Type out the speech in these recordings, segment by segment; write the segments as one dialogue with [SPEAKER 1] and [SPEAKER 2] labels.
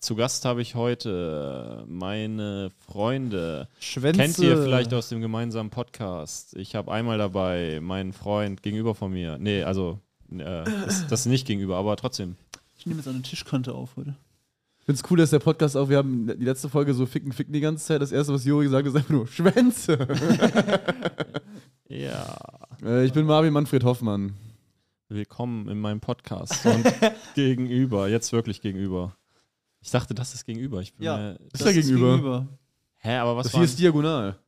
[SPEAKER 1] Zu Gast habe ich heute meine Freunde.
[SPEAKER 2] Schwänze.
[SPEAKER 1] Kennt ihr vielleicht aus dem gemeinsamen Podcast? Ich habe einmal dabei meinen Freund gegenüber von mir. Nee, also äh, das, das nicht gegenüber, aber trotzdem.
[SPEAKER 3] Ich nehme jetzt an eine Tischkante auf heute.
[SPEAKER 4] Ich finde es cool, dass der Podcast auch, wir haben die letzte Folge so ficken, ficken die ganze Zeit. Das erste, was Juri gesagt hat, ist einfach nur Schwänze.
[SPEAKER 1] Ja,
[SPEAKER 4] äh, ich bin Marvin Manfred Hoffmann.
[SPEAKER 1] willkommen in meinem Podcast. Und gegenüber, jetzt wirklich gegenüber. Ich dachte, das ist gegenüber. Ich bin
[SPEAKER 3] Ja.
[SPEAKER 1] mir-
[SPEAKER 4] Ist ja gegenüber.
[SPEAKER 1] Hä, aber was
[SPEAKER 4] Das
[SPEAKER 1] war
[SPEAKER 4] hier ist diagonal.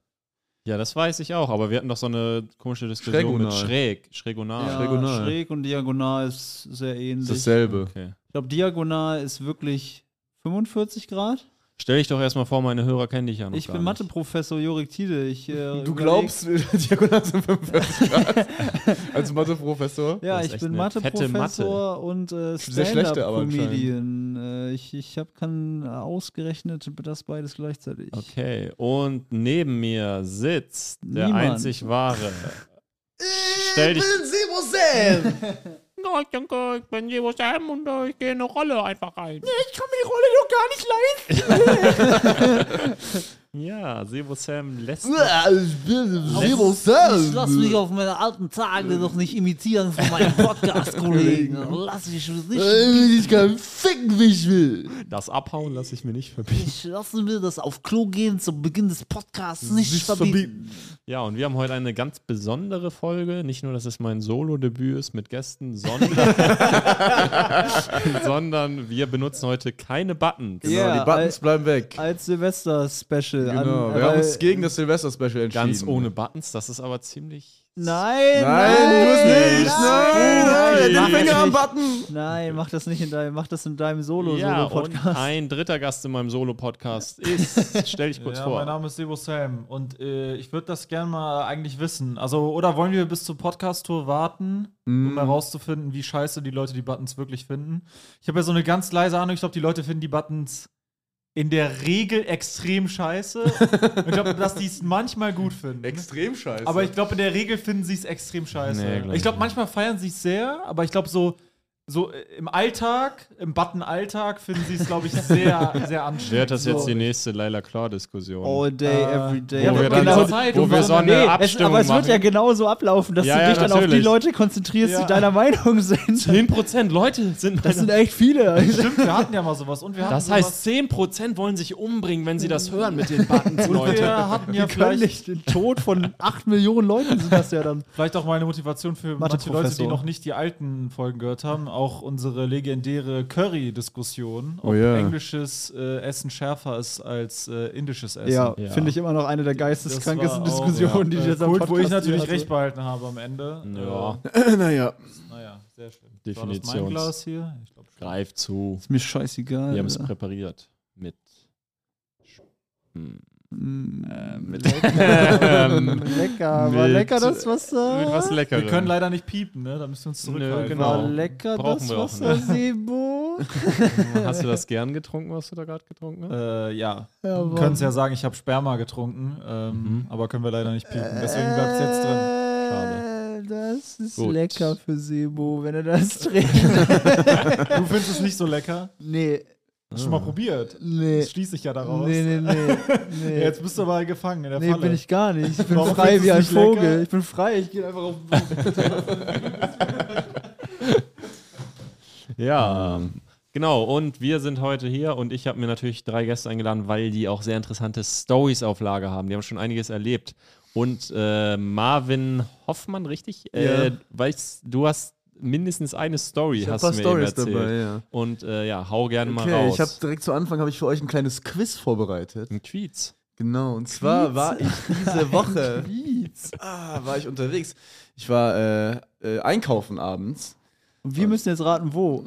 [SPEAKER 1] Ja, das weiß ich auch, aber wir hatten doch so eine komische Diskussion mit
[SPEAKER 4] Schrägonal.
[SPEAKER 1] schräg, schrägonal.
[SPEAKER 3] Ja,
[SPEAKER 4] Diagonal.
[SPEAKER 3] Schräg und diagonal ist sehr ähnlich.
[SPEAKER 4] Ist dasselbe.
[SPEAKER 1] Okay.
[SPEAKER 3] ich glaube, diagonal ist wirklich 45 Grad.
[SPEAKER 1] Stell dich doch erstmal vor, meine Hörer kennen dich ja noch
[SPEAKER 3] ich
[SPEAKER 1] gar
[SPEAKER 3] bin
[SPEAKER 1] nicht.
[SPEAKER 3] Matheprofessor Jorik Tiede. Ich, äh,
[SPEAKER 4] Du
[SPEAKER 3] überleg-
[SPEAKER 4] glaubst, diagonal sind 45 Grad. Als Mathe-Professor.
[SPEAKER 3] Ja,
[SPEAKER 1] Das ist
[SPEAKER 3] ich
[SPEAKER 1] echt
[SPEAKER 3] bin
[SPEAKER 1] eine fette
[SPEAKER 3] Matheprofessor und äh,
[SPEAKER 4] Sehr schlechte, aber
[SPEAKER 3] Stand-up-Comedian. Äh, ich ich hab, kann ausgerechnet das beides gleichzeitig.
[SPEAKER 1] Okay, und neben mir sitzt der
[SPEAKER 3] Niemand.
[SPEAKER 1] einzig wahre. Stell dich.
[SPEAKER 5] Ich bin Sebo Sam und äh, ich gehe in eine Rolle einfach rein.
[SPEAKER 1] Ja, Sebo Sam lässt.
[SPEAKER 3] Ich lass mich auf meine alten Tage noch nicht imitieren von meinen Podcast-Kollegen. Lass mich nicht.
[SPEAKER 4] Ich kann ficken, wie ich will.
[SPEAKER 1] Das Abhauen lasse ich mir nicht verbieten.
[SPEAKER 3] Ich lasse mir das auf Klo gehen zu Beginn des Podcasts
[SPEAKER 4] Sich
[SPEAKER 3] nicht verbieten.
[SPEAKER 4] verbieten.
[SPEAKER 1] Ja, und wir haben heute eine ganz besondere Folge. Nicht nur, dass es mein Solo-Debüt ist mit Gästen, sondern, sondern wir benutzen heute keine Buttons.
[SPEAKER 4] Genau,
[SPEAKER 3] Ja,
[SPEAKER 4] die Buttons
[SPEAKER 1] Äh,
[SPEAKER 3] al-
[SPEAKER 4] bleiben weg.
[SPEAKER 3] Als Silvester-Special. an-
[SPEAKER 4] Genau,
[SPEAKER 3] weil-
[SPEAKER 4] wir haben uns gegen das Silvester-Special entschieden.
[SPEAKER 1] ähm, Ganz ohne Buttons, das ist aber ziemlich.
[SPEAKER 3] Nein, nein,
[SPEAKER 4] Nein, du bist nicht! Nein,
[SPEAKER 3] Nein,
[SPEAKER 4] nein,
[SPEAKER 3] nein,
[SPEAKER 4] nein, den
[SPEAKER 3] nein,
[SPEAKER 4] Finger am
[SPEAKER 3] nein,
[SPEAKER 4] Button!
[SPEAKER 3] nein, mach das nicht in deinem, mach das in deinem Solo,
[SPEAKER 1] Ja, und
[SPEAKER 3] Solo-Podcast.
[SPEAKER 1] ein dritter Gast in meinem Solo-Podcast ist, stell dich kurz
[SPEAKER 6] ja,
[SPEAKER 1] vor.
[SPEAKER 6] Mein Name ist Sebo Sam und äh, ich würde das gerne mal eigentlich wissen. Also, oder wollen wir bis zur Podcast-Tour warten,
[SPEAKER 1] Mm.
[SPEAKER 6] um herauszufinden, wie scheiße die Leute die Buttons wirklich finden? Ich habe ja so eine ganz leise Ahnung, ich glaube, die Leute finden die Buttons in der Regel extrem scheiße. Und ich glaube, dass die es manchmal gut finden.
[SPEAKER 4] Extrem scheiße.
[SPEAKER 6] Aber ich glaube, in der Regel finden sie es extrem scheiße.
[SPEAKER 1] Nee, glaub
[SPEAKER 6] ich
[SPEAKER 1] ich
[SPEAKER 6] glaube, manchmal feiern sie es sehr, aber ich glaube, so, so äh, im Alltag, im Button-Alltag, finden sie es, glaube ich, sehr, sehr anstrengend.
[SPEAKER 1] Wird das jetzt
[SPEAKER 6] so.
[SPEAKER 1] die nächste Laila Klar-Diskussion?
[SPEAKER 3] All day, every day.
[SPEAKER 6] Ja,
[SPEAKER 1] wo wir, dann
[SPEAKER 6] genau.
[SPEAKER 1] so,
[SPEAKER 6] Zeit,
[SPEAKER 1] wo
[SPEAKER 6] um
[SPEAKER 1] wir
[SPEAKER 6] was-
[SPEAKER 1] so eine
[SPEAKER 6] Nee,
[SPEAKER 3] es,
[SPEAKER 1] Abstimmung
[SPEAKER 3] aber es wird ja
[SPEAKER 1] machen.
[SPEAKER 3] genauso ablaufen, dass
[SPEAKER 1] Ja,
[SPEAKER 3] du
[SPEAKER 1] ja,
[SPEAKER 3] dich dann auf die
[SPEAKER 1] natürlich.
[SPEAKER 3] Leute konzentrierst,
[SPEAKER 6] Ja.
[SPEAKER 3] die deiner Meinung sind.
[SPEAKER 1] 10% Leute sind
[SPEAKER 3] Das sind echt viele.
[SPEAKER 6] Stimmt, wir hatten ja mal sowas. Und wir hatten
[SPEAKER 1] Das
[SPEAKER 6] sowas,
[SPEAKER 1] heißt, 10% wollen sich umbringen, wenn sie das hören mit den Buttons,
[SPEAKER 6] und
[SPEAKER 1] Leute.
[SPEAKER 6] wir hatten ja
[SPEAKER 3] Die können
[SPEAKER 6] vielleicht,
[SPEAKER 3] nicht den Tod von 8 Millionen Leuten sind das ja dann.
[SPEAKER 6] vielleicht auch mal eine Motivation für manche Leute, die
[SPEAKER 3] Matheprofessor.
[SPEAKER 6] noch nicht die alten Folgen gehört haben. Auch unsere legendäre Curry-Diskussion, ob
[SPEAKER 4] Oh ja.
[SPEAKER 6] englisches äh, Essen schärfer ist als äh, indisches Essen.
[SPEAKER 3] Ja,
[SPEAKER 1] Ja.
[SPEAKER 3] finde ich immer noch eine der
[SPEAKER 6] Das
[SPEAKER 3] geisteskrankesten
[SPEAKER 6] war auch,
[SPEAKER 3] Diskussionen, die
[SPEAKER 6] ja,
[SPEAKER 3] ich jetzt
[SPEAKER 6] äh,
[SPEAKER 3] am
[SPEAKER 6] Kult,
[SPEAKER 3] Podcast
[SPEAKER 6] wo ich natürlich
[SPEAKER 3] hier hatte.
[SPEAKER 6] recht behalten habe am Ende. Äh,
[SPEAKER 1] Ja,
[SPEAKER 4] naja.
[SPEAKER 6] Naja, sehr schön. War das mein
[SPEAKER 1] Definitions-
[SPEAKER 6] Glas hier? Ich glaube schon.
[SPEAKER 1] greif zu.
[SPEAKER 3] Ist mir scheißegal.
[SPEAKER 1] Wir haben es
[SPEAKER 3] Alter.
[SPEAKER 1] präpariert. Mit.
[SPEAKER 4] Ähm.
[SPEAKER 1] Hm.
[SPEAKER 3] mit lecker,
[SPEAKER 6] Ähm,
[SPEAKER 3] lecker, war
[SPEAKER 1] Mit-
[SPEAKER 3] lecker das äh, Wasser.
[SPEAKER 1] Mit was Leckerem.
[SPEAKER 6] Wir können leider nicht piepen, ne? Da müssen wir uns zurückhalten.
[SPEAKER 1] Nö,
[SPEAKER 3] war
[SPEAKER 1] genau.
[SPEAKER 3] lecker
[SPEAKER 1] Brauchen
[SPEAKER 3] das
[SPEAKER 1] wir auch
[SPEAKER 3] Wasser,
[SPEAKER 1] nicht.
[SPEAKER 3] Sebo.
[SPEAKER 1] Hast du das gern getrunken, was du da gerade getrunken hast?
[SPEAKER 6] Äh, ja.
[SPEAKER 3] Ja,
[SPEAKER 6] Wir können es ja sagen, ich habe Sperma getrunken, ähm,
[SPEAKER 4] Mhm.
[SPEAKER 6] aber können wir leider nicht
[SPEAKER 3] Äh,
[SPEAKER 6] piepen. Deswegen bleibt es jetzt drin.
[SPEAKER 3] Schade. Das ist
[SPEAKER 1] Gut.
[SPEAKER 3] lecker für Sebo, wenn er das trinkt. äh.
[SPEAKER 6] Du findest es nicht so lecker?
[SPEAKER 3] nee,
[SPEAKER 6] Hast du schon mal probiert?
[SPEAKER 3] nee.
[SPEAKER 6] Das schließe ich ja daraus.
[SPEAKER 3] Nee, nee, nee. nee.
[SPEAKER 6] Jetzt bist du aber gefangen in der
[SPEAKER 3] Nee,
[SPEAKER 6] Falle.
[SPEAKER 3] bin ich gar nicht. Ich bin
[SPEAKER 6] Warum
[SPEAKER 3] frei
[SPEAKER 6] findest
[SPEAKER 3] wie
[SPEAKER 6] du's
[SPEAKER 3] ein
[SPEAKER 6] nicht lecker?
[SPEAKER 3] Vogel. Ich bin frei, ich gehe einfach auf
[SPEAKER 1] Ja. Genau, und wir sind heute hier und ich habe mir natürlich drei Gäste eingeladen, weil die auch sehr interessante Stories auf Lager haben. Die haben schon einiges erlebt. und äh, Marvin Hoffmann, richtig? Äh, weißt, du hast mindestens eine Story,
[SPEAKER 4] Ich hab
[SPEAKER 1] hast
[SPEAKER 4] ein
[SPEAKER 1] du
[SPEAKER 4] paar
[SPEAKER 1] mir
[SPEAKER 4] Stories
[SPEAKER 1] eben erzählt.
[SPEAKER 4] dabei, ja.
[SPEAKER 1] Und äh, ja, hau gerne mal
[SPEAKER 4] Okay,
[SPEAKER 1] raus.
[SPEAKER 4] ich habe direkt zu Anfang habe ich für euch ein kleines Quiz vorbereitet.
[SPEAKER 1] einen Tweets.
[SPEAKER 4] Genau, und zwar war ich diese Woche ah, war ich unterwegs. Ich war äh, äh, einkaufen abends
[SPEAKER 3] Und wir müssen jetzt raten, wo.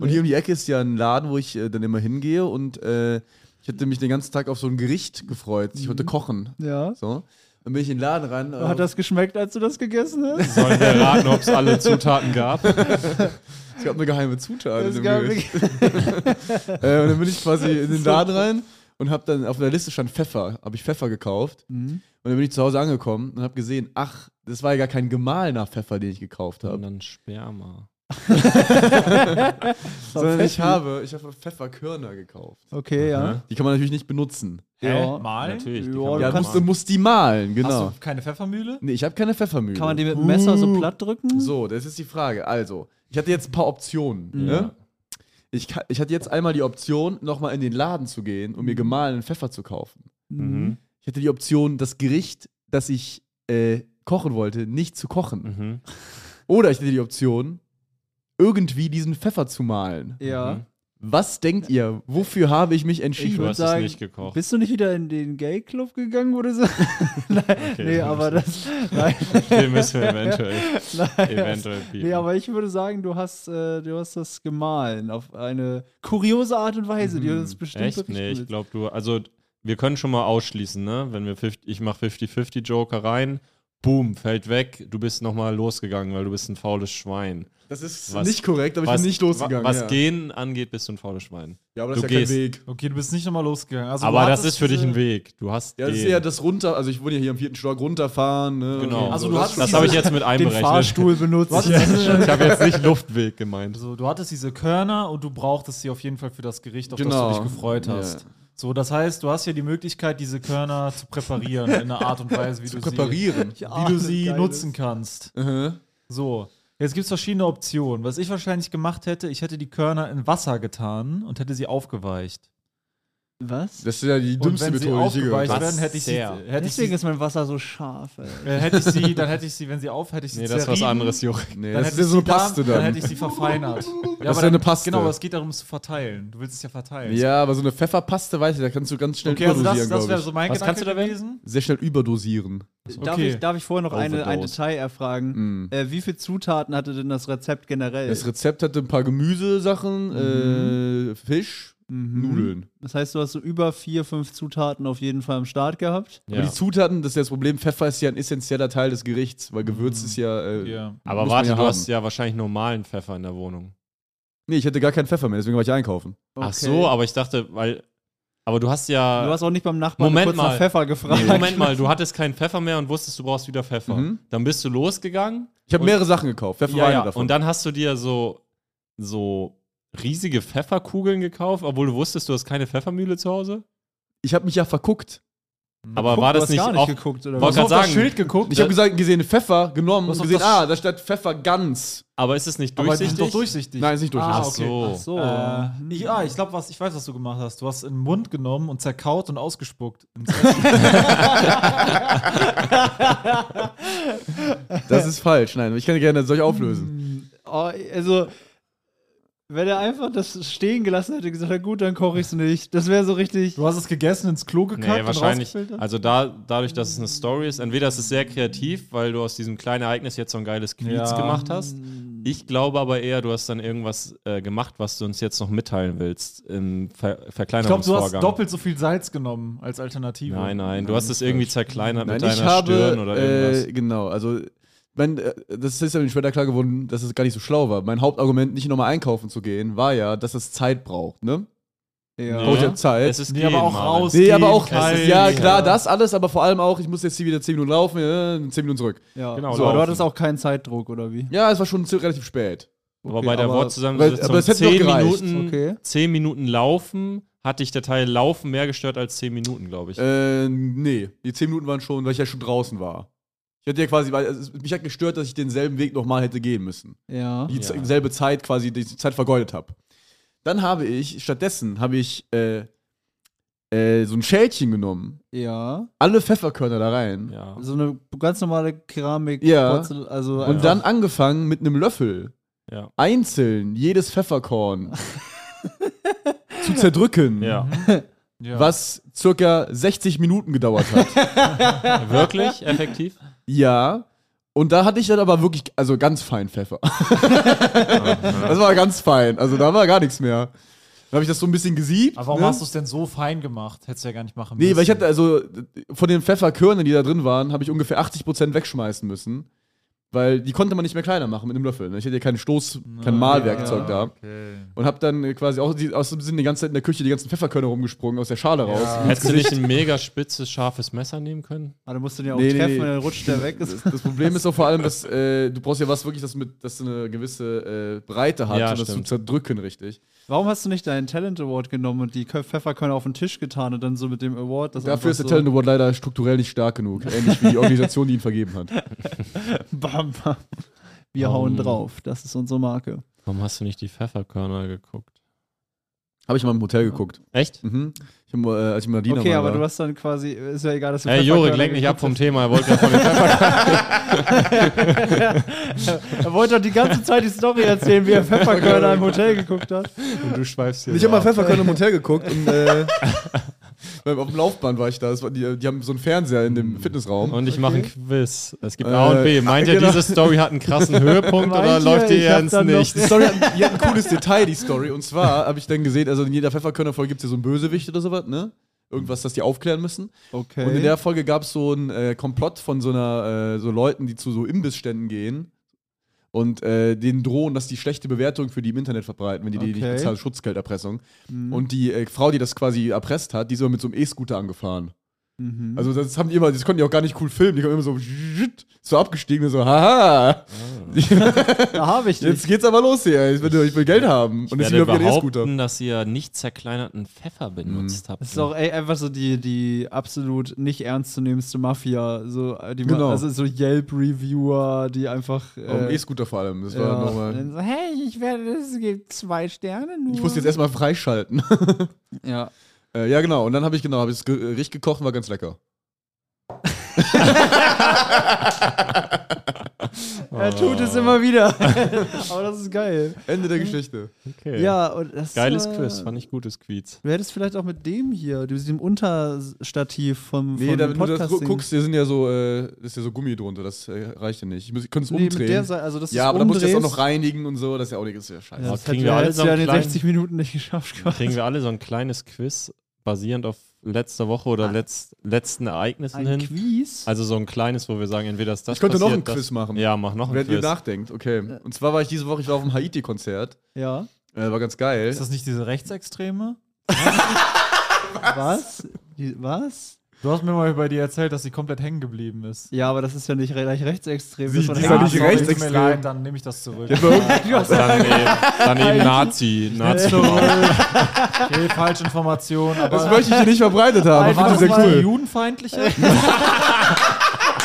[SPEAKER 4] und hier um die Ecke ist ja ein Laden, wo ich äh, dann immer hingehe und äh, ich hatte mich den ganzen Tag auf so ein Gericht gefreut. Ich
[SPEAKER 6] Mhm.
[SPEAKER 4] wollte kochen.
[SPEAKER 3] Ja.
[SPEAKER 4] So. Dann bin ich in den Laden ran. äh,
[SPEAKER 3] Hat das geschmeckt, als du das gegessen hast?
[SPEAKER 1] Sollen wir raten, ob es alle Zutaten gab?
[SPEAKER 4] Es gab eine geheime Zutat. in
[SPEAKER 3] Es
[SPEAKER 4] dem
[SPEAKER 3] gab
[SPEAKER 4] Gericht. äh, und dann bin ich quasi in den Laden rein und habe dann auf der Liste stand Pfeffer. Habe ich Pfeffer gekauft.
[SPEAKER 3] Mhm.
[SPEAKER 4] Und dann bin ich zu Hause angekommen und habe gesehen, ach, das war ja gar kein gemahlener Pfeffer, den ich gekauft
[SPEAKER 1] Und
[SPEAKER 4] habe.
[SPEAKER 1] dann Sperma.
[SPEAKER 4] Sondern ich habe, ich habe Pfefferkörner gekauft.
[SPEAKER 3] Okay,
[SPEAKER 1] Mhm.
[SPEAKER 3] ja.
[SPEAKER 4] Die kann man natürlich nicht benutzen.
[SPEAKER 3] Ja.
[SPEAKER 6] Mal?
[SPEAKER 1] Natürlich. die
[SPEAKER 3] Ja,
[SPEAKER 1] kann
[SPEAKER 3] du
[SPEAKER 1] man
[SPEAKER 4] Ja, du
[SPEAKER 1] machen.
[SPEAKER 4] musst, du musst die mahlen,
[SPEAKER 6] Hast
[SPEAKER 4] genau.
[SPEAKER 6] du keine Pfeffermühle?
[SPEAKER 4] Nee, ich habe keine Pfeffermühle.
[SPEAKER 3] Kann man die mit dem Messer so platt drücken?
[SPEAKER 4] So, das ist die Frage. Also, ich hatte jetzt ein paar Optionen.
[SPEAKER 3] Mhm.
[SPEAKER 4] Ne? Ich, ka- ich hatte jetzt einmal die Option, nochmal in den Laden zu gehen
[SPEAKER 3] Mhm.
[SPEAKER 4] und mir gemahlenen Pfeffer zu kaufen.
[SPEAKER 1] Mhm.
[SPEAKER 4] Ich hatte die Option, das Gericht, das ich äh, kochen wollte, nicht zu kochen.
[SPEAKER 1] Mhm.
[SPEAKER 4] Oder ich hatte die Option, irgendwie diesen Pfeffer zu mahlen.
[SPEAKER 3] Ja.
[SPEAKER 4] Was denkt ihr? Wofür habe ich mich
[SPEAKER 3] Ich
[SPEAKER 4] entschieden?
[SPEAKER 1] Mhm. Du
[SPEAKER 3] würd
[SPEAKER 1] hast
[SPEAKER 3] sagen,
[SPEAKER 1] es nicht gekocht.
[SPEAKER 3] Bist du nicht wieder in den Gay Club gegangen oder so? nein, nee,
[SPEAKER 1] dann
[SPEAKER 3] aber das. Nein,
[SPEAKER 1] Den müssen wir eventuell,
[SPEAKER 3] nein,
[SPEAKER 1] eventuell bieten.
[SPEAKER 3] Nee, aber ich würde sagen, du hast, äh, du hast das gemahlen auf eine kuriose Art und Weise, die uns bestimmt
[SPEAKER 1] Mhm. Echt?
[SPEAKER 3] berichten
[SPEAKER 1] Nee, ich
[SPEAKER 3] wird.
[SPEAKER 1] glaube, du. Also, wir können schon mal ausschließen, ne? Wenn wir 50, ich mache 50-50 Joker rein, boom, fällt weg, du bist nochmal losgegangen, weil du bist ein faules Schwein.
[SPEAKER 4] Das ist
[SPEAKER 1] Was-
[SPEAKER 4] nicht korrekt, aber ich bin nicht losgegangen.
[SPEAKER 1] Was
[SPEAKER 4] ja.
[SPEAKER 1] Gehen angeht, bist du ein faules Schwein.
[SPEAKER 4] Ja, aber
[SPEAKER 1] du
[SPEAKER 4] das ist ja
[SPEAKER 1] gehst.
[SPEAKER 4] kein Weg. äh,
[SPEAKER 6] Okay, du bist nicht nochmal losgegangen. Also,
[SPEAKER 1] aber
[SPEAKER 6] du
[SPEAKER 1] das
[SPEAKER 6] hattest
[SPEAKER 1] ist für dich
[SPEAKER 6] diese-
[SPEAKER 1] ein Weg. Du hast.
[SPEAKER 4] Ja, das ist
[SPEAKER 1] Gehen.
[SPEAKER 4] eher das runter. Also, ich wohne ja hier am vierten Stock runterfahren. Ne?
[SPEAKER 1] Genau.
[SPEAKER 6] Also,
[SPEAKER 4] Also,
[SPEAKER 6] du
[SPEAKER 4] das,
[SPEAKER 6] hattest
[SPEAKER 1] das habe ich jetzt mit
[SPEAKER 3] Den
[SPEAKER 1] einberechnet.
[SPEAKER 3] Fahrstuhl benutzt.
[SPEAKER 6] Was?
[SPEAKER 1] Ich habe jetzt nicht Luftweg gemeint.
[SPEAKER 6] So, du hattest diese Körner und du brauchtest sie auf jeden Fall für das Gericht, auf
[SPEAKER 4] Genau.
[SPEAKER 6] das du dich gefreut
[SPEAKER 4] Ja.
[SPEAKER 6] hast. So, das heißt, du hast ja die Möglichkeit, diese Körner zu präparieren in einer Art und Weise, wie du
[SPEAKER 4] reparieren.
[SPEAKER 6] sie, wie du sie nutzen kannst.
[SPEAKER 4] Mhm.
[SPEAKER 6] So, jetzt gibt es verschiedene Optionen. Was ich wahrscheinlich gemacht hätte, ich hätte die Körner in Wasser getan und hätte sie aufgeweicht.
[SPEAKER 3] Was?
[SPEAKER 4] Das ist ja die
[SPEAKER 6] Und
[SPEAKER 4] dümmste
[SPEAKER 6] wenn sie
[SPEAKER 4] Methode, die ich je gehört
[SPEAKER 6] aufgeweicht
[SPEAKER 4] habe.
[SPEAKER 1] habe.
[SPEAKER 6] werden, hätte ich sie,
[SPEAKER 1] Sehr.
[SPEAKER 6] hätte ich
[SPEAKER 3] Deswegen
[SPEAKER 6] sie,
[SPEAKER 3] ist mein Wasser so scharf, ey.
[SPEAKER 6] äh, hätte ich sie, dann hätte ich sie, wenn sie auf, hätte ich sie
[SPEAKER 1] Nee, das ist was
[SPEAKER 6] zerrieben.
[SPEAKER 1] anderes, Jorik.
[SPEAKER 4] Nee,
[SPEAKER 6] Dann
[SPEAKER 4] das
[SPEAKER 6] hätte
[SPEAKER 4] ist ja
[SPEAKER 6] ich
[SPEAKER 4] so
[SPEAKER 6] sie
[SPEAKER 4] eine
[SPEAKER 6] dann-
[SPEAKER 4] Paste
[SPEAKER 6] Dann
[SPEAKER 4] dann.
[SPEAKER 6] hätte ich sie verfeinert.
[SPEAKER 4] ist ja eine Paste.
[SPEAKER 6] Genau, aber es geht darum, es zu verteilen. Du willst es ja verteilen.
[SPEAKER 4] Ja, aber so eine Pfefferpaste, weiß ich, da kannst du ganz schnell
[SPEAKER 6] Okay, also das,
[SPEAKER 4] überdosieren,
[SPEAKER 6] das
[SPEAKER 4] glaube
[SPEAKER 6] wäre
[SPEAKER 4] ich.
[SPEAKER 6] so mein
[SPEAKER 1] Was
[SPEAKER 6] Gedanke
[SPEAKER 1] kannst du da wählen?
[SPEAKER 6] gewesen.
[SPEAKER 4] Sehr schnell überdosieren.
[SPEAKER 3] Darf,
[SPEAKER 6] Okay.
[SPEAKER 3] ich, darf ich vorher noch eine, ein
[SPEAKER 1] Overdose.
[SPEAKER 3] Detail
[SPEAKER 1] Mhm.
[SPEAKER 3] erfragen?
[SPEAKER 4] Mm.
[SPEAKER 3] Äh, wie viele Zutaten hatte denn das Rezept generell?
[SPEAKER 4] Das Rezept hatte ein paar Gemüsesachen,
[SPEAKER 1] Mhm.
[SPEAKER 4] äh, Fisch, Nudeln.
[SPEAKER 3] Das heißt, du hast so über vier, fünf Zutaten auf jeden Fall am Start gehabt.
[SPEAKER 4] Aber
[SPEAKER 1] Ja.
[SPEAKER 4] die Zutaten, das ist ja das Problem, Pfeffer ist ja ein essentieller Teil des Gerichts, weil Gewürz ist ja... Äh,
[SPEAKER 6] Ja.
[SPEAKER 1] Mhm. Aber
[SPEAKER 4] muss man
[SPEAKER 1] warte,
[SPEAKER 4] ja
[SPEAKER 1] du
[SPEAKER 4] haben.
[SPEAKER 1] hast ja wahrscheinlich normalen Pfeffer in der Wohnung.
[SPEAKER 4] Nee, ich hatte gar keinen Pfeffer mehr, deswegen war ich einkaufen.
[SPEAKER 1] Ach so, aber ich dachte, weil. Aber du hast ja.
[SPEAKER 3] Du hast auch nicht beim Nachbarn
[SPEAKER 1] Moment
[SPEAKER 3] kurz nach
[SPEAKER 1] mal.
[SPEAKER 3] Pfeffer gefragt.
[SPEAKER 1] Nee, Moment mal, du hattest keinen Pfeffer mehr und wusstest, du brauchst wieder Pfeffer.
[SPEAKER 4] Mhm.
[SPEAKER 1] Dann bist du losgegangen.
[SPEAKER 4] Ich habe
[SPEAKER 1] Und-
[SPEAKER 4] mehrere Sachen gekauft, Pfeffer war
[SPEAKER 1] Ja,
[SPEAKER 4] einer
[SPEAKER 1] ja.
[SPEAKER 4] davon.
[SPEAKER 1] Und dann hast du dir so, so riesige Pfefferkugeln gekauft, obwohl du wusstest, du hast keine Pfeffermühle zu Hause.
[SPEAKER 4] ich habe mich ja verguckt.
[SPEAKER 1] Aber war das
[SPEAKER 3] du hast
[SPEAKER 1] nicht
[SPEAKER 3] gar nicht
[SPEAKER 1] auch.
[SPEAKER 3] geguckt, oder
[SPEAKER 1] Wollte
[SPEAKER 3] was?
[SPEAKER 1] gerade
[SPEAKER 6] auf das
[SPEAKER 1] sagen,
[SPEAKER 6] Schild geguckt?
[SPEAKER 4] Ich habe gesagt, gesehen Pfeffer genommen
[SPEAKER 6] Was
[SPEAKER 4] und
[SPEAKER 6] auf
[SPEAKER 4] gesehen,
[SPEAKER 6] das-
[SPEAKER 4] ah, da stand Pfeffer ganz.
[SPEAKER 1] aber ist es nicht
[SPEAKER 6] aber die sind
[SPEAKER 1] durchsichtig?
[SPEAKER 6] doch durchsichtig.
[SPEAKER 4] Nein, ist nicht
[SPEAKER 6] Ah,
[SPEAKER 4] durchsichtig.
[SPEAKER 1] Ach
[SPEAKER 6] okay.
[SPEAKER 1] so. Hm.
[SPEAKER 3] Ach so.
[SPEAKER 6] Äh, ich, ah, ich glaube, was, ich weiß, was du gemacht hast. Du hast in den Mund genommen und zerkaut und ausgespuckt.
[SPEAKER 4] Das ist falsch, nein, ich kann gerne, soll ich auflösen?
[SPEAKER 3] Oh, also, wenn er einfach das stehen gelassen hätte, gesagt, na gut, dann koche ich es nicht. Das wäre so richtig.
[SPEAKER 6] Du hast es gegessen, ins Klo gekackt
[SPEAKER 1] Nee,
[SPEAKER 6] und
[SPEAKER 1] wahrscheinlich.
[SPEAKER 6] rausgefiltert?
[SPEAKER 1] Also da, dadurch, dass es eine Story ist, entweder ist es sehr kreativ, weil du aus diesem kleinen Ereignis jetzt so ein geiles Quiz
[SPEAKER 6] Ja.
[SPEAKER 1] gemacht hast. Ich glaube aber eher, du hast dann irgendwas äh, gemacht, was du uns jetzt noch mitteilen willst im Ver
[SPEAKER 6] Ich glaube, du
[SPEAKER 1] Verkleinerungsvorgang.
[SPEAKER 6] hast doppelt so viel Salz genommen als Alternative.
[SPEAKER 1] Nein, nein, du hast es irgendwie zerkleinert mit
[SPEAKER 4] Nein,
[SPEAKER 1] deiner
[SPEAKER 4] ich habe,
[SPEAKER 1] Stirn oder irgendwas.
[SPEAKER 4] Äh, genau, also mein, äh, das ist ja mir später klar geworden, dass es gar nicht so schlau war. Mein Hauptargument, nicht nochmal einkaufen zu gehen, war ja, dass es Zeit braucht, ne?
[SPEAKER 3] Ja.
[SPEAKER 4] Braucht ja Zeit.
[SPEAKER 1] es ist
[SPEAKER 6] Nee, aber auch
[SPEAKER 1] Marvin.
[SPEAKER 6] raus.
[SPEAKER 4] nee, aber auch,
[SPEAKER 1] kalt.
[SPEAKER 4] ja klar, das alles, aber vor allem auch, ich muss jetzt hier wieder 10 Minuten laufen, äh, 10 Minuten zurück.
[SPEAKER 3] ja.
[SPEAKER 1] genau,
[SPEAKER 3] so, aber
[SPEAKER 1] laufen.
[SPEAKER 3] du hattest auch keinen Zeitdruck, oder wie?
[SPEAKER 4] Ja, es war schon zi- relativ spät.
[SPEAKER 1] aber bei der
[SPEAKER 3] aber-
[SPEAKER 4] weil- aber
[SPEAKER 1] Wortzusammensetzung
[SPEAKER 4] es hätte doch
[SPEAKER 1] 10
[SPEAKER 4] gereicht.
[SPEAKER 1] Minuten,
[SPEAKER 3] Okay.
[SPEAKER 1] 10 Minuten Laufen hat dich der Teil Laufen mehr gestört als 10 Minuten, glaube ich.
[SPEAKER 4] Äh, nee, die 10 Minuten waren schon, weil ich ja schon draußen war. Ich hatte ja quasi, weil es, mich hat gestört, dass ich denselben Weg nochmal hätte gehen müssen.
[SPEAKER 3] Ja.
[SPEAKER 4] die
[SPEAKER 1] Ja.
[SPEAKER 4] selbe Zeit quasi die Zeit vergeudet habe. Dann habe ich stattdessen habe ich äh, äh, so ein Schälchen genommen,
[SPEAKER 3] Ja.
[SPEAKER 4] alle Pfefferkörner da rein
[SPEAKER 1] Ja.
[SPEAKER 3] So eine ganz normale Keramik.
[SPEAKER 4] Ja.
[SPEAKER 3] Porzell- Also
[SPEAKER 4] und
[SPEAKER 3] einfach-
[SPEAKER 4] dann angefangen mit einem Löffel
[SPEAKER 1] Ja.
[SPEAKER 4] einzeln jedes Pfefferkorn zu zerdrücken,
[SPEAKER 1] Ja.
[SPEAKER 4] was circa 60 Minuten gedauert hat.
[SPEAKER 1] Wirklich? Effektiv?
[SPEAKER 4] Ja. Und da hatte ich dann aber wirklich, also ganz fein Pfeffer. das war ganz fein. Also da war gar nichts mehr. Dann habe ich das so ein bisschen gesiebt.
[SPEAKER 6] Aber warum
[SPEAKER 4] ne?
[SPEAKER 6] hast du es denn so fein gemacht? Hättest du ja gar nicht machen müssen.
[SPEAKER 4] Nee, weil ich hatte also von den Pfefferkörnern, die da drin waren, habe ich ungefähr 80% wegschmeißen müssen. Weil die konnte man nicht mehr kleiner machen mit einem Löffel. Ne? Ich hatte ja keinen Stoß,
[SPEAKER 3] Ah,
[SPEAKER 4] kein Mahlwerkzeug da. Und habe dann quasi auch die, aus dem Sinn die ganze Zeit in der Küche die ganzen Pfefferkörner rumgesprungen, aus der Schale raus.
[SPEAKER 1] Hättest du nicht ein mega spitzes, scharfes Messer nehmen können?
[SPEAKER 3] Ah, da musst du den ja auch
[SPEAKER 4] Nee, nee,
[SPEAKER 3] treffen,
[SPEAKER 4] nee.
[SPEAKER 3] dann rutscht der weg. Ist.
[SPEAKER 4] Das Problem ist auch vor allem, dass äh, du brauchst ja was wirklich, das mit, das eine gewisse äh, Breite hat,
[SPEAKER 1] Ja,
[SPEAKER 4] um das zu
[SPEAKER 1] stimmt.
[SPEAKER 4] zerdrücken, richtig.
[SPEAKER 3] Warum hast du nicht deinen Talent Award genommen und die Kö- Pfefferkörner auf den Tisch getan und dann so mit dem Award das
[SPEAKER 4] Dafür ist
[SPEAKER 3] einfach
[SPEAKER 4] der Talent Award leider strukturell nicht stark genug, ähnlich wie die Organisation, die ihn vergeben hat.
[SPEAKER 3] so bam, bam.
[SPEAKER 4] Oh,
[SPEAKER 3] Wir hauen drauf. Das ist unsere Marke.
[SPEAKER 1] Warum hast du nicht die Pfefferkörner geguckt?
[SPEAKER 4] Habe ich mal im Hotel geguckt.
[SPEAKER 1] Echt?
[SPEAKER 4] Mhm. Ich hab, mal, äh, als ich mal Diener
[SPEAKER 3] Okay,
[SPEAKER 4] war,
[SPEAKER 3] aber
[SPEAKER 4] da-
[SPEAKER 3] du hast dann quasi, ist ja egal, dass du
[SPEAKER 1] Ey,
[SPEAKER 3] Pfefferkörner
[SPEAKER 1] Jorik, lenk nicht ab vom
[SPEAKER 3] geguckt
[SPEAKER 1] Thema. Er wollte ja von den
[SPEAKER 3] hast. Er wollte doch die ganze Zeit die Story erzählen, wie er Pfefferkörner im Hotel geguckt hat.
[SPEAKER 1] Du schweifst hier.
[SPEAKER 4] Ich habe mal Pfefferkörner im Hotel geguckt und äh, Genau. beim- auf dem Laufband war ich da. Das war, die, die haben so einen Fernseher in dem Fitnessraum.
[SPEAKER 1] Und ich mache ein Quiz. Es gibt
[SPEAKER 4] Äh,
[SPEAKER 1] A und B. Meint
[SPEAKER 4] ah,
[SPEAKER 1] ihr,
[SPEAKER 4] genau.
[SPEAKER 1] diese Story hat einen krassen Höhepunkt
[SPEAKER 3] Meint
[SPEAKER 1] oder
[SPEAKER 3] ihr,
[SPEAKER 1] läuft
[SPEAKER 3] ich
[SPEAKER 1] ihr
[SPEAKER 3] hab
[SPEAKER 1] ins
[SPEAKER 3] dann noch-
[SPEAKER 1] Nichts?
[SPEAKER 4] Die Story hat, die hat ein cooles Detail, die Story. Und zwar habe ich dann gesehen, also in jeder Pfefferkörnerfolge gibt es ja so einen Bösewicht oder sowas, ne? Irgendwas, das die aufklären müssen.
[SPEAKER 3] Okay.
[SPEAKER 4] Und in der Folge gab es so einen äh, Komplott von so einer, äh, so Leuten, die zu so Imbissständen gehen und äh, denen drohen, dass die schlechte Bewertung für die im Internet verbreiten, wenn die die nicht
[SPEAKER 3] Okay.
[SPEAKER 4] bezahlen, Schutzgelderpressung. Und die äh, Frau, die das quasi erpresst hat, die ist immer mit so einem E-Scooter angefahren. Also das haben die immer, das konnten die auch gar nicht cool filmen, die haben immer so, so abgestiegen und so, haha,
[SPEAKER 3] da habe ich
[SPEAKER 4] jetzt
[SPEAKER 3] dich.
[SPEAKER 4] geht's aber los hier, ich will, ich will Geld haben. Und
[SPEAKER 1] Ich
[SPEAKER 4] jetzt
[SPEAKER 1] werde
[SPEAKER 4] wieder auf eh ihren E-Scooter.
[SPEAKER 1] behaupten, dass ihr nicht zerkleinerten Pfeffer benutzt habt.
[SPEAKER 3] Das ist auch ey, einfach so die, die absolut nicht ernstzunehmendste Mafia. So, äh, die
[SPEAKER 4] Genau.
[SPEAKER 3] Also so Yelp-Reviewer, die einfach.
[SPEAKER 4] Auf dem
[SPEAKER 3] Äh,
[SPEAKER 4] Ähm, E-Scooter vor allem, das
[SPEAKER 3] ja.
[SPEAKER 4] war nochmal.
[SPEAKER 3] Dann so, hey, ich werde, es gibt zwei Sterne nur.
[SPEAKER 4] Ich musste jetzt erstmal freischalten.
[SPEAKER 3] Ja.
[SPEAKER 4] Äh, ja, genau. Und dann habe ich genau, habe ich es ge- äh, richtig gekocht und war ganz lecker.
[SPEAKER 3] Er tut es immer wieder. Aber das ist geil.
[SPEAKER 4] Ende der Geschichte.
[SPEAKER 1] okay.
[SPEAKER 3] Ja, und das äh,
[SPEAKER 1] Geiles
[SPEAKER 3] war-
[SPEAKER 1] Quiz, fand ich gutes Quiz.
[SPEAKER 3] Du hättest vielleicht auch mit dem hier, diesem Unterstativ vom,
[SPEAKER 4] Nee,
[SPEAKER 3] vom
[SPEAKER 4] da, wenn du das gu-
[SPEAKER 3] Podcasting-
[SPEAKER 4] guckst, hier sind ja so, äh, das ist ja so Gummi drunter, das äh, reicht ja nicht. Ich, muss- ich könnte es
[SPEAKER 3] Nee, mit der
[SPEAKER 4] umdrehen.
[SPEAKER 3] Seite, also das
[SPEAKER 4] ja, aber da
[SPEAKER 3] muss
[SPEAKER 4] musst du jetzt auch noch reinigen und so, das ist ja auch nicht, das ist ja scheiße.
[SPEAKER 3] Ja, das
[SPEAKER 1] kriegen
[SPEAKER 3] hätten
[SPEAKER 1] wir alle
[SPEAKER 3] hättest
[SPEAKER 1] so
[SPEAKER 3] du ja
[SPEAKER 1] einen
[SPEAKER 3] in den
[SPEAKER 1] kleinen-
[SPEAKER 3] 60 Minuten nicht geschafft. quasi.
[SPEAKER 1] Kriegen wir alle so ein kleines Quiz basierend auf letzter Woche
[SPEAKER 3] Ah.
[SPEAKER 1] oder letzt, letzten Ereignissen
[SPEAKER 3] Ein
[SPEAKER 1] hin?
[SPEAKER 3] Quiz?
[SPEAKER 1] Also so ein kleines, wo wir sagen, entweder ist das
[SPEAKER 4] Ich könnte noch
[SPEAKER 1] passiert,
[SPEAKER 4] ein Quiz
[SPEAKER 1] das-
[SPEAKER 4] machen.
[SPEAKER 1] Ja, mach noch ein
[SPEAKER 4] Wenn ihr
[SPEAKER 1] Quiz.
[SPEAKER 4] nachdenkt, okay. Und zwar war ich diese Woche, ich war auf dem Haiti-Konzert.
[SPEAKER 3] Ja.
[SPEAKER 4] Äh, war ganz geil.
[SPEAKER 6] Ist das nicht diese Rechtsextreme?
[SPEAKER 3] Was? Die, was?
[SPEAKER 6] Du hast mir mal über die erzählt, dass sie komplett hängen geblieben ist.
[SPEAKER 3] Ja, aber das ist ja nicht re- gleich rechtsextrem.
[SPEAKER 4] Sie-
[SPEAKER 3] das war
[SPEAKER 4] die ist
[SPEAKER 3] eine
[SPEAKER 4] ja nicht
[SPEAKER 3] Art-
[SPEAKER 6] sorry, tut
[SPEAKER 4] rechtsextrem.
[SPEAKER 6] mir leid, dann nehme ich das zurück.
[SPEAKER 1] Also Daneben, daneben Nazi. Nazi.
[SPEAKER 6] okay, falsche Information. Aber
[SPEAKER 4] das möchte ich hier nicht verbreitet haben. Ich
[SPEAKER 6] war das
[SPEAKER 4] finde das sehr
[SPEAKER 6] mal eine
[SPEAKER 4] cool.
[SPEAKER 6] judenfeindliche?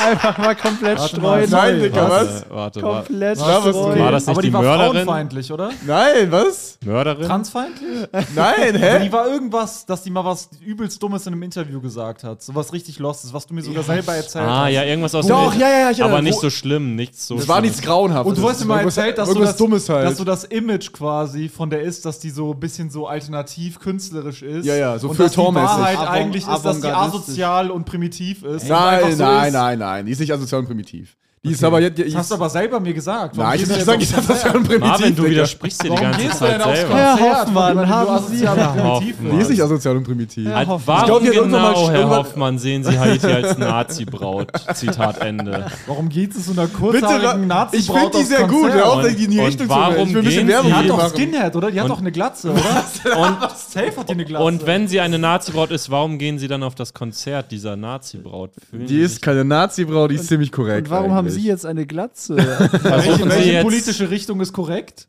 [SPEAKER 3] Einfach mal komplett
[SPEAKER 6] Warte
[SPEAKER 3] streuen.
[SPEAKER 6] mal.
[SPEAKER 4] Nein, Digga, was?
[SPEAKER 1] Warte, warte, warte.
[SPEAKER 3] Komplett
[SPEAKER 4] war was Hm?
[SPEAKER 3] streuen.
[SPEAKER 1] War das nicht
[SPEAKER 6] aber
[SPEAKER 1] die,
[SPEAKER 6] die, war
[SPEAKER 1] Mörderin?
[SPEAKER 6] frauenfeindlich, oder?
[SPEAKER 4] Nein, was?
[SPEAKER 1] Mörderin?
[SPEAKER 6] Transfeindlich?
[SPEAKER 4] Nein,
[SPEAKER 6] Aber
[SPEAKER 4] hä?
[SPEAKER 6] die war irgendwas, dass die mal was übelst Dummes in einem Interview gesagt hat. So was richtig Lostes, was du mir sogar selber erzählt
[SPEAKER 1] Ah,
[SPEAKER 6] hast.
[SPEAKER 1] ja, irgendwas aus
[SPEAKER 4] Doch,
[SPEAKER 1] dem
[SPEAKER 4] ja, ja, ja, ich
[SPEAKER 1] Aber
[SPEAKER 4] erinnere-
[SPEAKER 1] nicht
[SPEAKER 4] wo-
[SPEAKER 1] so schlimm, nichts so
[SPEAKER 4] Das war
[SPEAKER 1] schlimmes.
[SPEAKER 4] nichts grauenhaftes.
[SPEAKER 6] Und du hast mir mal
[SPEAKER 4] Also Irgendwas-
[SPEAKER 6] erzählt, dass du,
[SPEAKER 4] irgendwas
[SPEAKER 6] das,
[SPEAKER 4] Dummes halt.
[SPEAKER 6] dass du das Image quasi von der ist, dass die so ein bisschen so alternativ künstlerisch ist.
[SPEAKER 4] Ja, ja, so
[SPEAKER 6] und dass die
[SPEAKER 4] feuilletonmäßig.
[SPEAKER 6] Wahrheit
[SPEAKER 3] Avant-
[SPEAKER 6] eigentlich ist, dass die
[SPEAKER 3] avantgardistisch.
[SPEAKER 6] asozial und primitiv ist. und
[SPEAKER 4] nein,
[SPEAKER 6] einfach so
[SPEAKER 4] nein,
[SPEAKER 6] ist.
[SPEAKER 4] nein, nein. Die ist nicht asozial und primitiv. Die ist aber jetzt.
[SPEAKER 6] Das hast du aber selber mir gesagt. Warum
[SPEAKER 4] Nein, ich
[SPEAKER 6] gehst
[SPEAKER 4] hab nicht
[SPEAKER 6] du
[SPEAKER 4] gesagt,
[SPEAKER 6] jetzt
[SPEAKER 4] ich hab das ja ein Primitiv.
[SPEAKER 1] Marvin, du
[SPEAKER 4] Digga.
[SPEAKER 1] widersprichst dir die
[SPEAKER 6] Warum
[SPEAKER 1] ganze
[SPEAKER 6] gehst du denn
[SPEAKER 1] Zeit
[SPEAKER 6] aufs
[SPEAKER 1] selber.
[SPEAKER 6] Konzert?
[SPEAKER 3] Herr
[SPEAKER 6] Konzert,
[SPEAKER 3] Hoffmann,
[SPEAKER 6] wenn du
[SPEAKER 3] haben
[SPEAKER 6] asozial
[SPEAKER 3] Sie-
[SPEAKER 6] und primitiv
[SPEAKER 1] Hoffmann.
[SPEAKER 4] Die ist nicht asozial und primitiv.
[SPEAKER 3] Ja.
[SPEAKER 1] Al-
[SPEAKER 3] Hoffmann.
[SPEAKER 1] Warum
[SPEAKER 4] Ich glaub, die hat irgendwann mal-
[SPEAKER 1] genau, Herr
[SPEAKER 4] irgendwann-
[SPEAKER 1] Hoffmann, sehen Sie Haiti als Nazi-Braut? Zitat Ende.
[SPEAKER 6] Warum geht es so einer
[SPEAKER 4] Bitte,
[SPEAKER 6] kurzhaarigen nazi
[SPEAKER 4] ich finde die sehr gut. Hör auf,
[SPEAKER 1] Und-
[SPEAKER 4] die in die
[SPEAKER 1] und
[SPEAKER 4] Richtung
[SPEAKER 1] warum
[SPEAKER 4] zu Ich will ein bisschen
[SPEAKER 1] gehen
[SPEAKER 4] Werbung
[SPEAKER 6] Die hat
[SPEAKER 4] hier
[SPEAKER 6] doch
[SPEAKER 4] machen.
[SPEAKER 6] Skinhead, oder? Die hat doch eine Glatze, oder?
[SPEAKER 1] Und,
[SPEAKER 6] Safe hat die eine Glatze.
[SPEAKER 1] und wenn sie eine Nazi-Braut ist, warum gehen Sie dann auf das Konzert dieser Nazi-Braut? Fühlen
[SPEAKER 4] Die
[SPEAKER 1] Sie
[SPEAKER 4] ist
[SPEAKER 1] sich-
[SPEAKER 4] keine Nazi-Frau, die ist ziemlich korrekt.
[SPEAKER 3] Und warum haben
[SPEAKER 4] eigentlich.
[SPEAKER 3] Sie jetzt eine Glatze?
[SPEAKER 1] versuchen Sie
[SPEAKER 6] welche
[SPEAKER 1] jetzt.
[SPEAKER 6] politische Richtung ist korrekt?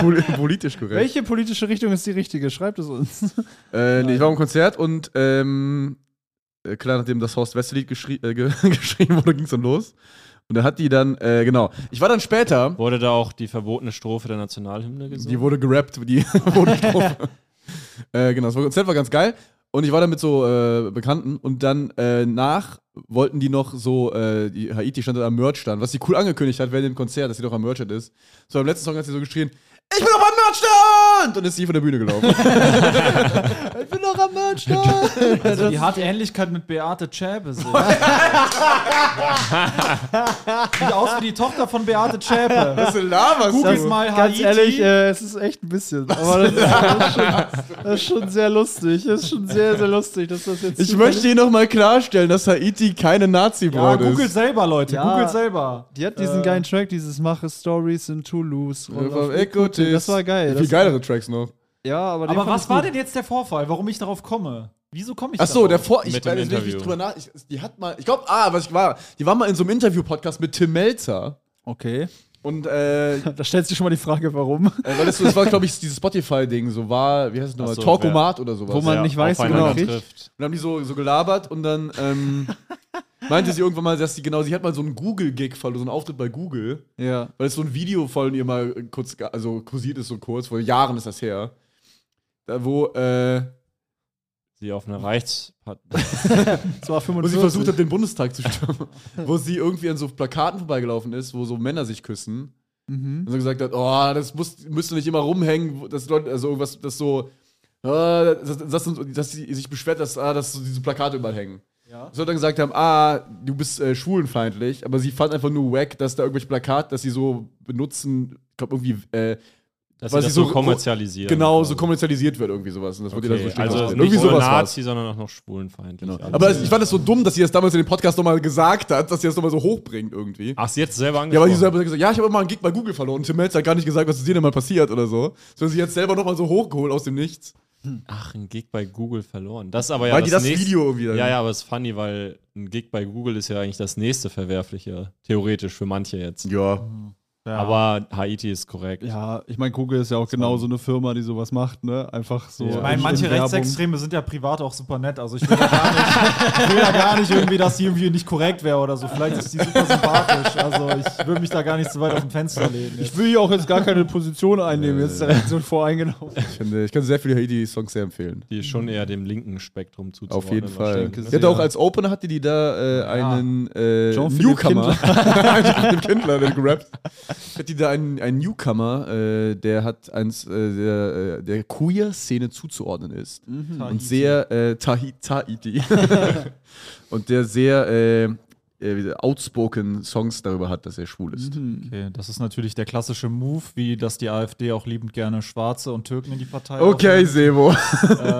[SPEAKER 4] Pol- politisch korrekt?
[SPEAKER 3] Welche politische Richtung ist die richtige? Schreibt es uns.
[SPEAKER 4] Äh, nee, ich war im Konzert und ähm, äh, klar, nachdem das Horst Wessel-Lied geschrie äh, ge geschrieben wurde, ging es dann los. Und da hat die dann, äh, genau. Ich war dann später,
[SPEAKER 1] Wurde da auch die verbotene Strophe der Nationalhymne gesungen?
[SPEAKER 4] die wurde gerappt, die wurde drauf. Äh, genau, das Konzert war ganz geil. Und ich war da mit so äh, Bekannten und dann äh, nach wollten die noch so, äh, die Haiti stand da am Merchstand, was sie cool angekündigt hat während dem Konzert, dass sie doch am Merchstand ist. So am letzten Song hat sie so geschrien, ich bin doch am Merchstand! Und ist sie von der Bühne gelaufen. ich bin doch am Merchstand!
[SPEAKER 6] Also Die hat Ähnlichkeit mit Beate Zschäpe. so. Sieht aus wie die Tochter von Beate Zschäpe.
[SPEAKER 4] Was du laberst
[SPEAKER 6] Googles
[SPEAKER 4] du?
[SPEAKER 6] mal
[SPEAKER 3] Ganz
[SPEAKER 6] Haiti.
[SPEAKER 3] ehrlich, äh, es ist echt ein bisschen. Aber das ist, das, ist schon, das ist schon sehr lustig. Das ist schon sehr, sehr lustig, dass das jetzt.
[SPEAKER 4] Ich möchte hier nochmal klarstellen, dass Haiti keine
[SPEAKER 6] ja,
[SPEAKER 4] Nazi-Braut
[SPEAKER 6] Google
[SPEAKER 4] ist.
[SPEAKER 6] selber, Leute.
[SPEAKER 3] Ja.
[SPEAKER 6] Google selber.
[SPEAKER 3] Die hat diesen geilen Track, dieses Mache Stories in Toulouse.
[SPEAKER 4] Auf Ecotis.
[SPEAKER 3] Das war geil.
[SPEAKER 4] Viel
[SPEAKER 3] Das,
[SPEAKER 4] geilere Tracks noch.
[SPEAKER 3] ja, aber, den
[SPEAKER 6] Aber
[SPEAKER 3] fand
[SPEAKER 6] was
[SPEAKER 3] ich
[SPEAKER 6] war
[SPEAKER 3] gut.
[SPEAKER 6] denn jetzt der Vorfall, warum ich darauf komme? Wieso komme ich
[SPEAKER 4] Ach so,
[SPEAKER 6] darauf?
[SPEAKER 4] davor, ich
[SPEAKER 1] Mit
[SPEAKER 4] weiß
[SPEAKER 1] dem
[SPEAKER 4] nicht, wie ich
[SPEAKER 1] Interview.
[SPEAKER 4] drüber nach. Ich, die hat mal, ich glaube, ah, was ich war, die war mal in so einem Interview-Podcast mit Tim Melzer.
[SPEAKER 3] Okay.
[SPEAKER 4] Und äh, äh,
[SPEAKER 3] Da stellt sich schon mal die Frage, warum.
[SPEAKER 4] weil das, so- das war, glaube ich, dieses Spotify-Ding, so war, wie heißt es nochmal,
[SPEAKER 1] Ach so,
[SPEAKER 4] Talkomat oder sowas.
[SPEAKER 3] Wo man nicht weiß,
[SPEAKER 4] man
[SPEAKER 3] genau.
[SPEAKER 1] aufeinander
[SPEAKER 3] kriegt.
[SPEAKER 1] trifft.
[SPEAKER 4] Und haben die so, so gelabert und dann ähm, meinte sie irgendwann mal, dass sie genau, sie hat mal so einen Google-Gig verloren, so einen Auftritt bei Google.
[SPEAKER 3] Ja.
[SPEAKER 4] Weil es so ein Video von ihr mal kurz, ge- also kursiert ist so kurz, vor Jahren ist das her. Da, wo, äh,
[SPEAKER 1] Sie auf einer Reichs... hat-
[SPEAKER 3] Das war
[SPEAKER 4] wo
[SPEAKER 3] 45.
[SPEAKER 4] sie versucht hat, den Bundestag zu stürmen. wo sie irgendwie an so Plakaten vorbeigelaufen ist, wo so Männer sich küssen. Und so gesagt hat, oh, das muss, müsste nicht immer rumhängen, wo- dass Leute, also irgendwas, das so, ah, dass, dass, dass sie sich beschwert, dass, ah, dass so diese Plakate überall hängen. So dann gesagt haben, ah, du bist äh, schwulenfeindlich, aber sie fand einfach nur wack, dass da irgendwelche Plakate, dass sie so benutzen, ich glaube irgendwie, äh,
[SPEAKER 1] Dass
[SPEAKER 4] Weil sie
[SPEAKER 1] sie das so
[SPEAKER 4] so-
[SPEAKER 1] kommerzialisieren.
[SPEAKER 4] genau, so
[SPEAKER 1] quasi.
[SPEAKER 4] kommerzialisiert wird, irgendwie sowas. Und das wurde ihr dann so
[SPEAKER 1] Okay,
[SPEAKER 4] stehen
[SPEAKER 1] also
[SPEAKER 4] gelassen.
[SPEAKER 1] nicht nur
[SPEAKER 4] war's. Genau.
[SPEAKER 1] Nazi, sondern auch noch schwulenfeindlich. Also, Alles
[SPEAKER 4] Aber
[SPEAKER 1] klar.
[SPEAKER 4] ich fand das so dumm, dass sie das damals in dem Podcast nochmal gesagt hat, dass sie das nochmal so hochbringt irgendwie.
[SPEAKER 1] Ach, sie jetzt selber
[SPEAKER 4] Ja,
[SPEAKER 1] angesprochen.
[SPEAKER 4] weil sie selber gesagt hat, ja, ich habe mal einen Gig bei Google verloren. Tim Melzer hat gar nicht gesagt, was ist dir denn mal passiert oder so. Sondern sie hat selber nochmal so hochgeholt aus dem Nichts.
[SPEAKER 1] Ach, ein Gig bei Google verloren. Das ist aber ja
[SPEAKER 4] weil die das
[SPEAKER 1] nächste-
[SPEAKER 4] Video irgendwie.
[SPEAKER 1] Ja, ja, aber es ist funny, weil ein Gig bei Google ist ja eigentlich das nächste Verwerfliche, theoretisch für manche jetzt.
[SPEAKER 4] Ja.
[SPEAKER 1] Aber Haiti ist korrekt.
[SPEAKER 3] Ja, ich meine, Google ist ja auch genau so eine Firma, die sowas macht, ne? Einfach so.
[SPEAKER 6] Ich meine, manche Rechtsextreme sind ja privat auch super nett. Also ich will ja gar nicht, ich will ja gar nicht irgendwie, dass die irgendwie nicht korrekt wäre oder so. Vielleicht ist die super sympathisch. Also ich würde mich da gar nicht so weit aus dem Fenster lehnen. Jetzt.
[SPEAKER 3] Ich will hier auch jetzt gar keine Position einnehmen, jetzt ist direkt so voreingenommen.
[SPEAKER 4] Ich, finde, ich kann sehr viele Haiti-Songs sehr empfehlen.
[SPEAKER 1] Die ist schon eher dem linken Spektrum zuzuordnen.
[SPEAKER 4] Auf jeden Fall.
[SPEAKER 1] wahrscheinlich.
[SPEAKER 4] Ich hatte auch als Opener hatte die da äh, einen äh,
[SPEAKER 3] Jean-Philippe
[SPEAKER 4] Newcomer. Jean-Philippe Kindler, der gerappt. Hatte die da einen, einen Newcomer, äh, der hat eins, äh, der, äh, der Queer-Szene zuzuordnen ist.
[SPEAKER 1] Mhm.
[SPEAKER 4] Und sehr äh, Tahi- Tahiti. und der sehr äh, äh, wie der outspoken Songs darüber hat, dass er schwul ist.
[SPEAKER 1] Mhm.
[SPEAKER 6] Okay, das ist natürlich der klassische Move, wie dass die AfD auch liebend gerne Schwarze und Türken in die Partei
[SPEAKER 4] Okay, Sebo.
[SPEAKER 6] Äh,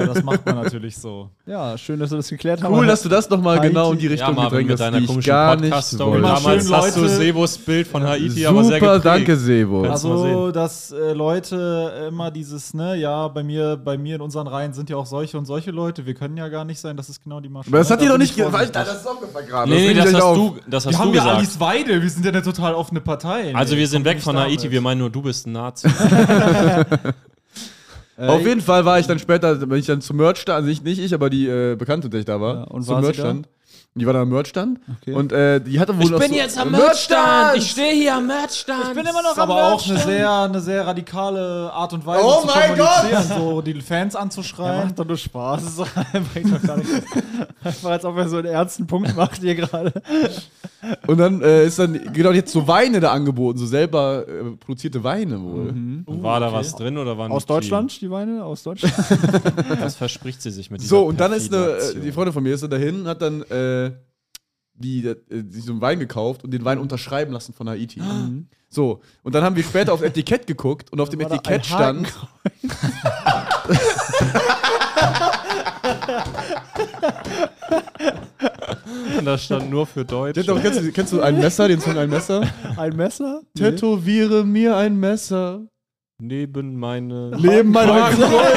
[SPEAKER 6] das macht man natürlich so.
[SPEAKER 3] Ja, schön, dass wir das geklärt haben.
[SPEAKER 4] Cool, dass du das nochmal
[SPEAKER 3] Haiti.
[SPEAKER 4] genau in die Richtung
[SPEAKER 1] Ja, Marvin,
[SPEAKER 4] gedrängt
[SPEAKER 1] mit
[SPEAKER 4] hast,
[SPEAKER 1] deiner
[SPEAKER 4] die ich
[SPEAKER 1] komischen
[SPEAKER 4] gar nicht
[SPEAKER 1] Podcast-Story.
[SPEAKER 4] wollte.
[SPEAKER 6] Immer
[SPEAKER 1] Damals
[SPEAKER 6] schön,
[SPEAKER 1] hast du
[SPEAKER 6] Leute.
[SPEAKER 1] Sebos Bild von Haiti aber sehr
[SPEAKER 4] Super,
[SPEAKER 1] geprägt.
[SPEAKER 4] danke, Sebo.
[SPEAKER 1] Kannst mal
[SPEAKER 6] Also, dass äh, Leute immer dieses, ne, ja, bei mir, bei mir in unseren Reihen sind ja auch solche und solche Leute, wir können ja gar nicht sein, das ist genau die Masche.
[SPEAKER 4] Aber das hat
[SPEAKER 6] Da
[SPEAKER 4] dir doch
[SPEAKER 6] bin
[SPEAKER 4] nicht
[SPEAKER 6] ich
[SPEAKER 4] ge-
[SPEAKER 6] vorsichtig.
[SPEAKER 4] Alter, das ist aufgefallen gerade.
[SPEAKER 1] Nee,
[SPEAKER 4] regt
[SPEAKER 1] nee, das
[SPEAKER 4] euch
[SPEAKER 1] hast
[SPEAKER 4] auf.
[SPEAKER 1] du, das hast
[SPEAKER 6] Wir
[SPEAKER 1] du
[SPEAKER 6] haben ja
[SPEAKER 1] gesagt.
[SPEAKER 6] Alice Weidel, wir sind ja eine total offene Partei.
[SPEAKER 1] also
[SPEAKER 6] Nee,
[SPEAKER 1] wir sind
[SPEAKER 6] komm
[SPEAKER 1] weg
[SPEAKER 6] nicht
[SPEAKER 1] von
[SPEAKER 6] damit.
[SPEAKER 1] Haiti, wir meinen nur, du bist ein Nazi.
[SPEAKER 4] Auf jeden Fall war ich dann später, wenn ich dann zum Merch stand, also nicht, nicht ich, aber die äh, Bekannte, mit der ich da war,
[SPEAKER 3] Ja, und
[SPEAKER 4] zum
[SPEAKER 3] war sie
[SPEAKER 4] Merch
[SPEAKER 3] da?
[SPEAKER 4] stand. Die war da am Merchstand und äh, die hatte wohl
[SPEAKER 1] Ich
[SPEAKER 4] auch
[SPEAKER 1] bin
[SPEAKER 4] so-
[SPEAKER 1] jetzt am
[SPEAKER 4] Merchstand!
[SPEAKER 1] Merchstand. Ich stehe hier am Merchstand. Ich bin immer
[SPEAKER 6] Das ist aber auch eine sehr, eine sehr radikale Art und Weise
[SPEAKER 4] Oh
[SPEAKER 6] zu
[SPEAKER 4] mein
[SPEAKER 6] kommunizieren, so die Fans
[SPEAKER 3] Ja,
[SPEAKER 6] anzuschreien.
[SPEAKER 3] macht doch nur Spaß. Das ist einfach, ich doch gar nicht, einfach als ob er so einen ernsten Punkt macht hier gerade.
[SPEAKER 4] und dann äh, ist dann genau jetzt so Weine da angeboten, so selber äh, produzierte Weine wohl.
[SPEAKER 3] Mhm.
[SPEAKER 1] War da was drin oder waren
[SPEAKER 3] Aus
[SPEAKER 1] die
[SPEAKER 3] Deutschland, die Weine? Aus Deutschland?
[SPEAKER 1] clean? Was verspricht sie sich mit dieser
[SPEAKER 4] So, und dann ist eine, äh,
[SPEAKER 1] perfiden
[SPEAKER 4] die
[SPEAKER 1] Aktion?
[SPEAKER 4] Freundin von mir ist dann dahin, hat dann äh, die, äh, die so einen Wein gekauft und den Wein unterschreiben lassen von Haiti. So, und dann haben wir später aufs Etikett geguckt und auf dem
[SPEAKER 3] Mhm. war da ein
[SPEAKER 4] Etikett stand.
[SPEAKER 1] Das stand nur für Deutsch.
[SPEAKER 4] Der hat doch- Kennst du, kennst du ein Messer, den Song Ein Messer?
[SPEAKER 3] Ein Messer?
[SPEAKER 4] Tätowiere mir ein Messer.
[SPEAKER 1] Neben meine.
[SPEAKER 4] Neben mein Hakenkreuz.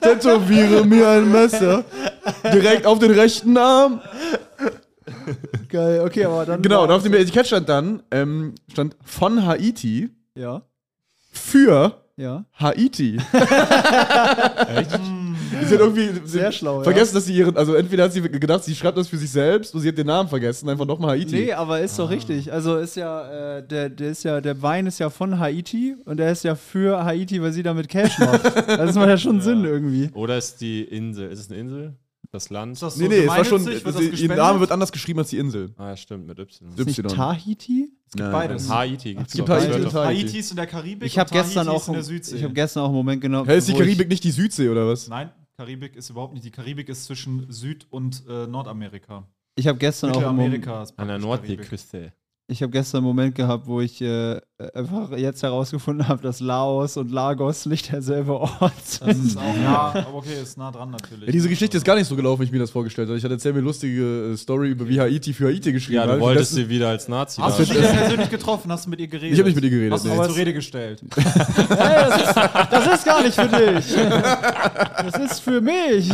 [SPEAKER 4] Tätowiere mir ein Messer. Direkt auf den rechten Arm.
[SPEAKER 3] Geil, okay, aber dann.
[SPEAKER 4] Genau, und auf dem Etikett stand dann, ähm, stand von Haiti
[SPEAKER 3] Ja,
[SPEAKER 4] für
[SPEAKER 3] ja.
[SPEAKER 4] Haiti.
[SPEAKER 1] Echt?
[SPEAKER 4] Sie hat irgendwie
[SPEAKER 3] Sehr schlau, ja.
[SPEAKER 4] vergessen, dass sie ihren, also entweder hat sie gedacht, sie schreibt das für sich selbst und sie hat den Namen vergessen, einfach nochmal Haiti.
[SPEAKER 3] Nee, aber ist doch richtig. Also ist ja, äh, der, der ist ja, der Wein ist ja von Haiti und der ist ja für Haiti, weil sie damit Cash macht. Das macht ja schon Sinn irgendwie.
[SPEAKER 1] Oder ist die Insel? Ist es eine Insel? Das Land?
[SPEAKER 4] nee, nee, es war schon, sie, ihr Name wird anders geschrieben als die Insel.
[SPEAKER 1] Ah, ja, stimmt, mit Y.
[SPEAKER 3] Ist nicht
[SPEAKER 4] Y.
[SPEAKER 3] Tahiti?
[SPEAKER 4] Nein.
[SPEAKER 6] beides.
[SPEAKER 1] Haiti gibt's
[SPEAKER 4] gibt
[SPEAKER 1] doch.
[SPEAKER 4] Haiti
[SPEAKER 1] Das
[SPEAKER 4] und
[SPEAKER 1] hört doch-
[SPEAKER 4] Tahiti.
[SPEAKER 6] Haiti ist in der Karibik.
[SPEAKER 3] Ich habe
[SPEAKER 6] und Tahiti
[SPEAKER 3] gestern
[SPEAKER 6] ist
[SPEAKER 3] auch,
[SPEAKER 6] in der Südsee.
[SPEAKER 3] ich habe gestern auch einen Moment genommen.
[SPEAKER 4] Hä, ist die
[SPEAKER 3] wo ich-
[SPEAKER 4] Karibik nicht die Südsee oder was?
[SPEAKER 6] Nein, Karibik ist überhaupt nicht. Die Karibik ist zwischen Süd- und äh, Nordamerika.
[SPEAKER 3] Ich habe gestern auch um einen Moment,
[SPEAKER 6] Mittelamerika ist
[SPEAKER 1] An der
[SPEAKER 6] praktisch Karibik.
[SPEAKER 1] Nordseeküste.
[SPEAKER 3] ich habe gestern einen Moment gehabt, wo ich äh, einfach jetzt herausgefunden habe, dass Laos und Lagos nicht derselbe Ort
[SPEAKER 6] Das
[SPEAKER 3] sind.
[SPEAKER 6] ist auch nah, aber okay, ist nah dran natürlich.
[SPEAKER 4] Ja, diese Geschichte ist gar nicht so gelaufen, wie ich mir das vorgestellt habe. Ich hatte erzählt mir lustige äh, Story über wie Haiti für Haiti geschrieben
[SPEAKER 1] Ja,
[SPEAKER 4] hat.
[SPEAKER 1] du
[SPEAKER 4] Ich
[SPEAKER 1] wolltest
[SPEAKER 4] hab
[SPEAKER 1] sie wieder als Nazi
[SPEAKER 6] Hast du
[SPEAKER 1] darstellen.
[SPEAKER 6] sie denn persönlich getroffen? Hast du mit ihr geredet?
[SPEAKER 4] Ich hab nicht mit ihr geredet,
[SPEAKER 6] Hast du sie
[SPEAKER 4] nee.
[SPEAKER 6] zur Rede gestellt?
[SPEAKER 3] Das ist gar nicht für dich. Das ist für mich.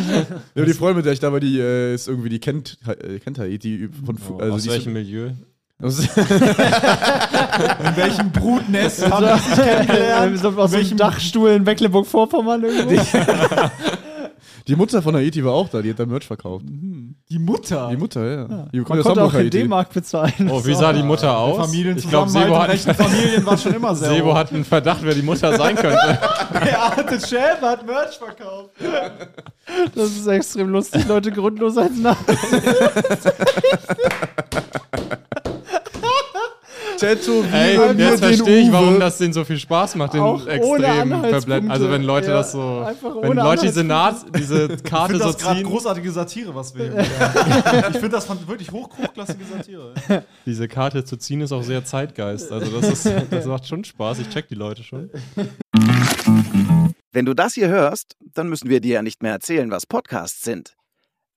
[SPEAKER 4] Ja, die Freundin, mit der ich da war, die äh, ist irgendwie, die kennt, Ha- äh, kennt Haiti von Fu- also
[SPEAKER 1] Aus
[SPEAKER 4] die
[SPEAKER 1] welchem Milieu?
[SPEAKER 4] Aus,
[SPEAKER 6] In welchem Brutnest haben die sich
[SPEAKER 3] Ähm, so Aus welchem Dachstuhl in Mecklenburg-Vorpommern irgendwo?
[SPEAKER 4] die Mutter von Haiti war auch da, die hat da Merch verkauft.
[SPEAKER 6] Die Mutter.
[SPEAKER 4] Die Mutter, ja. Die
[SPEAKER 3] Mhm. Man
[SPEAKER 4] kommt aus
[SPEAKER 3] konnte
[SPEAKER 4] Hamburg,
[SPEAKER 3] auch in
[SPEAKER 4] Haiti.
[SPEAKER 3] D-Mark bezahlen.
[SPEAKER 1] Oh, wie sah die Mutter
[SPEAKER 6] Der
[SPEAKER 1] aus? Ich glaube,
[SPEAKER 6] Familienzusammenhalt
[SPEAKER 1] Sebo
[SPEAKER 6] in
[SPEAKER 1] hat,
[SPEAKER 6] rechten Familien war schon immer sehr
[SPEAKER 1] Sebo
[SPEAKER 6] hoch.
[SPEAKER 1] hat einen Verdacht, wer die Mutter sein könnte.
[SPEAKER 6] Der alte Chef hat Merch verkauft.
[SPEAKER 3] Das ist extrem lustig, Leute grundlos als Namen.
[SPEAKER 1] Ey, jetzt
[SPEAKER 4] den
[SPEAKER 1] verstehe ich, warum
[SPEAKER 4] Uwe.
[SPEAKER 1] das denen so viel Spaß macht, den
[SPEAKER 3] Auch ohne
[SPEAKER 1] extremen
[SPEAKER 3] Anhaltspunkte.
[SPEAKER 1] Verblenden. Also wenn Leute
[SPEAKER 3] Ja,
[SPEAKER 1] das so,
[SPEAKER 3] einfach ohne
[SPEAKER 1] wenn Leute diese, Naht, diese
[SPEAKER 6] Ich
[SPEAKER 1] Karte
[SPEAKER 6] finde
[SPEAKER 1] so
[SPEAKER 6] das gerade
[SPEAKER 1] ziehen,
[SPEAKER 6] großartige Satire, was wir hier machen. Ich finde das fand wirklich hoch, hochklassige Satire.
[SPEAKER 1] diese Karte zu ziehen ist auch sehr Zeitgeist. Also das ist, das macht schon Spaß. Ich check die Leute schon.
[SPEAKER 7] Wenn du das hier hörst, dann müssen wir dir ja nicht mehr erzählen, was Podcasts sind.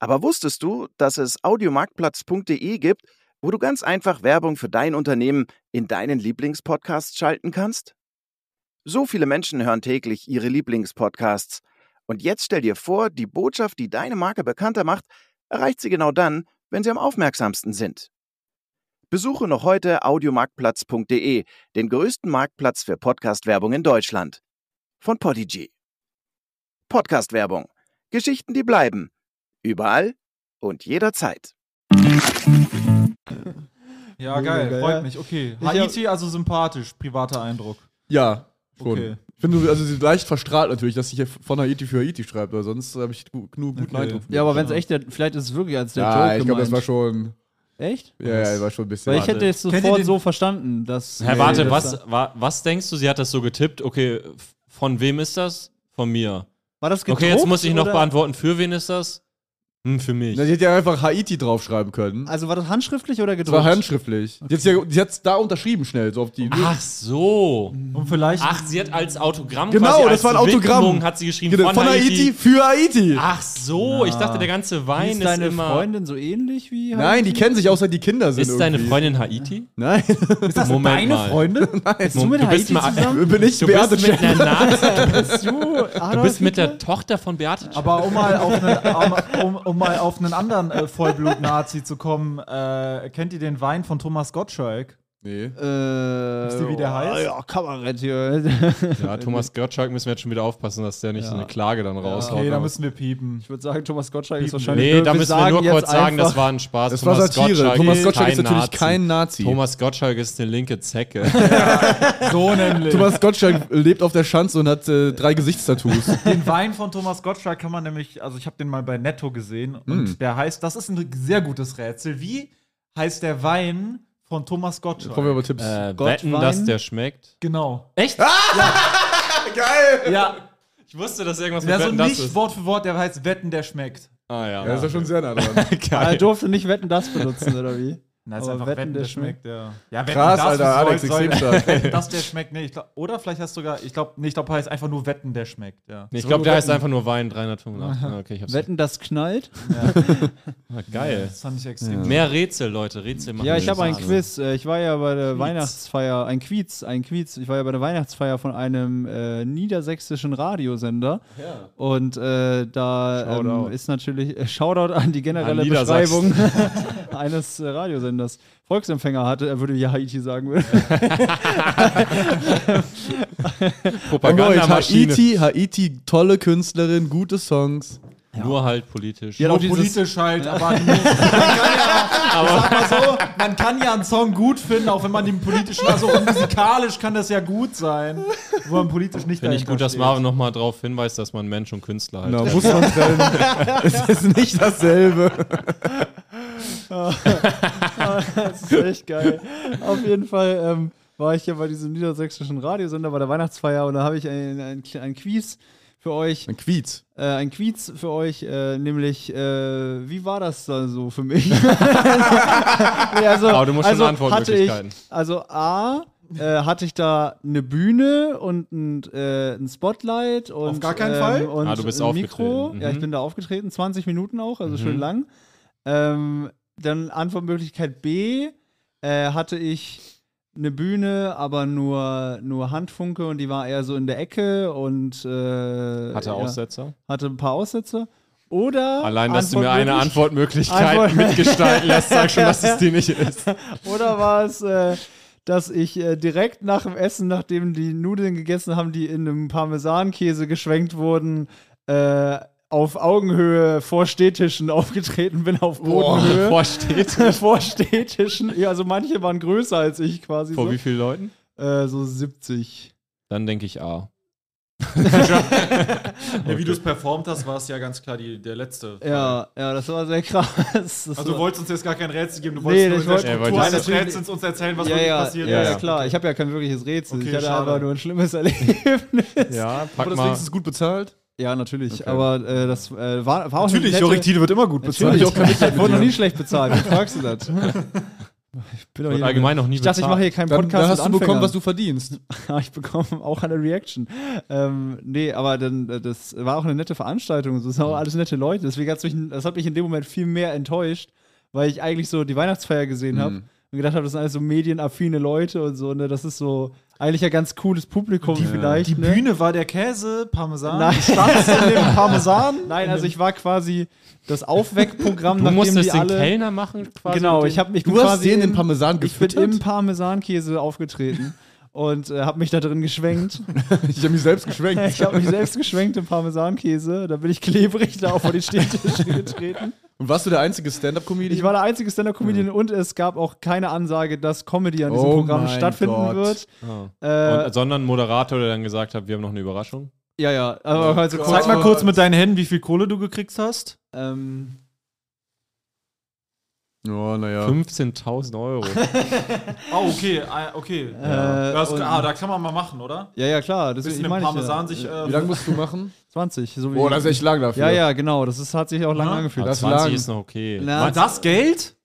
[SPEAKER 7] Aber wusstest du, dass es audiomarktplatz.de gibt, wo du ganz einfach Werbung für dein Unternehmen in deinen Lieblingspodcasts schalten kannst? So viele Menschen hören täglich ihre Lieblingspodcasts. Und jetzt stell dir vor, die Botschaft, die deine Marke bekannter macht, erreicht sie genau dann, wenn sie am aufmerksamsten sind. Besuche noch heute audiomarktplatz.de, den größten Marktplatz für Podcast-Werbung in Deutschland von Podigy. Podcast-Werbung. Geschichten, die bleiben. Überall und jederzeit.
[SPEAKER 6] Ja, geil,
[SPEAKER 3] geil,
[SPEAKER 6] freut
[SPEAKER 3] ja.
[SPEAKER 6] mich. Okay.
[SPEAKER 3] hab-
[SPEAKER 6] Haiti also sympathisch, privater Eindruck.
[SPEAKER 4] Ja, schon.
[SPEAKER 6] Okay.
[SPEAKER 4] Ich finde, also sie ist leicht verstrahlt natürlich, dass sie hier von Haiti für Haiti schreibt, aber sonst habe ich gu- genug guten
[SPEAKER 6] Okay.
[SPEAKER 4] Eindruck.
[SPEAKER 3] Ja, aber wenn es echt, der, vielleicht ist es wirklich als der
[SPEAKER 4] Ja,
[SPEAKER 3] Joke
[SPEAKER 4] ich glaube, das war
[SPEAKER 3] gemeint.
[SPEAKER 4] schon,
[SPEAKER 3] Echt?
[SPEAKER 4] ja, ja, war schon ein bisschen.
[SPEAKER 3] Weil ich hätte es
[SPEAKER 6] ihr
[SPEAKER 3] sofort
[SPEAKER 6] den-
[SPEAKER 3] so verstanden, dass...
[SPEAKER 1] Herr,
[SPEAKER 3] Nee,
[SPEAKER 1] warte,
[SPEAKER 3] das
[SPEAKER 1] was,
[SPEAKER 3] war-
[SPEAKER 1] wa, was denkst du? Sie hat das so getippt. Okay, f- von wem ist das? Von mir.
[SPEAKER 3] War das gedruckt,
[SPEAKER 1] Okay, jetzt muss ich noch
[SPEAKER 3] oder-
[SPEAKER 1] beantworten, für wen ist das? Hm, für mich.
[SPEAKER 4] Na, die hätte ja einfach Haiti draufschreiben können.
[SPEAKER 3] Also war das handschriftlich oder
[SPEAKER 4] das war
[SPEAKER 3] gedruckt?
[SPEAKER 4] handschriftlich. Die hat's ja- Die hat es da unterschrieben schnell, so auf die.
[SPEAKER 1] Ach so.
[SPEAKER 6] Und vielleicht
[SPEAKER 1] Ach, sie hat als Autogramm
[SPEAKER 4] Genau,
[SPEAKER 1] quasi,
[SPEAKER 4] das
[SPEAKER 1] als
[SPEAKER 4] war ein Autogramm.
[SPEAKER 1] Widmung hat sie geschrieben
[SPEAKER 4] Genau,
[SPEAKER 1] von, Haiti. Ah.
[SPEAKER 4] für Haiti.
[SPEAKER 1] Ach so, ich dachte, der ganze Wein
[SPEAKER 3] ist
[SPEAKER 1] ist,
[SPEAKER 3] deine
[SPEAKER 1] immer...
[SPEAKER 3] Freundin so ähnlich wie...
[SPEAKER 4] Nein, die kennen sich auch seit die Kinder sind.
[SPEAKER 1] ist deine
[SPEAKER 4] irgendwie.
[SPEAKER 1] Freundin Haiti?
[SPEAKER 4] Nein,
[SPEAKER 1] Ist das Moment
[SPEAKER 6] deine
[SPEAKER 1] mal.
[SPEAKER 6] Freundin?
[SPEAKER 3] Bist du mit
[SPEAKER 1] du
[SPEAKER 3] Haiti
[SPEAKER 1] bist mal-
[SPEAKER 3] zusammen?
[SPEAKER 4] bin ich
[SPEAKER 1] Du
[SPEAKER 4] Beate
[SPEAKER 1] bist mit einer Nazi,
[SPEAKER 3] Bist du
[SPEAKER 1] du
[SPEAKER 3] Adolf
[SPEAKER 1] bist mit
[SPEAKER 3] Hitler?
[SPEAKER 1] der Tochter von Beate.
[SPEAKER 6] Aber um mal auf einen, um, um, um mal auf einen anderen äh, Vollblut-Nazi zu kommen, äh, kennt ihr den Wein von Thomas Gottschalk?
[SPEAKER 4] Nee.
[SPEAKER 3] Äh,
[SPEAKER 6] Wisst ihr, wie der heißt?
[SPEAKER 3] Ja, Kabarett hier.
[SPEAKER 1] Ja, Thomas Gottschalk müssen wir jetzt schon wieder aufpassen, dass der nicht so eine Klage dann raushaut.
[SPEAKER 6] Okay, da müssen wir piepen.
[SPEAKER 3] Ich würde sagen, Thomas Gottschalk ist
[SPEAKER 6] Piepen.
[SPEAKER 3] wahrscheinlich.
[SPEAKER 1] nee, da
[SPEAKER 3] wir
[SPEAKER 1] müssen wir nur
[SPEAKER 3] jetzt
[SPEAKER 1] kurz sagen, das
[SPEAKER 3] einfach-
[SPEAKER 1] war ein Spaß.
[SPEAKER 4] Das war Satire. Thomas Gottschalk ist natürlich kein Nazi.
[SPEAKER 1] Thomas Gottschalk ist eine linke Zecke.
[SPEAKER 6] So nämlich.
[SPEAKER 4] Thomas Gottschalk lebt auf der Schanze und hat äh, drei Gesichtstattoos.
[SPEAKER 6] Den Wein von Thomas Gottschalk kann man nämlich, also ich habe den mal bei Netto gesehen und
[SPEAKER 1] Mm.
[SPEAKER 6] der heißt, das ist ein sehr gutes Rätsel. Wie heißt der Wein von Thomas Gottschalk?
[SPEAKER 4] Kommen wir über Tipps.
[SPEAKER 1] äh,
[SPEAKER 3] Gottwein?
[SPEAKER 1] wetten, dass der schmeckt.
[SPEAKER 6] genau.
[SPEAKER 1] Echt?
[SPEAKER 4] Geil!
[SPEAKER 1] Ja. Ich wusste, dass irgendwas mit
[SPEAKER 6] Ja, so
[SPEAKER 1] Wetten, das
[SPEAKER 6] also nicht
[SPEAKER 1] ist.
[SPEAKER 6] Wort für Wort, der heißt Wetten, der schmeckt.
[SPEAKER 1] Ah ja.
[SPEAKER 4] Ja, ist ja schon sehr nah dran.
[SPEAKER 3] Er
[SPEAKER 1] geil.
[SPEAKER 3] durfte nicht Wetten, das benutzen, oder wie?
[SPEAKER 6] Na, ist
[SPEAKER 3] Aber
[SPEAKER 6] einfach Wetten, der, schmeckt, ja. ja Wetten,
[SPEAKER 4] Krass,
[SPEAKER 6] das
[SPEAKER 4] Alter,
[SPEAKER 6] soll-
[SPEAKER 4] Alex,
[SPEAKER 6] soll-
[SPEAKER 4] extrem stark.
[SPEAKER 6] Wetten, das, der schmeckt, nee, ich glaub, oder vielleicht hast du sogar, ich glaube, nee, ich glaube, heißt einfach nur Wetten, der schmeckt, ja.
[SPEAKER 1] Nee, ich glaube, der heißt einfach nur Wein 385. Ah, Okay, ich hab's.
[SPEAKER 3] Wetten, das knallt?
[SPEAKER 1] Ah, geil.
[SPEAKER 6] Das fand ich extrem.
[SPEAKER 1] Mehr Rätsel, Leute. Rätsel machen.
[SPEAKER 3] Ja, ich
[SPEAKER 1] wir
[SPEAKER 3] habe ein
[SPEAKER 1] jetzt.
[SPEAKER 3] Quiz. Äh, Ich war ja bei der Weihnachtsfeier, ein Quiz, ein Quiz. Ich war ja bei der Weihnachtsfeier von einem äh, niedersächsischen Radiosender. Und äh, da ähm, ist natürlich äh, Shoutout an die generelle
[SPEAKER 1] An Niedersachsen.
[SPEAKER 3] Beschreibung. eines äh, Radiosenders Volksempfänger hatte, er würde ja Haiti sagen. würde.
[SPEAKER 4] Erneut,
[SPEAKER 1] Propagandamaschine.
[SPEAKER 4] Haiti, Haiti, tolle Künstlerin, gute Songs.
[SPEAKER 1] Nur halt politisch.
[SPEAKER 3] Ja,
[SPEAKER 6] Auch
[SPEAKER 3] doch dieses-
[SPEAKER 6] politisch halt, aber nur, man kann ja, ich sag mal so, man kann ja einen Song gut finden, auch wenn man den politischen, also und musikalisch kann das ja gut sein, wo man politisch nicht
[SPEAKER 1] Finde ich
[SPEAKER 6] dahinter
[SPEAKER 1] gut, dass
[SPEAKER 6] steht.
[SPEAKER 1] Marvin nochmal darauf hinweist, dass man Mensch und Künstler halt.
[SPEAKER 4] Na, muss man denn? es ist nicht dasselbe.
[SPEAKER 3] Das ist echt geil. Auf jeden Fall ähm, war ich ja bei diesem niedersächsischen Radiosender bei der Weihnachtsfeier und da habe ich ein, ein, ein Quiz für euch,
[SPEAKER 4] Ein Quiz.
[SPEAKER 3] äh, ein Quiz für euch, äh, nämlich, äh, wie war das da so für mich? nee, also,
[SPEAKER 1] Aber du musst schon
[SPEAKER 3] also hatte ich,
[SPEAKER 1] Antwortmöglichkeiten.
[SPEAKER 3] Also A, äh, hatte ich da eine Bühne und ein, äh, ein Spotlight und, ähm,
[SPEAKER 6] Auf gar keinen Fall?
[SPEAKER 3] und
[SPEAKER 1] Ah, du bist
[SPEAKER 3] ein Mikro.
[SPEAKER 1] aufgetreten. Mhm.
[SPEAKER 3] Ja, ich bin da aufgetreten, 20 Minuten auch, also schön lang. Ähm, dann Antwortmöglichkeit B, äh, hatte ich eine Bühne, aber nur, nur Handfunke und die war eher so in der Ecke und äh,
[SPEAKER 1] Hatte
[SPEAKER 3] ja,
[SPEAKER 1] Aussetzer.
[SPEAKER 3] hatte ein paar Aussätze. Oder
[SPEAKER 1] Allein, dass du mir eine
[SPEAKER 3] Antwortmöglich-
[SPEAKER 1] Antwortmöglichkeit
[SPEAKER 3] Antwort-
[SPEAKER 1] mitgestalten lässt, sag schon, dass es die nicht ist.
[SPEAKER 3] Oder war es, äh, dass ich äh, direkt nach dem Essen, nachdem die Nudeln gegessen haben, die in einem Parmesankäse geschwenkt wurden, äh, auf Augenhöhe vor Stehtischen aufgetreten bin, auf Bodenhöhe.
[SPEAKER 1] Vorsteht.
[SPEAKER 3] vor Stehtischen. Ja, also manche waren größer als ich quasi.
[SPEAKER 1] Vor
[SPEAKER 3] so.
[SPEAKER 1] wie vielen Leuten?
[SPEAKER 3] Äh, so 70.
[SPEAKER 1] Dann denke ich A.
[SPEAKER 6] Ja, wie du es performt hast, war es ja ganz klar die, der letzte.
[SPEAKER 3] Ja, ja, das war sehr krass. Das
[SPEAKER 6] Also du
[SPEAKER 3] war-
[SPEAKER 6] wolltest uns jetzt gar kein Rätsel geben, du
[SPEAKER 3] Nee,
[SPEAKER 6] wolltest
[SPEAKER 3] ich
[SPEAKER 6] nur in der
[SPEAKER 3] wollte-
[SPEAKER 1] Ja,
[SPEAKER 6] Struktur
[SPEAKER 1] weil das-
[SPEAKER 6] eines Rätsels uns erzählen, was
[SPEAKER 3] ja,
[SPEAKER 6] wirklich
[SPEAKER 3] ja,
[SPEAKER 6] passiert
[SPEAKER 3] ja,
[SPEAKER 6] ist.
[SPEAKER 3] ja, klar. Ich habe ja kein wirkliches Rätsel.
[SPEAKER 6] Okay,
[SPEAKER 3] ich hatte
[SPEAKER 6] schade.
[SPEAKER 3] einfach nur ein schlimmes Erlebnis.
[SPEAKER 1] Ja, pack
[SPEAKER 4] Wurde das
[SPEAKER 1] mal.
[SPEAKER 4] wenigstens gut bezahlt?
[SPEAKER 3] Ja, natürlich. Aber äh, das äh, war, war auch
[SPEAKER 6] Natürlich,
[SPEAKER 3] eine
[SPEAKER 6] Jorik
[SPEAKER 3] nette,
[SPEAKER 6] Tiede wird immer gut bezahlt.
[SPEAKER 3] Natürlich, ich wurde noch nie schlecht bezahlt. Wie fragst du das? Ich bin doch
[SPEAKER 1] Wird allgemein noch nie
[SPEAKER 3] Ich dachte, ich
[SPEAKER 1] bezahlt.
[SPEAKER 3] mache hier keinen
[SPEAKER 4] Dann,
[SPEAKER 3] Podcast.
[SPEAKER 4] dann hast du
[SPEAKER 3] mit
[SPEAKER 4] bekommen,
[SPEAKER 3] Anfängern.
[SPEAKER 4] was du verdienst.
[SPEAKER 3] Ja, Ah, ich bekomme auch eine Reaction. Ähm, nee, aber dann, äh, das war auch eine nette Veranstaltung. Das sind auch alles nette Leute. Deswegen hat's mich, das hat mich in dem Moment viel mehr enttäuscht, weil ich eigentlich so die Weihnachtsfeier gesehen habe und gedacht habe, das sind alles so medienaffine Leute und so. Ne? Das ist so eigentlich ein ganz cooles Publikum vielleicht.
[SPEAKER 6] Die
[SPEAKER 3] ne?
[SPEAKER 6] Bühne war der Käse, Parmesan.
[SPEAKER 3] Nein.
[SPEAKER 6] standst in dem Parmesan.
[SPEAKER 3] Nein, also ich war quasi das Aufweckprogramm,
[SPEAKER 1] Du
[SPEAKER 3] nachdem
[SPEAKER 1] musstest
[SPEAKER 3] die
[SPEAKER 1] den
[SPEAKER 3] alle...
[SPEAKER 1] Kellner machen quasi.
[SPEAKER 3] Genau,
[SPEAKER 1] mit
[SPEAKER 3] ich habe mich
[SPEAKER 4] Du hast denen den Parmesan
[SPEAKER 3] Ich bin
[SPEAKER 4] gefüttert?
[SPEAKER 3] im Parmesankäse aufgetreten und äh, habe mich da drin geschwenkt.
[SPEAKER 4] Ich habe mich selbst geschwenkt.
[SPEAKER 3] Ich habe mich selbst geschwenkt im Parmesankäse. Da bin ich klebrig da auch vor die Stehtische getreten.
[SPEAKER 4] Und warst du der einzige Stand-Up-Comedian?
[SPEAKER 3] Ich war der einzige Stand-Up-Comedian und es gab auch keine Ansage, dass Comedy an diesem
[SPEAKER 4] Oh
[SPEAKER 3] Programm
[SPEAKER 4] mein
[SPEAKER 3] stattfinden
[SPEAKER 4] Gott.
[SPEAKER 3] wird.
[SPEAKER 1] Ah.
[SPEAKER 3] Äh,
[SPEAKER 1] Und, sondern ein Moderator, der dann gesagt hat, wir haben noch eine Überraschung.
[SPEAKER 3] ja, ja. Aber also kurz
[SPEAKER 6] Zeig mal
[SPEAKER 3] vor-
[SPEAKER 6] kurz mit deinen Händen, wie viel Kohle du gekriegt hast.
[SPEAKER 3] Ähm,
[SPEAKER 4] Oh, naja.
[SPEAKER 1] 15.000 Euro.
[SPEAKER 6] Ah, okay, ah, okay.
[SPEAKER 3] äh,
[SPEAKER 6] Das,
[SPEAKER 3] und-
[SPEAKER 6] ah, da kann man mal machen, oder?
[SPEAKER 3] ja, ja, klar. Das
[SPEAKER 6] Bisschen
[SPEAKER 3] ich
[SPEAKER 6] im
[SPEAKER 3] meine ich
[SPEAKER 6] Parmesan
[SPEAKER 3] ja.
[SPEAKER 6] sich. Äh,
[SPEAKER 4] Wie lange musst du machen?
[SPEAKER 3] 20. So wie
[SPEAKER 4] Oh, das ist echt lang dafür.
[SPEAKER 3] ja, ja, genau. Das ist, hat sich auch lange
[SPEAKER 6] Ja.
[SPEAKER 3] angefühlt.
[SPEAKER 1] Aber
[SPEAKER 4] Das
[SPEAKER 1] 20
[SPEAKER 4] lang.
[SPEAKER 1] ist noch okay.
[SPEAKER 3] Na,
[SPEAKER 6] war das Geld?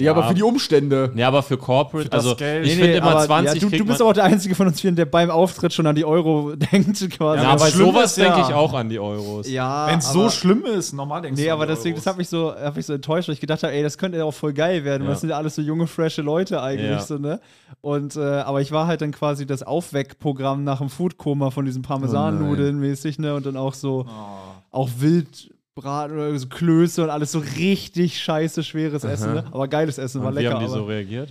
[SPEAKER 4] Ja, aber für die Umstände.
[SPEAKER 1] Ja, aber für Corporate,
[SPEAKER 6] das
[SPEAKER 1] also
[SPEAKER 6] Geld.
[SPEAKER 1] ich finde immer
[SPEAKER 3] aber,
[SPEAKER 1] 20
[SPEAKER 3] ja, du, du
[SPEAKER 1] kriegt
[SPEAKER 3] bist
[SPEAKER 1] man,
[SPEAKER 3] aber auch der Einzige von uns vier, der beim Auftritt schon an die Euro denkt, quasi.
[SPEAKER 1] ja,
[SPEAKER 6] Ja,
[SPEAKER 1] aber
[SPEAKER 6] schlimm
[SPEAKER 1] sowas
[SPEAKER 6] ist ja-
[SPEAKER 1] denke ich auch an die Euros.
[SPEAKER 3] ja
[SPEAKER 6] Wenn es so
[SPEAKER 3] aber-
[SPEAKER 6] schlimm ist, normal denkst du. oh.
[SPEAKER 3] Nee,
[SPEAKER 6] an
[SPEAKER 3] aber
[SPEAKER 6] die
[SPEAKER 3] deswegen,
[SPEAKER 6] Euros.
[SPEAKER 3] das hat mich so, hat mich so enttäuscht, weil ich gedacht habe, ey, das könnte ja auch voll geil werden. weil
[SPEAKER 1] Ja.
[SPEAKER 3] Das sind ja alles so junge, frische Leute eigentlich,
[SPEAKER 1] Ja.
[SPEAKER 3] so, ne? Und, äh, aber ich war halt dann quasi das Aufweckprogramm nach dem Foodkoma von diesen
[SPEAKER 6] Oh,
[SPEAKER 3] Parmesannudeln mäßig, ne? Und dann auch so, auch Wildbraten oder so Klöße und alles so richtig scheiße schweres Essen, ne? Aber geiles Essen, war
[SPEAKER 1] Und wie
[SPEAKER 3] lecker.
[SPEAKER 1] haben die
[SPEAKER 3] aber,
[SPEAKER 1] so reagiert?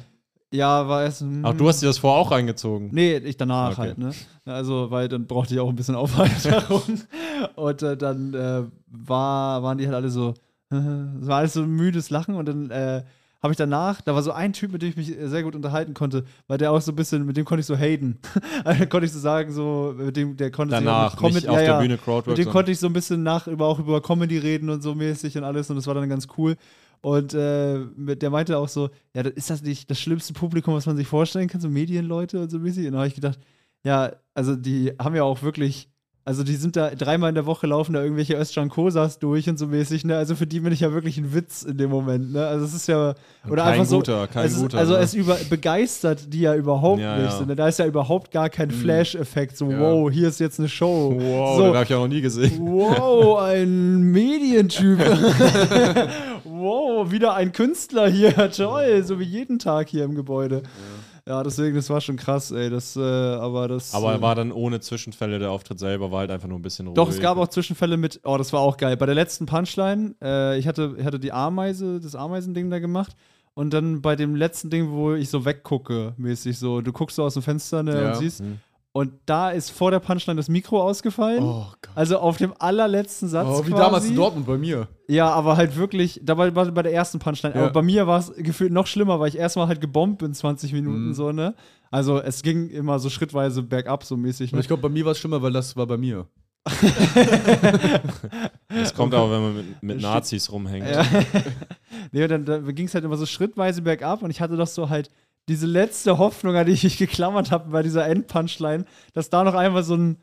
[SPEAKER 3] ja, war Essen. hm.
[SPEAKER 1] Ach, du hast dir das vorher auch
[SPEAKER 6] Hm,
[SPEAKER 1] reingezogen.
[SPEAKER 3] Nee, ich danach
[SPEAKER 1] Okay.
[SPEAKER 3] halt, ne? Also, weil dann brauchte ich auch ein bisschen Aufheiterung. und äh, dann äh, war, waren die halt alle so, äh, es war alles so ein müdes Lachen und dann äh, habe ich danach, da war so ein Typ, mit dem ich mich äh, sehr gut unterhalten konnte, weil der auch so ein bisschen, mit dem konnte ich so haten. also, da konnte ich so sagen, so, mit dem, der konnte
[SPEAKER 1] Danach,
[SPEAKER 3] sich auch mit
[SPEAKER 1] nicht auf der Bühne Crowdwork,
[SPEAKER 3] Mit dem
[SPEAKER 1] sondern-
[SPEAKER 3] konnte ich so ein bisschen nach, über, auch über Comedy reden und so mäßig und alles und das war dann ganz cool. Und äh, mit, der meinte auch so, ja, das- ist das nicht das schlimmste Publikum, was man sich vorstellen kann, so Medienleute und so mäßig? Und da habe ich gedacht, ja, also die haben ja auch wirklich, also die sind da dreimal in der Woche laufen da irgendwelche Özcan Kosas durch und so mäßig, ne? Also für die bin ich ja wirklich ein Witz in dem Moment, ne? Also es ist ja oder
[SPEAKER 1] Kein
[SPEAKER 3] einfach so
[SPEAKER 1] guter, kein
[SPEAKER 3] es ist,
[SPEAKER 1] guter,
[SPEAKER 3] also
[SPEAKER 1] ne?
[SPEAKER 3] es über begeistert die ja überhaupt
[SPEAKER 1] Ja,
[SPEAKER 3] nicht,
[SPEAKER 1] ja. Mhm.
[SPEAKER 3] so, ne? Da ist ja überhaupt gar kein Flash Effekt so wow, hier ist jetzt eine Show.
[SPEAKER 1] Wow,
[SPEAKER 3] so,
[SPEAKER 1] den habe ich ja noch nie gesehen.
[SPEAKER 3] Wow, ein Medientyp. wow, wieder ein Künstler hier. Toll, so wie jeden Tag hier im Gebäude.
[SPEAKER 6] Ja, deswegen, das war schon krass, ey. Das, äh, aber das.
[SPEAKER 1] Aber
[SPEAKER 6] äh,
[SPEAKER 1] war dann ohne Zwischenfälle, der Auftritt selber war halt einfach nur ein bisschen ruhig.
[SPEAKER 6] Doch, es gab auch Zwischenfälle mit, oh, das war auch geil. Bei der letzten Punchline, äh, ich hatte, ich hatte die Ameise, das Ameisending da gemacht. Und dann bei dem letzten Ding, wo ich so weggucke, mäßig so, du guckst so aus dem Fenster ne,
[SPEAKER 4] Ja. Mhm.
[SPEAKER 6] und siehst. Und da ist vor der Punchline das Mikro ausgefallen.
[SPEAKER 4] Oh Gott.
[SPEAKER 6] Also auf dem allerletzten Satz.
[SPEAKER 4] Oh, wie
[SPEAKER 6] quasi.
[SPEAKER 4] damals in Dortmund bei mir.
[SPEAKER 6] Ja, aber halt wirklich, dabei war bei der ersten Punchline.
[SPEAKER 4] Ja.
[SPEAKER 6] Aber bei mir war es gefühlt noch schlimmer, weil ich erstmal halt gebombt bin 20 Minuten
[SPEAKER 4] Mhm.
[SPEAKER 6] so, ne? Also es ging immer so schrittweise bergab, so mäßig.
[SPEAKER 4] Und
[SPEAKER 6] Ne?
[SPEAKER 4] ich glaube, bei mir war es schlimmer, weil das war bei mir.
[SPEAKER 1] Das kommt aber, wenn man mit, mit Nazis rumhängt.
[SPEAKER 6] Nee, und dann, dann ging es halt immer so schrittweise bergab und ich hatte doch so halt diese letzte Hoffnung, an die ich mich geklammert habe bei dieser Endpunchline, dass da noch einmal so ein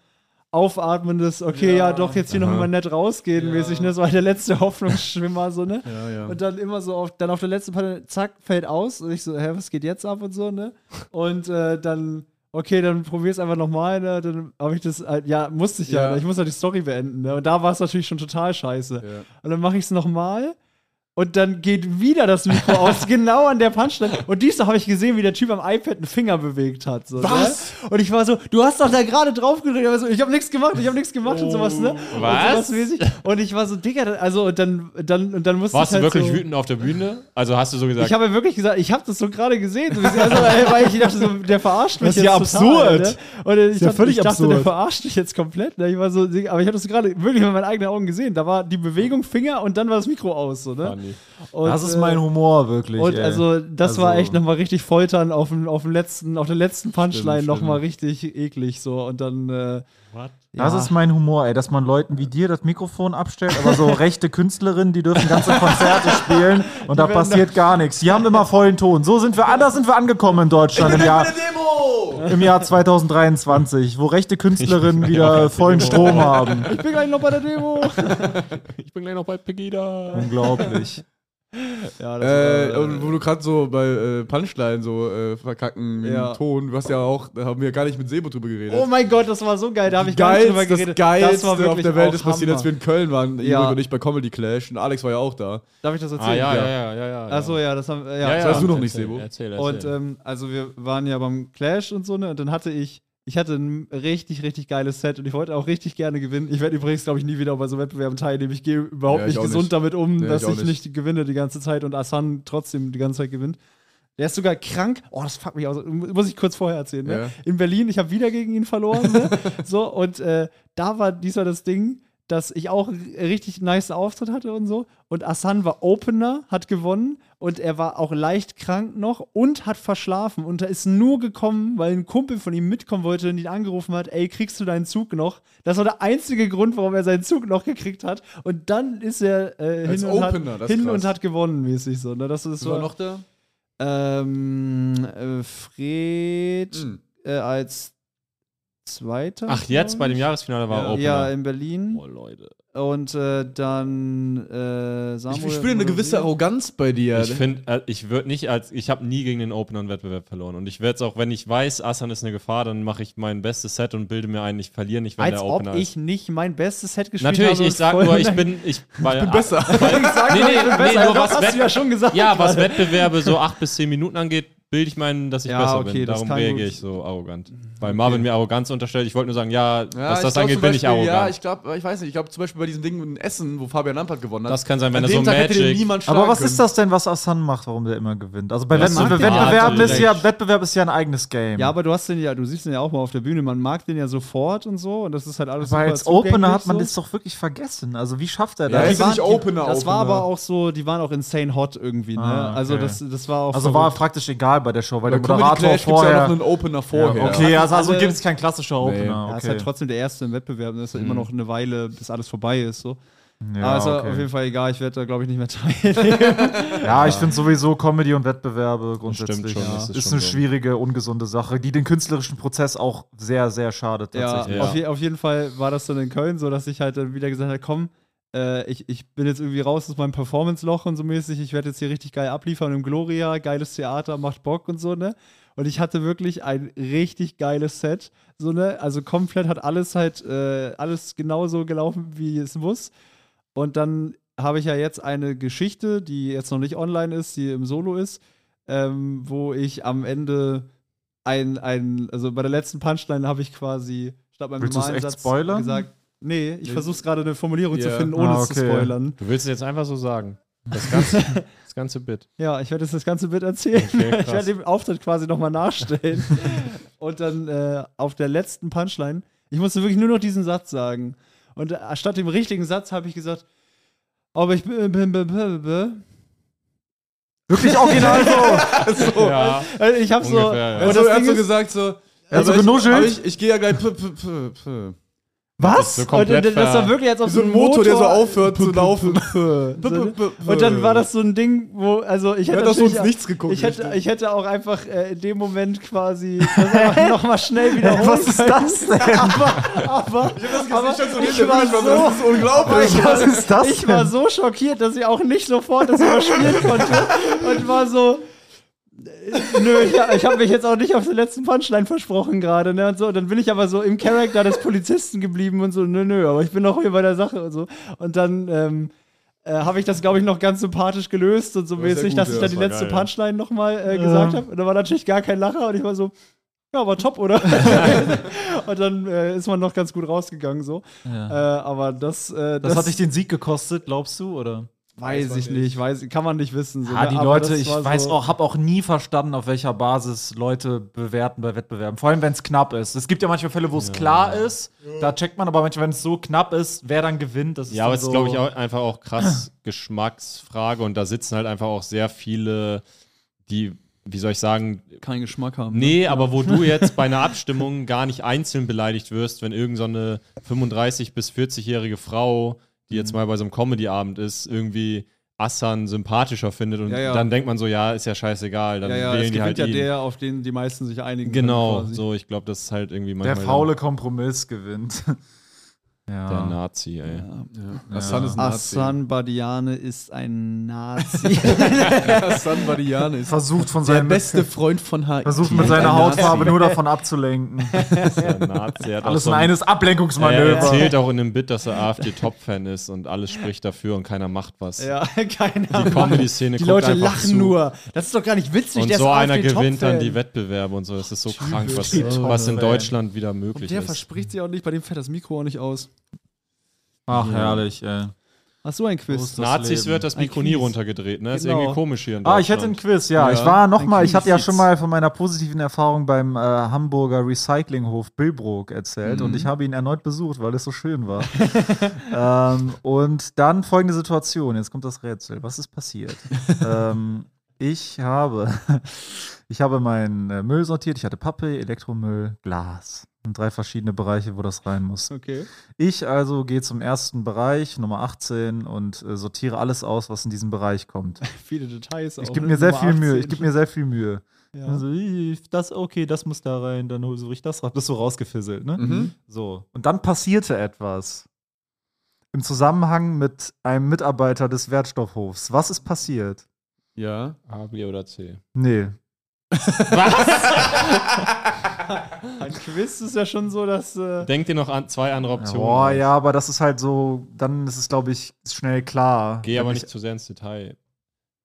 [SPEAKER 6] aufatmendes, okay, ja, doch, jetzt hier noch mal nett rausgehen mäßig, ne? Das war halt der letzte Hoffnungsschwimmer, so, ne?
[SPEAKER 4] Ja, ja.
[SPEAKER 6] Und dann immer so auf, dann auf der letzten Panne, zack, fällt aus. Und ich so, hä, was geht jetzt ab und so, ne? Und äh, dann, okay, dann probier's einfach nochmal, ne? Dann habe ich das, halt- ja, musste ich ja,
[SPEAKER 4] Ja.
[SPEAKER 6] ne? ich muss halt die Story beenden, ne? Und da war es natürlich schon total scheiße.
[SPEAKER 4] Ja.
[SPEAKER 6] Und dann mache ich's nochmal. Und dann geht wieder das Mikro aus, genau an der Punchline. Und diesmal habe ich gesehen, wie der Typ am iPad einen Finger bewegt hat. So,
[SPEAKER 4] Was?
[SPEAKER 6] Ne? Und ich war so, du hast doch da gerade drauf gedrückt. Aber so, ich habe nichts gemacht, ich habe nichts gemacht und sowas, ne?
[SPEAKER 4] Oh.
[SPEAKER 1] was?
[SPEAKER 6] Und, sowas mäßig. und ich war so, Digga, da- also, und dann, dann, und dann musste
[SPEAKER 1] Warst
[SPEAKER 6] ich
[SPEAKER 1] du
[SPEAKER 6] halt
[SPEAKER 1] wirklich
[SPEAKER 6] so,
[SPEAKER 1] wütend auf der Bühne? Also hast du so gesagt,
[SPEAKER 6] Ich habe wirklich gesagt, ich habe das so gerade gesehen. So, wie sie- also, äh, weil ich dachte, so, der verarscht mich
[SPEAKER 3] Das ist ja
[SPEAKER 6] jetzt total,
[SPEAKER 3] absurd.
[SPEAKER 6] ne? Und äh, ich,
[SPEAKER 3] ja
[SPEAKER 6] dachte,
[SPEAKER 3] völlig
[SPEAKER 6] ich dachte,
[SPEAKER 3] absurd.
[SPEAKER 6] der verarscht mich jetzt komplett. Ne? Ich war so, Digga, aber ich habe das gerade wirklich mit meinen eigenen Augen gesehen. Da war die Bewegung Finger und dann war das Mikro aus. So, ne?
[SPEAKER 1] Funny.
[SPEAKER 6] und,
[SPEAKER 8] das ist
[SPEAKER 6] äh,
[SPEAKER 8] mein Humor, wirklich.
[SPEAKER 6] und
[SPEAKER 8] ey.
[SPEAKER 6] also, das
[SPEAKER 8] Also-
[SPEAKER 6] war echt nochmal richtig foltern auf dem, auf dem letzten, auf der letzten Punchline
[SPEAKER 4] Stimmt,
[SPEAKER 6] nochmal richtig eklig so und dann. Äh,
[SPEAKER 8] Das ist mein Humor, ey, dass man Leuten wie dir das Mikrofon abstellt, aber so rechte Künstlerinnen, die dürfen ganze Konzerte spielen und da passiert gar nichts. Die haben immer vollen Ton. So sind wir, anders sind wir angekommen in Deutschland im Jahr, im Jahr 2023, wo rechte Künstlerinnen wieder vollen Strom haben.
[SPEAKER 6] ich bin gleich noch bei der Demo.
[SPEAKER 1] ich bin gleich noch bei Pegida.
[SPEAKER 8] Unglaublich.
[SPEAKER 6] ja,
[SPEAKER 4] Äh,
[SPEAKER 6] das war,
[SPEAKER 4] und wo du gerade so bei äh, Punchline so äh, verkacken mit
[SPEAKER 6] Ja.
[SPEAKER 4] dem Ton, du hast ja auch, da haben wir gar nicht mit Sebo drüber geredet.
[SPEAKER 6] Oh mein Gott, das war so geil. Da habe ich gar nicht
[SPEAKER 4] Geilst-
[SPEAKER 6] drüber
[SPEAKER 4] das
[SPEAKER 6] geredet.
[SPEAKER 4] Geilste
[SPEAKER 6] war
[SPEAKER 4] auf
[SPEAKER 6] wirklich
[SPEAKER 4] der Welt
[SPEAKER 6] auch
[SPEAKER 4] ist passiert, als wir
[SPEAKER 6] Hammer.
[SPEAKER 4] in Köln waren.
[SPEAKER 6] Ja.
[SPEAKER 4] Jürgen und ich bei Comedy Clash und Alex war ja auch da.
[SPEAKER 6] Darf ich das erzählen?
[SPEAKER 1] Ah, ja, ja, ja, ja, ja.
[SPEAKER 6] Achso, ja, das haben äh, ja.
[SPEAKER 1] ja, ja.
[SPEAKER 4] Das weißt du noch nicht,
[SPEAKER 1] Erzähl,
[SPEAKER 4] Sebo.
[SPEAKER 1] Erzähl, erzähl.
[SPEAKER 6] Und ähm, also wir waren ja beim Clash und so, ne? Und dann hatte ich, ich hatte ein richtig, richtig geiles Set und ich wollte auch richtig gerne gewinnen. Ich werde übrigens, glaube ich, nie wieder bei so Wettbewerben teilnehmen. Ich gehe überhaupt
[SPEAKER 4] Ja, ich
[SPEAKER 6] nicht
[SPEAKER 4] auch
[SPEAKER 6] gesund
[SPEAKER 4] nicht.
[SPEAKER 6] damit um,
[SPEAKER 4] Nee,
[SPEAKER 6] dass
[SPEAKER 4] ich auch
[SPEAKER 6] ich nicht. gewinne die ganze Zeit und Asan trotzdem die ganze Zeit gewinnt. Der ist sogar krank. Oh, das fuckt mich aus. Muss ich kurz vorher erzählen. Ne?
[SPEAKER 4] Ja.
[SPEAKER 6] In Berlin, ich habe wieder gegen ihn verloren. Ne? so, und äh, da war diesmal das Ding, dass ich auch einen richtig nice Auftritt hatte und so. Und Asan war Opener, hat gewonnen und er war auch leicht krank noch und hat verschlafen. Und er ist nur gekommen, weil ein Kumpel von ihm mitkommen wollte und ihn angerufen hat: Ey, kriegst du deinen Zug noch? Das war der einzige Grund, warum er seinen Zug noch gekriegt hat. Und dann ist er äh, hin,
[SPEAKER 4] Als
[SPEAKER 6] und,
[SPEAKER 4] Opener,
[SPEAKER 6] hat,
[SPEAKER 4] das ist
[SPEAKER 6] hin
[SPEAKER 4] krass.
[SPEAKER 6] und hat gewonnen, mäßig so. Ne? Das, das
[SPEAKER 4] Das war noch da?
[SPEAKER 6] ähm, äh, Fred
[SPEAKER 4] Hm.
[SPEAKER 6] äh, als Zweiter.
[SPEAKER 1] Ach, jetzt bei
[SPEAKER 6] glaub
[SPEAKER 1] dem Jahresfinale war
[SPEAKER 6] ich.
[SPEAKER 1] Opener.
[SPEAKER 6] Ja, in Berlin.
[SPEAKER 1] oh, Leute.
[SPEAKER 6] Und äh, dann äh, Samuel.
[SPEAKER 4] Ich, ich spüre eine gewisse Arroganz bei dir.
[SPEAKER 1] Ich finde, äh, ich würde nicht als, ich habe nie gegen den Opener einen Wettbewerb verloren. Und ich werde es auch, wenn ich weiß, Asan ist eine Gefahr, dann mache ich mein bestes Set und bilde mir ein, ich verliere nicht, wenn
[SPEAKER 6] Als
[SPEAKER 1] der
[SPEAKER 6] ob
[SPEAKER 1] Opener ist.
[SPEAKER 6] ich nicht mein bestes Set gespielt
[SPEAKER 1] Natürlich,
[SPEAKER 6] habe.
[SPEAKER 1] ich sag
[SPEAKER 6] und
[SPEAKER 1] nur,
[SPEAKER 6] voll-
[SPEAKER 1] ich bin, ich, weil,
[SPEAKER 4] bin besser.
[SPEAKER 1] Weil, nee, nee,
[SPEAKER 6] bin
[SPEAKER 1] nee,
[SPEAKER 6] besser,
[SPEAKER 1] nur
[SPEAKER 6] doch,
[SPEAKER 1] was,
[SPEAKER 6] hast
[SPEAKER 1] Wett,
[SPEAKER 6] du ja schon gesagt.
[SPEAKER 1] ja, was
[SPEAKER 6] gerade.
[SPEAKER 1] Wettbewerbe so acht bis zehn Minuten angeht, bilde ich meinen, dass ich
[SPEAKER 6] Ja,
[SPEAKER 1] besser
[SPEAKER 6] okay,
[SPEAKER 1] bin.
[SPEAKER 6] das
[SPEAKER 1] Darum
[SPEAKER 6] kann
[SPEAKER 1] reagiere
[SPEAKER 6] gut.
[SPEAKER 1] ich so arrogant. Weil Marvin mir Arroganz unterstellt. Ich wollte nur sagen, ja, was das
[SPEAKER 4] glaub
[SPEAKER 1] angeht,
[SPEAKER 4] zum
[SPEAKER 1] bin ich
[SPEAKER 4] Beispiel-
[SPEAKER 1] arrogant.
[SPEAKER 4] Ja, ich glaube, ich weiß nicht, ich glaube zum Beispiel bei diesem Ding in Essen, wo Fabian Lampert gewonnen hat.
[SPEAKER 1] Das kann sein, wenn
[SPEAKER 4] an
[SPEAKER 1] er
[SPEAKER 4] dem
[SPEAKER 1] so
[SPEAKER 4] Tag hätte den
[SPEAKER 1] Magic-
[SPEAKER 4] niemand schlagen
[SPEAKER 8] Aber was
[SPEAKER 4] können.
[SPEAKER 8] ist das denn, was Asan macht, warum der immer gewinnt? Also bei
[SPEAKER 1] Ja,
[SPEAKER 8] Wettbe
[SPEAKER 1] mag den.
[SPEAKER 8] Wettbewerben
[SPEAKER 1] Ja,
[SPEAKER 8] ist ja,
[SPEAKER 1] natürlich.
[SPEAKER 8] Wettbewerb ist ja ein eigenes Game.
[SPEAKER 6] Ja, aber du hast den ja, du siehst den ja auch mal auf der Bühne. Man mag den ja sofort und so. Und das ist halt alles
[SPEAKER 8] aber
[SPEAKER 6] super
[SPEAKER 8] als Opener
[SPEAKER 6] zugänglich
[SPEAKER 8] hat man
[SPEAKER 6] so.
[SPEAKER 8] das doch wirklich vergessen. Also wie schafft er
[SPEAKER 4] Ja,
[SPEAKER 8] das?
[SPEAKER 4] die sind nicht Opener,
[SPEAKER 6] Das war
[SPEAKER 4] Opener.
[SPEAKER 6] aber auch so, die waren auch insane hot irgendwie, ne?
[SPEAKER 8] Ah, okay.
[SPEAKER 6] Also das, das war auch
[SPEAKER 8] Also war praktisch egal bei der Show, weil
[SPEAKER 4] Bei
[SPEAKER 8] der
[SPEAKER 4] Comedy
[SPEAKER 8] Moderator
[SPEAKER 4] Clash gibt es
[SPEAKER 8] vorher.
[SPEAKER 4] ja noch einen Opener vorher.
[SPEAKER 8] Okay, also, also
[SPEAKER 6] alle-
[SPEAKER 8] gibt es kein klassischer Opener.
[SPEAKER 6] Ja,
[SPEAKER 8] Okay. Mhm.
[SPEAKER 6] ist halt trotzdem der erste im Wettbewerb. Das ist ja immer noch eine Weile, bis alles vorbei ist. So.
[SPEAKER 8] ja,
[SPEAKER 6] Aber ist ja
[SPEAKER 8] okay.
[SPEAKER 6] auf jeden Fall egal. Ich werde da, glaube ich, nicht mehr teilnehmen.
[SPEAKER 8] ja, ich finde sowieso Comedy und Wettbewerbe grundsätzlich
[SPEAKER 1] schon,
[SPEAKER 8] ja.
[SPEAKER 1] das
[SPEAKER 8] ist,
[SPEAKER 1] ist schon
[SPEAKER 8] eine
[SPEAKER 1] so.
[SPEAKER 8] schwierige, ungesunde Sache, die den künstlerischen Prozess auch sehr, sehr schadet
[SPEAKER 6] ja,
[SPEAKER 8] tatsächlich.
[SPEAKER 6] Auf, je, auf jeden Fall war das dann in Köln so, dass ich halt dann wieder gesagt habe, komm, äh, ich, ich bin jetzt irgendwie raus aus meinem Performance-Loch und so mäßig. Ich werde jetzt hier richtig geil abliefern im Gloria. Geiles Theater, macht Bock und so, ne? Und ich hatte wirklich ein richtig geiles Set. So, ne? Also komplett hat alles halt, äh, alles genauso gelaufen, wie es muss. Und dann habe ich ja jetzt eine Geschichte, die jetzt noch nicht online ist, die im Solo ist, ähm, wo ich am Ende ein, ein, also bei der letzten Punchline habe ich quasi statt meinem
[SPEAKER 3] Willst du es
[SPEAKER 6] normalen
[SPEAKER 3] echt
[SPEAKER 6] Satz
[SPEAKER 3] spoilern?
[SPEAKER 6] gesagt, nee, ich versuche es gerade eine Formulierung zu
[SPEAKER 4] Ja.
[SPEAKER 6] finden, ohne
[SPEAKER 3] Ah,
[SPEAKER 6] es zu
[SPEAKER 3] okay.
[SPEAKER 6] spoilern.
[SPEAKER 1] Du willst es jetzt einfach so sagen. Das ganze, das ganze Bit.
[SPEAKER 6] Ja, ich werde jetzt das ganze Bit erzählen.
[SPEAKER 1] Okay, krass.
[SPEAKER 6] ich werde den Auftritt quasi nochmal nachstellen. und dann äh, auf der letzten Punchline, ich musste wirklich nur noch diesen Satz sagen. Und äh, statt dem richtigen Satz habe ich gesagt, aber ich bin. bin- bin- bin- bin-
[SPEAKER 3] Wirklich original so.
[SPEAKER 1] Ja.
[SPEAKER 6] Also ich habe so.
[SPEAKER 1] Ungefähr, ja.
[SPEAKER 6] Und
[SPEAKER 4] so, er
[SPEAKER 6] das
[SPEAKER 4] hat so
[SPEAKER 6] Ding ist,
[SPEAKER 4] gesagt, so.
[SPEAKER 3] Er hat so
[SPEAKER 4] aber ich-
[SPEAKER 3] genuschelt.
[SPEAKER 4] aber Ich, ich gehe ja gleich. P, p, p, p.
[SPEAKER 6] was?
[SPEAKER 1] so
[SPEAKER 6] und,
[SPEAKER 1] komplett
[SPEAKER 6] und das war
[SPEAKER 1] ver-
[SPEAKER 6] wirklich als ob
[SPEAKER 4] So ein Motor, der so aufhört zu laufen.
[SPEAKER 6] so, ne? Und dann war das so ein Ding, wo, also ich hätte
[SPEAKER 4] hat das so
[SPEAKER 6] natürlich-
[SPEAKER 4] ins Nichts geguckt,
[SPEAKER 6] Ich hätte,
[SPEAKER 4] richtig.
[SPEAKER 6] ich hätte auch einfach äh, in dem Moment quasi das nochmal schnell wiederholen
[SPEAKER 3] Was ist
[SPEAKER 6] können.
[SPEAKER 3] das denn?
[SPEAKER 6] Aber, ich, aber ich,
[SPEAKER 4] Ich
[SPEAKER 6] war
[SPEAKER 4] war so, das
[SPEAKER 6] so,
[SPEAKER 4] ist unglaublich.
[SPEAKER 3] Was ist das
[SPEAKER 6] ich war so schockiert, dass ich auch nicht sofort das überspielen konnte und war so. äh, Nö, ich, ich habe mich jetzt auch nicht auf den letzten Punchline versprochen gerade, ne? Und so, und dann bin ich aber so im Charakter des Polizisten geblieben und so, nö, nö, aber ich bin noch hier bei der Sache und so. Und dann ähm, äh, habe ich das, glaube ich, noch ganz sympathisch gelöst und so
[SPEAKER 4] Das ist
[SPEAKER 6] mäßig,
[SPEAKER 4] ja gut,
[SPEAKER 6] dass ich
[SPEAKER 4] ja,
[SPEAKER 6] dann die
[SPEAKER 1] das war
[SPEAKER 6] letzte
[SPEAKER 1] geil, ja.
[SPEAKER 6] Punchline nochmal äh, gesagt habe. Und da war natürlich gar kein Lacher und ich war so, ja, war top, oder? und dann äh, ist man noch ganz gut rausgegangen so. Äh, aber das, äh,
[SPEAKER 3] Das hat dich den Sieg gekostet, glaubst du, oder?
[SPEAKER 6] Weiß ich nicht, weiß, kann man nicht wissen. So,
[SPEAKER 3] Ja,
[SPEAKER 6] ne?
[SPEAKER 3] Ah, die
[SPEAKER 6] Aber
[SPEAKER 3] Leute,
[SPEAKER 6] das
[SPEAKER 3] ich
[SPEAKER 6] war
[SPEAKER 3] weiß
[SPEAKER 6] so,
[SPEAKER 3] auch, habe auch nie verstanden, auf welcher Basis Leute bewerten bei Wettbewerben. Vor allem, wenn es knapp ist. Es gibt ja manchmal Fälle, wo es klar ist, da checkt man, aber manchmal, wenn es so knapp ist, wer dann gewinnt, das ist
[SPEAKER 1] Ja,
[SPEAKER 3] dann
[SPEAKER 1] aber es
[SPEAKER 3] so
[SPEAKER 1] ist, glaube ich, auch einfach auch krass Geschmacksfrage und da sitzen halt einfach auch sehr viele, die, wie soll ich sagen,
[SPEAKER 4] Keinen Geschmack haben.
[SPEAKER 1] nee, aber wo du jetzt bei einer Abstimmung gar nicht einzeln beleidigt wirst, wenn irgendeine so eine 35- bis 40-jährige Frau, die
[SPEAKER 6] Mhm.
[SPEAKER 1] jetzt mal bei so einem Comedy-Abend ist, irgendwie Assan sympathischer findet und
[SPEAKER 6] Ja, ja.
[SPEAKER 1] dann denkt man so, ja, ist ja scheißegal, dann
[SPEAKER 6] Ja, ja, es
[SPEAKER 1] wählen die
[SPEAKER 6] gewinnt
[SPEAKER 1] halt
[SPEAKER 6] ja
[SPEAKER 1] ihn.
[SPEAKER 6] der, auf den die meisten sich einigen. können
[SPEAKER 1] genau,
[SPEAKER 6] quasi.
[SPEAKER 1] so, ich glaube, das ist halt irgendwie
[SPEAKER 3] der
[SPEAKER 1] manchmal
[SPEAKER 3] faule Kompromiss gewinnt.
[SPEAKER 1] dann der
[SPEAKER 3] ja.
[SPEAKER 1] Nazi, ey.
[SPEAKER 4] Hassan ist ein Nazi.
[SPEAKER 6] Hassan Badiane ist ein Nazi.
[SPEAKER 4] Hassan Badiane ist
[SPEAKER 3] Versucht von
[SPEAKER 4] der
[SPEAKER 3] seinem
[SPEAKER 4] beste Freund von Haiti.
[SPEAKER 3] versucht mit seiner Hautfarbe nur davon abzulenken.
[SPEAKER 1] Der Nazi hat auch
[SPEAKER 3] Alles
[SPEAKER 1] so
[SPEAKER 3] ein
[SPEAKER 1] ein-
[SPEAKER 3] eines
[SPEAKER 1] Ja, Er
[SPEAKER 3] Ablenkungsmanöver.
[SPEAKER 1] erzählt auch in dem Bit, dass er AfD-Top-Fan ist und alles spricht dafür und keiner macht was.
[SPEAKER 6] ja, keine Ahnung.
[SPEAKER 1] Die Comedy-Szene
[SPEAKER 6] Die
[SPEAKER 1] guckt
[SPEAKER 6] Leute
[SPEAKER 1] einfach
[SPEAKER 6] lachen
[SPEAKER 1] zu.
[SPEAKER 6] nur. Das ist doch gar nicht witzig.
[SPEAKER 1] Und
[SPEAKER 6] der
[SPEAKER 1] so
[SPEAKER 6] ist
[SPEAKER 1] einer
[SPEAKER 6] AfD
[SPEAKER 1] gewinnt dann die
[SPEAKER 6] Topfan.
[SPEAKER 1] Wettbewerbe und so. Es ist so krank, was,
[SPEAKER 3] die
[SPEAKER 1] was in
[SPEAKER 3] Top-Fan.
[SPEAKER 1] Deutschland wieder möglich
[SPEAKER 6] Der
[SPEAKER 1] ist.
[SPEAKER 6] verspricht sie auch nicht, bei dem fällt das Mikro auch nicht aus.
[SPEAKER 3] Ach, herrlich, ey.
[SPEAKER 6] Ach so, ein Quiz.
[SPEAKER 3] das
[SPEAKER 1] Nazis
[SPEAKER 3] Leben.
[SPEAKER 1] wird das
[SPEAKER 6] Ein
[SPEAKER 1] Mikro nie
[SPEAKER 6] Quiz.
[SPEAKER 1] runtergedreht, ne? Ist
[SPEAKER 6] Genau.
[SPEAKER 1] irgendwie komisch hier in
[SPEAKER 3] Ah, ich hätte einen
[SPEAKER 1] Deutschland.
[SPEAKER 3] Quiz, ja.
[SPEAKER 6] Ja,
[SPEAKER 3] ich war noch
[SPEAKER 6] ein
[SPEAKER 3] mal, ich hatte ja
[SPEAKER 6] Quiz.
[SPEAKER 3] schon mal von meiner positiven Erfahrung beim äh, Hamburger Recyclinghof Billbrook erzählt und ich
[SPEAKER 6] Mhm.
[SPEAKER 3] habe ihn erneut besucht, weil es so schön war. ähm, und dann folgende Situation, jetzt kommt das Rätsel. Was ist passiert? ähm, ich habe ich habe meinen äh, Müll sortiert, ich hatte Pappe, Elektromüll, Glas und drei verschiedene Bereiche, wo das rein muss.
[SPEAKER 6] Okay.
[SPEAKER 3] Ich also gehe zum ersten Bereich, Nummer 18 und äh, sortiere alles aus, was in diesen Bereich kommt.
[SPEAKER 6] Viele Details auch.
[SPEAKER 3] Ich gebe
[SPEAKER 6] ne?
[SPEAKER 3] mir sehr
[SPEAKER 6] Nummer
[SPEAKER 3] viel Mühe.
[SPEAKER 6] 18.
[SPEAKER 3] Ich gebe mir sehr viel Mühe.
[SPEAKER 6] Ja.
[SPEAKER 3] Also, ih, das, okay, das muss da rein, dann suche ich das raus. Bist du rausgefisselt, ne?
[SPEAKER 1] Mhm.
[SPEAKER 3] So. Und dann passierte etwas. Im Zusammenhang mit einem Mitarbeiter des Wertstoffhofs. Was ist passiert?
[SPEAKER 4] Ja.
[SPEAKER 1] A, B oder C.
[SPEAKER 3] Nee.
[SPEAKER 6] Ein Quiz ist ja schon so, dass. Äh,
[SPEAKER 1] Denk dir noch an zwei andere Optionen.
[SPEAKER 3] Boah,
[SPEAKER 1] aus.
[SPEAKER 3] ja, aber das ist halt so, dann ist es, glaube ich, schnell klar.
[SPEAKER 1] Geh
[SPEAKER 3] Wenn
[SPEAKER 1] aber
[SPEAKER 3] ich-
[SPEAKER 1] nicht zu sehr ins Detail.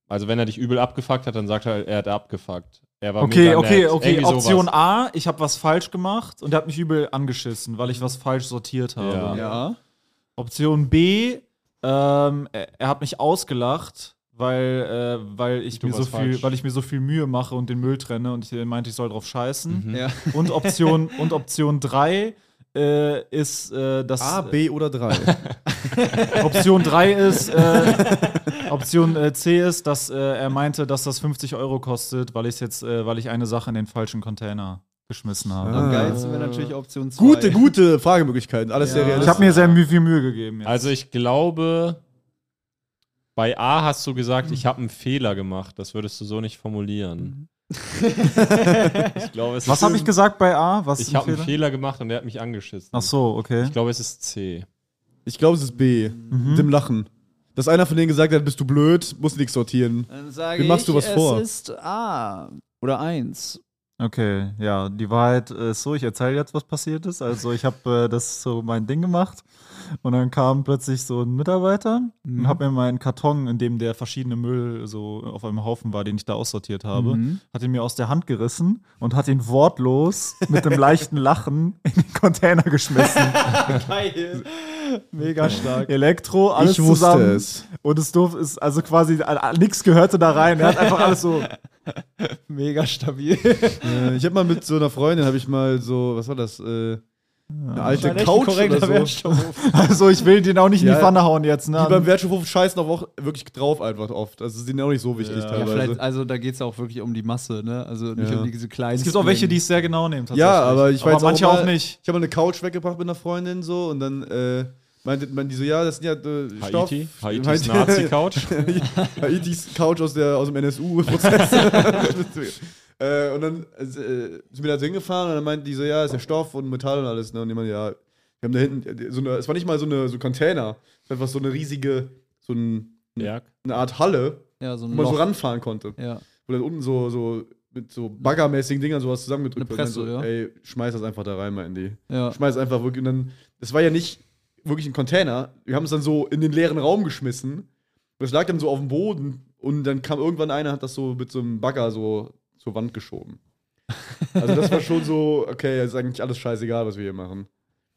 [SPEAKER 1] Also, wenn er dich übel abgefuckt hat, dann sagt er, er hat abgefuckt. Er war
[SPEAKER 3] Okay,
[SPEAKER 1] mega
[SPEAKER 3] okay,
[SPEAKER 1] nett.
[SPEAKER 3] okay.
[SPEAKER 1] Irgendwie
[SPEAKER 3] Option
[SPEAKER 1] sowas.
[SPEAKER 3] A, ich habe was falsch gemacht und er hat mich übel angeschissen, weil ich
[SPEAKER 6] Mhm.
[SPEAKER 3] was falsch sortiert habe.
[SPEAKER 1] Ja.
[SPEAKER 4] Ja.
[SPEAKER 3] Option B, ähm, er, er hat mich ausgelacht, weil, äh, weil, ich
[SPEAKER 1] Du
[SPEAKER 3] mir so
[SPEAKER 1] warst
[SPEAKER 3] viel,
[SPEAKER 1] falsch.
[SPEAKER 3] weil ich mir so viel Mühe mache und den Müll trenne und ich äh, meinte, ich soll drauf scheißen.
[SPEAKER 1] Mhm.
[SPEAKER 6] ja.
[SPEAKER 3] Und Option und Option 3 äh, ist, äh, dass äh,
[SPEAKER 4] A, B oder 3.
[SPEAKER 3] Option 3 ist, äh, Option äh, C ist, dass äh, er meinte, dass das 50 Euro kostet, weil ich jetzt, äh, weil ich eine Sache in den falschen Container geschmissen habe.
[SPEAKER 1] Ah.
[SPEAKER 6] Am geilsten wäre natürlich Option 2.
[SPEAKER 4] gute, gute Fragemöglichkeiten. Alles sehr
[SPEAKER 3] Ich
[SPEAKER 4] realistisch.
[SPEAKER 3] habe mir sehr mü- viel Mühe gegeben. Jetzt.
[SPEAKER 1] Also ich glaube, bei A hast du gesagt, ich habe einen Fehler gemacht. Das würdest du so nicht formulieren.
[SPEAKER 4] Mhm.
[SPEAKER 1] ich glaube, es
[SPEAKER 3] was
[SPEAKER 1] ist,
[SPEAKER 3] habe ich gesagt bei A? Was
[SPEAKER 1] Ich habe einen Fehler gemacht und der hat mich angeschissen.
[SPEAKER 3] Ach so, okay.
[SPEAKER 1] Ich glaube, es ist C.
[SPEAKER 4] Ich glaube, es ist B. Mit dem Lachen. Dass einer von denen gesagt hat, bist du blöd, musst nichts sortieren.
[SPEAKER 6] Dann sage
[SPEAKER 4] Wie machst du was
[SPEAKER 6] es
[SPEAKER 4] vor?
[SPEAKER 6] ist A oder 1.
[SPEAKER 3] Okay, ja, die Wahrheit ist so, ich erzähle jetzt, was passiert ist. Also ich habe äh, das so mein Ding gemacht und dann kam plötzlich so ein Mitarbeiter
[SPEAKER 4] Mhm.
[SPEAKER 3] und hat mir meinen Karton, in dem der verschiedene Müll so auf einem Haufen war, den ich da aussortiert habe,
[SPEAKER 4] Mhm.
[SPEAKER 3] hat ihn mir aus der Hand gerissen und hat ihn wortlos mit einem leichten Lachen in den Container geschmissen.
[SPEAKER 6] Geil. Mega stark.
[SPEAKER 3] Elektro, alles
[SPEAKER 4] ich wusste
[SPEAKER 3] zusammen.
[SPEAKER 4] es.
[SPEAKER 3] Und es doof ist, also quasi nichts gehörte da rein. Er hat einfach alles so
[SPEAKER 6] Mega stabil.
[SPEAKER 4] Äh, ich habe mal mit so einer Freundin, habe ich mal so, was war das? Äh, eine alte
[SPEAKER 6] Ein echt
[SPEAKER 4] Couch
[SPEAKER 6] korrekter
[SPEAKER 4] oder so.
[SPEAKER 6] Wertstoff.
[SPEAKER 3] Also ich will den auch nicht in
[SPEAKER 4] Ja.
[SPEAKER 3] die Pfanne hauen jetzt, ne?
[SPEAKER 4] Die beim Wertschöpfungshof scheißen auch wo- wirklich drauf einfach oft. Also sie sind ja auch nicht so wichtig
[SPEAKER 6] Ja,
[SPEAKER 4] teilweise.
[SPEAKER 6] vielleicht, also da geht es auch wirklich um die Masse, ne? Also nicht
[SPEAKER 4] Ja.
[SPEAKER 6] um diese kleinen.
[SPEAKER 3] es gibt auch welche, die es sehr genau nehmen. tatsächlich.
[SPEAKER 4] Ja, aber ich weiß
[SPEAKER 3] aber manche
[SPEAKER 4] mal,
[SPEAKER 3] auch nicht.
[SPEAKER 4] Ich habe mal eine Couch weggebracht mit einer Freundin so und dann äh, meinte man die so, ja, das sind ja äh, Stoff.
[SPEAKER 1] Haiti? Haitis
[SPEAKER 4] Haiti-
[SPEAKER 1] Nazi-Couch?
[SPEAKER 4] Haitis Couch aus, der, aus dem NSU-Prozess. äh, und dann äh, sind wir da so hingefahren und dann meinten die so, ja, ist ja Stoff und Metall und alles. Ne? Und jemand, ja, wir haben da hinten, äh, so eine, es war nicht mal so eine so Container, es war einfach so eine riesige, so ein,
[SPEAKER 1] Berg.
[SPEAKER 4] eine Art Halle,
[SPEAKER 6] Ja, so ein
[SPEAKER 4] wo man so
[SPEAKER 6] Loch.
[SPEAKER 4] ranfahren konnte.
[SPEAKER 6] ja.
[SPEAKER 4] Wo dann unten so, so mit so baggermäßigen Dingern sowas zusammengedrückt
[SPEAKER 6] Eine
[SPEAKER 4] wird. Und
[SPEAKER 6] Presse,
[SPEAKER 4] dann so,
[SPEAKER 6] ja.
[SPEAKER 4] Ey, schmeiß das einfach da rein mal in die.
[SPEAKER 6] Ja.
[SPEAKER 4] Schmeiß einfach wirklich. Und dann, das war ja nicht wirklich ein Container. Wir haben es dann so in den leeren Raum geschmissen. Und das lag dann so auf dem Boden. Und dann kam irgendwann einer, hat das so mit so einem Bagger so zur Wand geschoben. Also das war schon so, okay, ist eigentlich alles scheißegal, was wir hier machen.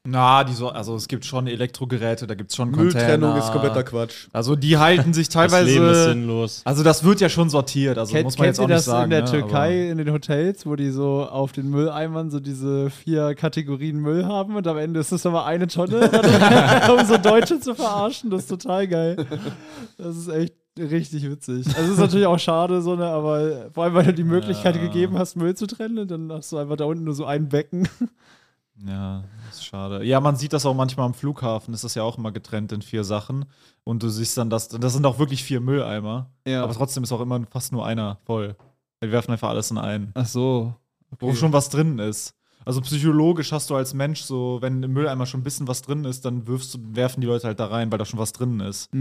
[SPEAKER 8] Na, die so, also es gibt schon Elektrogeräte, da gibt es schon Container.
[SPEAKER 4] Mülltrennung ist kompletter Quatsch.
[SPEAKER 8] Also die halten sich
[SPEAKER 1] Das Leben ist
[SPEAKER 8] teilweise.
[SPEAKER 1] sinnlos.
[SPEAKER 8] also das wird ja schon sortiert, also
[SPEAKER 6] Kennt,
[SPEAKER 8] muss man
[SPEAKER 6] kennt
[SPEAKER 8] jetzt auch
[SPEAKER 6] ihr
[SPEAKER 8] nicht
[SPEAKER 6] das
[SPEAKER 8] sagen.
[SPEAKER 6] in der
[SPEAKER 8] ne,
[SPEAKER 6] Türkei, in den Hotels, wo die so auf den Mülleimern so diese vier Kategorien Müll haben und am Ende ist es aber eine Tonne, um so Deutsche zu verarschen? Das ist total geil. Das ist echt richtig witzig. Also ist natürlich auch schade, so ne, aber vor allem, weil du die Möglichkeit gegeben hast, Müll zu trennen, und dann hast du einfach da unten nur so ein Becken.
[SPEAKER 3] Aber, ja, ist schade. Ja, man sieht das auch manchmal am Flughafen, ist das ja auch immer getrennt in vier Sachen. Und du siehst dann, dass das sind auch wirklich vier Mülleimer.
[SPEAKER 6] Ja.
[SPEAKER 3] Aber trotzdem ist auch immer fast nur einer voll. Die werfen einfach alles in einen.
[SPEAKER 6] Ach so.
[SPEAKER 3] wo schon was drin ist. Also psychologisch hast du als Mensch so, wenn im Mülleimer schon ein bisschen was drin ist, dann wirfst du, werfen die Leute halt da rein, weil da schon was drin ist.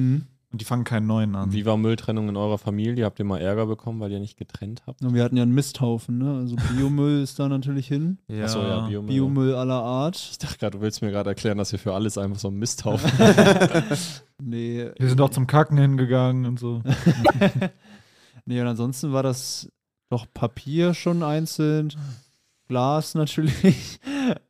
[SPEAKER 3] Und die fangen keinen neuen an.
[SPEAKER 1] Wie war Mülltrennung in eurer Familie? Habt ihr mal Ärger bekommen, weil ihr nicht getrennt habt?
[SPEAKER 6] Und wir hatten ja einen Misthaufen, ne? Also Biomüll ist da natürlich hin.
[SPEAKER 3] Ja.
[SPEAKER 1] Achso, ja, Biomüll.
[SPEAKER 6] Biomüll aller Art.
[SPEAKER 1] Ich dachte gerade, du willst mir gerade erklären, dass ihr für alles einfach so einen Misthaufen
[SPEAKER 6] Nee,
[SPEAKER 3] Wir sind auch zum Kacken hingegangen und so.
[SPEAKER 6] Nee, und ansonsten war das doch Papier schon einzeln, Glas natürlich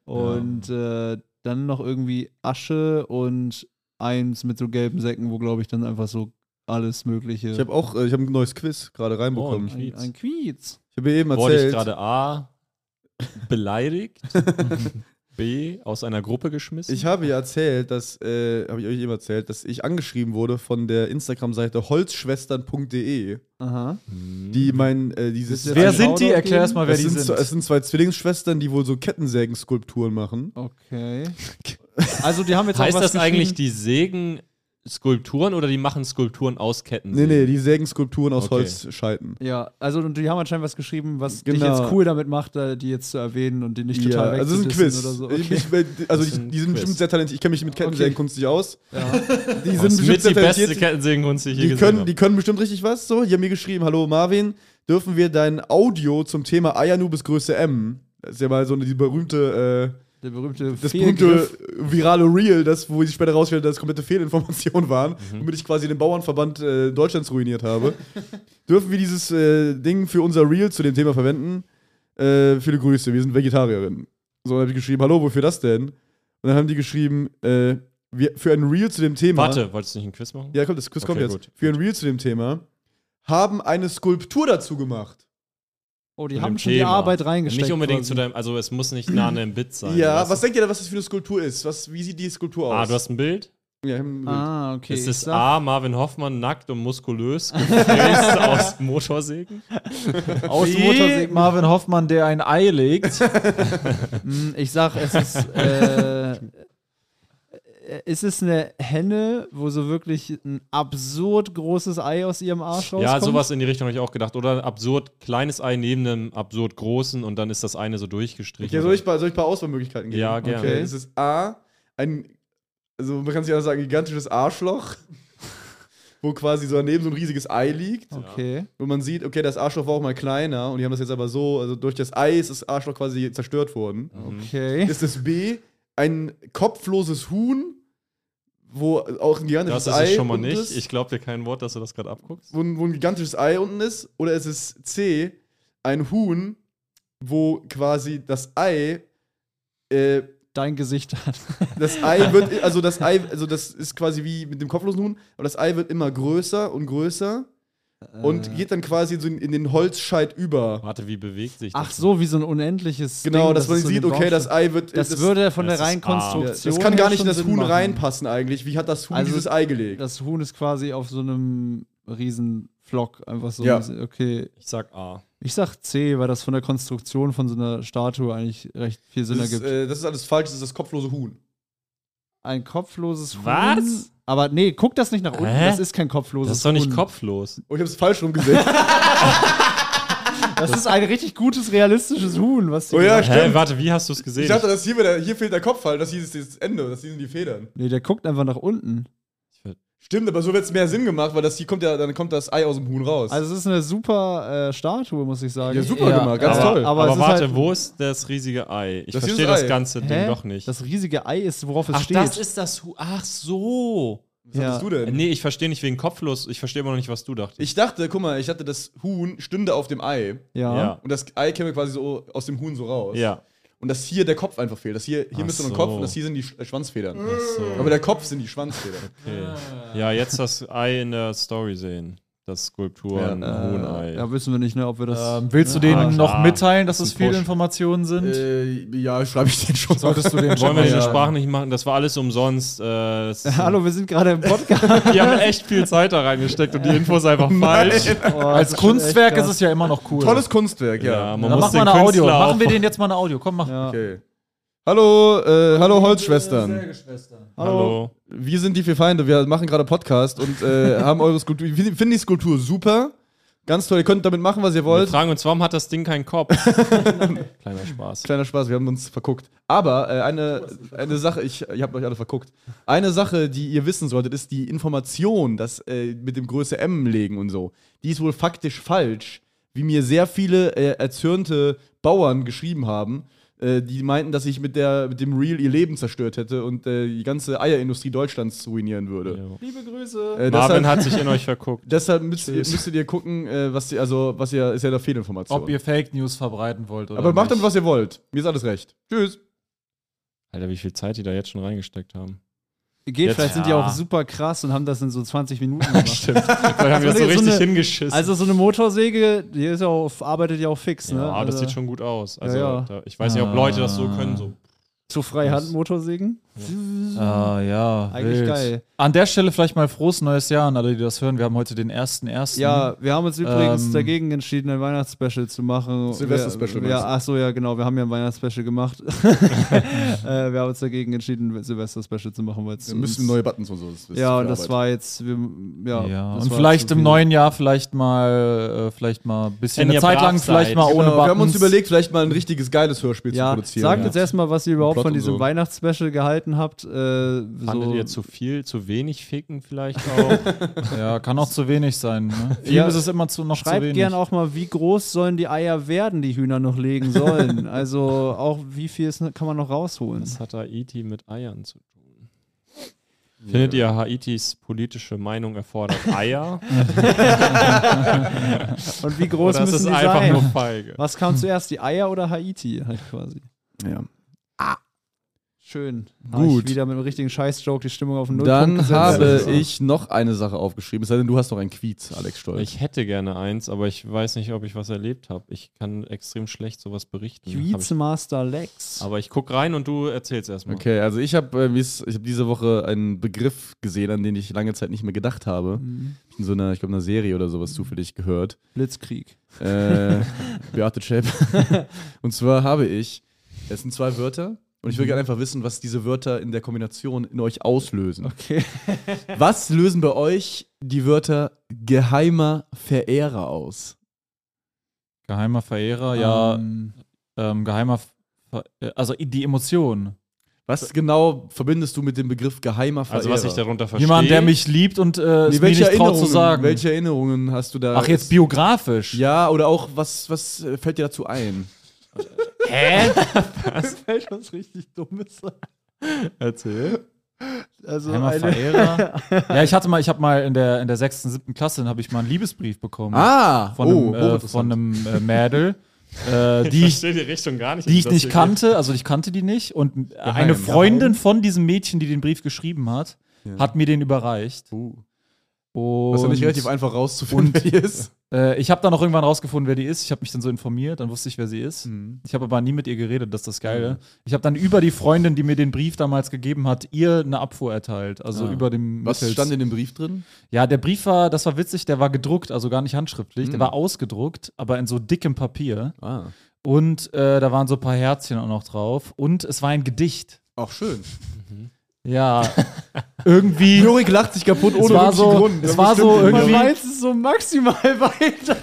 [SPEAKER 6] und äh, dann noch irgendwie Asche und eins mit so gelben Säcken, wo glaube ich dann einfach so alles Mögliche.
[SPEAKER 4] Ich habe auch, äh, ich habe ein neues Quiz gerade reinbekommen.
[SPEAKER 1] Oh,
[SPEAKER 4] ich
[SPEAKER 6] ein, ein Quiz.
[SPEAKER 4] habe eben
[SPEAKER 1] Wurde ich
[SPEAKER 4] erzählt.
[SPEAKER 1] gerade A. beleidigt, B. aus einer Gruppe geschmissen?
[SPEAKER 4] Ich habe ja erzählt, dass, äh, habe ich euch eben erzählt, dass ich angeschrieben wurde von der Instagram-Seite holzschwestern.de,
[SPEAKER 6] Aha.
[SPEAKER 4] die mein, äh, dieses.
[SPEAKER 3] wer
[SPEAKER 4] Das
[SPEAKER 3] sind die? Erklär erst mal, wer
[SPEAKER 4] es
[SPEAKER 3] die
[SPEAKER 4] sind,
[SPEAKER 3] sind.
[SPEAKER 4] zwei- Es sind zwei Zwillingsschwestern, die wohl so Kettensägen-Skulpturen machen.
[SPEAKER 6] Okay. Also die haben jetzt auch
[SPEAKER 1] heißt
[SPEAKER 6] was
[SPEAKER 1] das eigentlich,
[SPEAKER 6] geschrieben.
[SPEAKER 1] die sägen Skulpturen oder die machen Skulpturen aus Ketten?
[SPEAKER 4] Nee, nee, die sägen Skulpturen aus
[SPEAKER 1] Okay.
[SPEAKER 4] Holzscheiten.
[SPEAKER 6] Ja, also und die haben anscheinend was geschrieben, was dich
[SPEAKER 4] Genau.
[SPEAKER 6] jetzt cool damit macht, äh, die jetzt zu erwähnen und die nicht
[SPEAKER 4] Ja,
[SPEAKER 6] total
[SPEAKER 4] also es ist ein Quiz.
[SPEAKER 6] wegzudissen oder so.
[SPEAKER 4] Ich- ich- weil- also
[SPEAKER 1] Das ist ein
[SPEAKER 4] die, die sind
[SPEAKER 1] Quiz.
[SPEAKER 4] bestimmt sehr talentiert. Ich kenne mich mit Kettensägenkunst nicht aus. Die sind
[SPEAKER 1] Das ist mit die beste
[SPEAKER 4] talentiert.
[SPEAKER 1] Kettensägenkunst, die ich je
[SPEAKER 4] Die
[SPEAKER 1] gesehen
[SPEAKER 4] können,
[SPEAKER 1] habe.
[SPEAKER 4] die können bestimmt richtig was. So, die haben mir geschrieben, hallo Marvin, dürfen wir dein Audio zum Thema Ayanubis Größe M? Das ist ja mal so eine, die berühmte, äh,
[SPEAKER 6] Der berühmte
[SPEAKER 4] das
[SPEAKER 6] Fehlgriff.
[SPEAKER 4] berühmte virale Reel, das, wo ich später rausstellte, dass es komplette Fehlinformationen waren,
[SPEAKER 1] Mhm.
[SPEAKER 4] womit ich quasi den Bauernverband äh, Deutschlands ruiniert habe. dürfen wir dieses äh, Ding für unser Reel zu dem Thema verwenden? Äh, viele Grüße, wir sind Vegetarierinnen. So, dann habe ich geschrieben, hallo, wofür das denn? Und dann haben die geschrieben, äh, wir, für ein Reel zu dem Thema.
[SPEAKER 1] Warte, wolltest du nicht einen Quiz machen?
[SPEAKER 4] Ja, komm, das Quiz kommt
[SPEAKER 1] Okay,
[SPEAKER 4] jetzt.
[SPEAKER 1] gut.
[SPEAKER 4] Für ein Reel zu dem Thema. Haben eine Skulptur dazu gemacht.
[SPEAKER 6] Oh, die
[SPEAKER 1] Zu
[SPEAKER 6] haben
[SPEAKER 1] dem
[SPEAKER 6] schon die
[SPEAKER 1] Thema.
[SPEAKER 6] Arbeit reingesteckt.
[SPEAKER 1] Nicht unbedingt
[SPEAKER 6] quasi.
[SPEAKER 1] zu deinem, also es muss nicht nah an einem Bit sein.
[SPEAKER 4] ja,
[SPEAKER 1] weißt
[SPEAKER 4] was
[SPEAKER 1] du?
[SPEAKER 4] denkt ihr denn, was das für eine Skulptur ist? Was, wie sieht die Skulptur aus?
[SPEAKER 1] Ah, du hast ein Bild?
[SPEAKER 4] ja, hm, ich hab ein Bild.
[SPEAKER 6] Ah, okay.
[SPEAKER 1] Es
[SPEAKER 6] ich
[SPEAKER 1] ist
[SPEAKER 6] sag-
[SPEAKER 1] A. Marvin Hoffmann nackt und muskulös, gefräst aus Motorsägen.
[SPEAKER 3] Aus
[SPEAKER 6] dem Motorsägen.
[SPEAKER 3] Marvin Hoffmann, der ein Ei legt.
[SPEAKER 6] Hm, Ich sag, es ist. Äh, äh, es ist eine Henne, wo so wirklich ein absurd großes Ei aus ihrem Arsch rauskommt.
[SPEAKER 1] Ja, sowas in die Richtung habe ich auch gedacht. Oder ein absurd kleines Ei neben einem absurd großen und dann ist das eine so durchgestrichen.
[SPEAKER 4] Okay, soll ich ein paar, soll ich ein paar Auswahlmöglichkeiten geben?
[SPEAKER 1] Ja, gerne.
[SPEAKER 4] Okay, es ist A, ein, also man kann sich auch sagen, gigantisches Arschloch. wo quasi so daneben so ein riesiges Ei liegt.
[SPEAKER 6] Okay.
[SPEAKER 4] Und man sieht, okay, das Arschloch war auch mal kleiner und die haben das jetzt aber so, also durch das Ei ist das Arschloch quasi zerstört
[SPEAKER 1] Ah.
[SPEAKER 4] worden.
[SPEAKER 6] Okay.
[SPEAKER 4] Ist das B ein kopfloses Huhn, wo auch ein gigantisches
[SPEAKER 1] Das ist
[SPEAKER 4] Ei
[SPEAKER 1] es schon mal
[SPEAKER 4] unten
[SPEAKER 1] nicht.
[SPEAKER 4] ist?
[SPEAKER 1] Ich glaube dir kein Wort, dass du das gerade abguckst.
[SPEAKER 4] wo ein, wo ein gigantisches Ei unten ist, oder es ist C, ein Huhn, wo quasi das Ei, äh,
[SPEAKER 6] Dein Gesicht hat.
[SPEAKER 4] das Ei wird, also das Ei, also das ist quasi wie mit dem kopflosen Huhn, aber das Ei wird immer größer und größer und
[SPEAKER 6] Äh.
[SPEAKER 4] geht dann quasi so in, in den Holzscheit über.
[SPEAKER 1] Warte, wie bewegt sich
[SPEAKER 6] Ach
[SPEAKER 1] das?
[SPEAKER 6] so, wie so ein unendliches.
[SPEAKER 4] Genau,
[SPEAKER 6] Ding,
[SPEAKER 4] dass
[SPEAKER 6] das
[SPEAKER 4] man
[SPEAKER 6] ist so
[SPEAKER 4] sieht,
[SPEAKER 6] ein
[SPEAKER 4] okay, das
[SPEAKER 6] Baumstamm.
[SPEAKER 4] Ei wird.
[SPEAKER 6] Das würde von
[SPEAKER 1] Das
[SPEAKER 6] der
[SPEAKER 1] ist
[SPEAKER 6] reinen
[SPEAKER 1] A. Ja,
[SPEAKER 4] ja,
[SPEAKER 6] Konstruktion.
[SPEAKER 4] das kann gar
[SPEAKER 6] her
[SPEAKER 4] nicht in
[SPEAKER 6] schon
[SPEAKER 4] das
[SPEAKER 6] Sinn
[SPEAKER 4] Huhn
[SPEAKER 6] machen.
[SPEAKER 4] reinpassen eigentlich. Wie hat das Huhn
[SPEAKER 6] Also,
[SPEAKER 4] dieses Ei gelegt?
[SPEAKER 6] Das Huhn ist quasi auf so einem riesen Flock einfach so.
[SPEAKER 4] Ja.
[SPEAKER 6] Okay.
[SPEAKER 1] Ich sag A.
[SPEAKER 6] Ich sag C, weil das von der Konstruktion von so einer Statue eigentlich recht viel Sinn
[SPEAKER 4] das, ist,
[SPEAKER 6] ergibt.
[SPEAKER 4] äh, das ist alles falsch, das ist das kopflose Huhn.
[SPEAKER 6] ein kopfloses Huhn.
[SPEAKER 8] Was?
[SPEAKER 6] Aber nee, guck das nicht nach unten.
[SPEAKER 8] Hä?
[SPEAKER 6] Das ist kein kopfloses
[SPEAKER 1] Das ist doch nicht
[SPEAKER 6] Huhn.
[SPEAKER 1] kopflos.
[SPEAKER 4] Oh, ich hab's falsch rum gesehen.
[SPEAKER 6] Das, ist ein richtig gutes, realistisches Huhn. Was die
[SPEAKER 4] oh ja,
[SPEAKER 6] gesagt-
[SPEAKER 1] Hä,
[SPEAKER 4] stimmt.
[SPEAKER 1] warte, wie hast du es gesehen?
[SPEAKER 4] Ich dachte, das hier, wieder, hier fehlt der Kopf halt, das hier ist das Ende, das hier sind die Federn.
[SPEAKER 6] Nee, der guckt einfach nach unten.
[SPEAKER 4] Stimmt, aber so wird es mehr Sinn gemacht, weil das hier kommt ja, dann kommt das Ei aus dem Huhn raus.
[SPEAKER 6] Also es ist eine super äh, Statue, muss ich sagen.
[SPEAKER 4] ja, super gemacht, ganz
[SPEAKER 1] aber,
[SPEAKER 4] toll.
[SPEAKER 6] aber
[SPEAKER 1] Aber,
[SPEAKER 6] es ist
[SPEAKER 1] warte,
[SPEAKER 6] halt-
[SPEAKER 1] wo ist das riesige Ei? Ich
[SPEAKER 4] Das hier ist
[SPEAKER 1] verstehe
[SPEAKER 4] das
[SPEAKER 1] das
[SPEAKER 4] Ei.
[SPEAKER 1] ganze
[SPEAKER 6] Hä?
[SPEAKER 1] Ding doch nicht.
[SPEAKER 6] Das riesige Ei ist, worauf es
[SPEAKER 1] Ach,
[SPEAKER 6] steht.
[SPEAKER 1] das ist das. Hu Ach so.
[SPEAKER 4] was
[SPEAKER 6] ja.
[SPEAKER 4] hattest du denn?
[SPEAKER 1] Nee, ich verstehe nicht wegen kopflos. Ich verstehe immer noch nicht, was du dachtest.
[SPEAKER 4] Ich dachte, guck mal, ich dachte, das Huhn stünde auf dem Ei.
[SPEAKER 6] ja.
[SPEAKER 1] Ja.
[SPEAKER 4] Und das Ei käme quasi so aus dem Huhn so raus.
[SPEAKER 1] ja.
[SPEAKER 4] Und dass hier der Kopf einfach fehlt. Das hier, hier
[SPEAKER 1] Ach
[SPEAKER 4] müsste noch ein
[SPEAKER 1] so.
[SPEAKER 4] Kopf und das hier sind die Sch- äh, Schwanzfedern.
[SPEAKER 1] so.
[SPEAKER 4] Aber der Kopf sind die Schwanzfedern.
[SPEAKER 1] Okay. Ja, jetzt das Ei in der Story sehen. Das Skulpturen,
[SPEAKER 6] Äh,
[SPEAKER 1] Huhnei.
[SPEAKER 6] Ja, wissen wir nicht, ne, ob wir das.
[SPEAKER 3] Ähm, willst du denen
[SPEAKER 1] Ah,
[SPEAKER 3] noch
[SPEAKER 1] klar.
[SPEAKER 3] mitteilen, dass
[SPEAKER 1] Das
[SPEAKER 3] es
[SPEAKER 1] ist ein
[SPEAKER 3] viele
[SPEAKER 1] Push.
[SPEAKER 3] Informationen sind?
[SPEAKER 4] äh, ja, schreibe ich den schon.
[SPEAKER 3] Solltest du den
[SPEAKER 1] Wollen wir diese
[SPEAKER 3] ja.
[SPEAKER 1] Sprache nicht machen? Das war alles umsonst. Äh, das ist-
[SPEAKER 6] Hallo, wir sind gerade im Podcast.
[SPEAKER 1] Die haben echt viel Zeit da reingesteckt und die Info ist einfach falsch.
[SPEAKER 3] Als Kunstwerk ist es ja immer noch cool.
[SPEAKER 4] Tolles Kunstwerk, ja.
[SPEAKER 1] Ja, man
[SPEAKER 3] Dann
[SPEAKER 1] muss
[SPEAKER 3] mach mal
[SPEAKER 1] den
[SPEAKER 3] eine Audio.
[SPEAKER 1] Künstler
[SPEAKER 3] Machen wir
[SPEAKER 1] auch-
[SPEAKER 3] den jetzt mal eine Audio. Komm, mach.
[SPEAKER 6] Ja.
[SPEAKER 4] Okay. Hallo, äh, hallo Holzschwestern.
[SPEAKER 1] Hallo.
[SPEAKER 4] Wir sind die vier Feinde. Wir machen gerade Podcast und äh, haben eure Skulptur. Wir finden die Skulptur super. Ganz toll. Ihr könnt damit machen, was ihr
[SPEAKER 1] Wir
[SPEAKER 6] Äh,
[SPEAKER 4] wollt.
[SPEAKER 1] fragen uns, warum hat das Ding keinen Kopf? Kleiner Spaß.
[SPEAKER 4] Kleiner Spaß, wir haben uns verguckt. Aber äh, eine, eine Sache, ich, ich habe euch alle verguckt. Eine Sache, die ihr wissen solltet, ist die Information, dass äh, mit dem Größe M legen und so. Die ist wohl faktisch falsch, wie mir sehr viele äh, erzürnte Bauern geschrieben haben. äh, Die meinten, dass ich mit, der, mit dem Real ihr Leben zerstört hätte und äh, die ganze Eierindustrie Deutschlands ruinieren würde.
[SPEAKER 6] Liebe Grüße.
[SPEAKER 4] Äh,
[SPEAKER 1] Marvin
[SPEAKER 4] deshalb
[SPEAKER 1] hat sich in euch verguckt.
[SPEAKER 4] deshalb müsst, müsstet ihr gucken, äh, was, ihr, also, was ihr, ist ja da Fehlinformation.
[SPEAKER 3] Ob ihr Fake News verbreiten wollt oder
[SPEAKER 4] Aber macht
[SPEAKER 3] nicht.
[SPEAKER 4] dann, was ihr wollt. Mir ist alles recht. Tschüss.
[SPEAKER 1] Alter, wie viel Zeit die da jetzt schon reingesteckt haben.
[SPEAKER 6] Geht,
[SPEAKER 1] Jetzt-
[SPEAKER 6] vielleicht sind die auch
[SPEAKER 1] Ja.
[SPEAKER 6] super krass und haben das in so 20 Minuten gemacht.
[SPEAKER 1] Stimmt. Vielleicht haben wir das
[SPEAKER 6] So
[SPEAKER 1] so
[SPEAKER 6] eine-
[SPEAKER 1] richtig
[SPEAKER 6] so eine-
[SPEAKER 1] hingeschissen.
[SPEAKER 6] also so eine Motorsäge, die ist ja auch, arbeitet ja auch fix, ne?
[SPEAKER 1] ja, aber das
[SPEAKER 6] also,
[SPEAKER 1] sieht schon gut aus. Also,
[SPEAKER 6] Ja, ja.
[SPEAKER 1] Da, ich weiß nicht, ob Leute das so können. So.
[SPEAKER 6] zu Freihand Motorsägen.
[SPEAKER 3] Ah, ja.
[SPEAKER 6] Eigentlich
[SPEAKER 3] wild.
[SPEAKER 6] geil.
[SPEAKER 3] An der Stelle vielleicht mal frohes neues Jahr an alle, die das hören. Wir haben heute den 1.1.
[SPEAKER 6] Ja, wir haben uns übrigens
[SPEAKER 3] Ähm,
[SPEAKER 6] dagegen entschieden, ein Weihnachtsspecial zu machen.
[SPEAKER 4] Silvester-Special
[SPEAKER 6] Wir-
[SPEAKER 4] meinst
[SPEAKER 6] Ja,
[SPEAKER 4] du?
[SPEAKER 6] ach so, ja, genau. Wir haben ja ein Weihnachtsspecial gemacht. äh, wir haben uns dagegen entschieden, Silvester-Special zu machen, weil es.
[SPEAKER 4] Wir müssen
[SPEAKER 6] uns-
[SPEAKER 4] neue Buttons und so. Das ist
[SPEAKER 6] Ja,
[SPEAKER 4] viel
[SPEAKER 6] und das
[SPEAKER 4] Arbeit.
[SPEAKER 6] war jetzt. Wir, ja,
[SPEAKER 3] Ja,
[SPEAKER 6] das
[SPEAKER 3] und
[SPEAKER 6] war
[SPEAKER 3] vielleicht
[SPEAKER 6] zu
[SPEAKER 3] im
[SPEAKER 6] viel.
[SPEAKER 3] neuen Jahr vielleicht mal, äh, vielleicht mal ein bisschen
[SPEAKER 1] Wenn
[SPEAKER 3] eine
[SPEAKER 1] ihr
[SPEAKER 3] Zeit
[SPEAKER 1] brav
[SPEAKER 3] lang, vielleicht
[SPEAKER 1] seid.
[SPEAKER 3] mal
[SPEAKER 4] Genau,
[SPEAKER 3] ohne Buttons.
[SPEAKER 4] wir haben uns überlegt, vielleicht mal ein richtiges geiles Hörspiel zu
[SPEAKER 6] Ja,
[SPEAKER 4] produzieren.
[SPEAKER 6] sagt
[SPEAKER 4] ja.
[SPEAKER 6] jetzt erstmal, was ihr überhaupt
[SPEAKER 4] Plot
[SPEAKER 6] von
[SPEAKER 4] und
[SPEAKER 6] diesem
[SPEAKER 4] so.
[SPEAKER 6] Weihnachtsspecial gehalten habt. Äh,
[SPEAKER 1] Fandet
[SPEAKER 6] so
[SPEAKER 1] ihr zu viel, zu wenig ficken vielleicht auch?
[SPEAKER 3] Ja, kann auch zu wenig sein. Ne? Viel
[SPEAKER 6] Ja.
[SPEAKER 3] ist es immer zu, noch zu
[SPEAKER 6] Schreibt
[SPEAKER 3] wenig.
[SPEAKER 6] gern auch mal, wie groß sollen die Eier werden, die Hühner noch legen sollen. also auch wie viel ist, kann man noch rausholen.
[SPEAKER 1] Was hat Haiti mit Eiern zu tun? Findet ihr Haitis politische Meinung erfordert Eier?
[SPEAKER 6] Und wie groß
[SPEAKER 1] Oder ist
[SPEAKER 6] müssen
[SPEAKER 1] es
[SPEAKER 6] die
[SPEAKER 1] einfach
[SPEAKER 6] sein?
[SPEAKER 1] nur feige?
[SPEAKER 6] Was kam zuerst, die Eier oder Haiti halt quasi? Ah.
[SPEAKER 4] Ja.
[SPEAKER 6] Schön.
[SPEAKER 4] Gut.
[SPEAKER 6] ich wieder mit dem richtigen Scheiß-Joke die Stimmung auf den Nullpunkt
[SPEAKER 4] Dann
[SPEAKER 6] gesetzt.
[SPEAKER 4] habe
[SPEAKER 6] Also,
[SPEAKER 4] ich noch eine Sache aufgeschrieben. Es sei denn, du hast noch einen Quiz, Alex Stolz.
[SPEAKER 1] Ich hätte gerne eins, aber ich weiß nicht, ob ich was erlebt habe. Ich kann extrem schlecht sowas berichten. Hab ich,
[SPEAKER 6] Tweetsmaster Lex.
[SPEAKER 1] aber ich guck rein und du erzählst erstmal.
[SPEAKER 4] okay, also ich habe äh, mir ist- ich hab diese Woche einen Begriff gesehen, an den ich lange Zeit nicht mehr gedacht habe.
[SPEAKER 6] Mhm.
[SPEAKER 4] In so einer, ich glaube, einer Serie oder sowas zufällig gehört.
[SPEAKER 6] Blitzkrieg.
[SPEAKER 4] Äh, Beate Chap. und zwar habe ich, es sind zwei Wörter und
[SPEAKER 3] Mhm.
[SPEAKER 4] ich will gerne einfach wissen, was diese Wörter in der Kombination in euch auslösen.
[SPEAKER 6] Okay.
[SPEAKER 4] Was lösen bei euch die Wörter geheimer Verehrer aus?
[SPEAKER 3] Geheimer Verehrer, ja.
[SPEAKER 6] Ähm,
[SPEAKER 3] Ähm, geheimer, Ver äh, also i- die Emotion.
[SPEAKER 4] Was genau verbindest du mit dem Begriff geheimer Verehrer?
[SPEAKER 1] Also was ich darunter verstehe.
[SPEAKER 3] Jemand, der mich liebt und äh, es
[SPEAKER 4] nee,
[SPEAKER 3] mir
[SPEAKER 4] welche,
[SPEAKER 3] nicht traut
[SPEAKER 4] Erinnerungen,
[SPEAKER 3] zu sagen.
[SPEAKER 4] welche Erinnerungen hast du da?
[SPEAKER 3] Ach, jetzt biografisch.
[SPEAKER 4] Ja, oder auch, was, was äh, fällt dir dazu ein?
[SPEAKER 3] Hä?
[SPEAKER 6] Fällt was richtig Dummes ein.
[SPEAKER 1] Erzähl.
[SPEAKER 6] Also
[SPEAKER 3] Einmal
[SPEAKER 6] eine,
[SPEAKER 3] Verehrer. ja, ich hatte mal, ich habe mal in der in der sechsten, siebten Klasse, dann habe ich mal einen Liebesbrief bekommen
[SPEAKER 4] Ah,
[SPEAKER 3] von einem, äh, von einem äh, Mädel, äh, die ich
[SPEAKER 1] verstehe die Richtung gar nicht.
[SPEAKER 3] die
[SPEAKER 1] in
[SPEAKER 3] ich
[SPEAKER 1] das
[SPEAKER 3] nicht
[SPEAKER 1] hier
[SPEAKER 3] kannte, also ich kannte die nicht und eine Freundin von diesem Mädchen, die den Brief geschrieben hat, hat mir den überreicht. Und
[SPEAKER 4] Uh, was ja nicht relativ einfach rauszufinden
[SPEAKER 3] und-
[SPEAKER 4] hier ist.
[SPEAKER 3] äh, ich habe dann auch irgendwann rausgefunden, wer die ist. Ich habe mich dann so informiert, dann wusste ich, wer sie ist.
[SPEAKER 4] Mhm.
[SPEAKER 3] Ich habe aber nie mit ihr geredet, das ist das Geile. Ich habe dann über die Freundin, die mir den Brief damals gegeben hat, ihr eine Abfuhr erteilt, also
[SPEAKER 4] Ah.
[SPEAKER 3] über dem
[SPEAKER 4] Was
[SPEAKER 3] mittels-
[SPEAKER 4] stand in dem Brief drin?
[SPEAKER 3] Ja, der Brief war, das war witzig, der war gedruckt, also gar nicht handschriftlich,
[SPEAKER 4] Mhm.
[SPEAKER 3] der war ausgedruckt, aber in so dickem Papier.
[SPEAKER 4] Ah.
[SPEAKER 3] Und äh, da waren so ein paar Herzchen auch noch drauf. Und es war ein Gedicht.
[SPEAKER 4] Auch schön.
[SPEAKER 3] Ja, irgendwie.
[SPEAKER 4] Jurik lacht sich kaputt ohne
[SPEAKER 3] es war
[SPEAKER 4] wirklichen
[SPEAKER 3] so,
[SPEAKER 4] Grund.
[SPEAKER 3] es war so
[SPEAKER 6] man
[SPEAKER 3] irgendwie.
[SPEAKER 6] meint es so maximal weiter.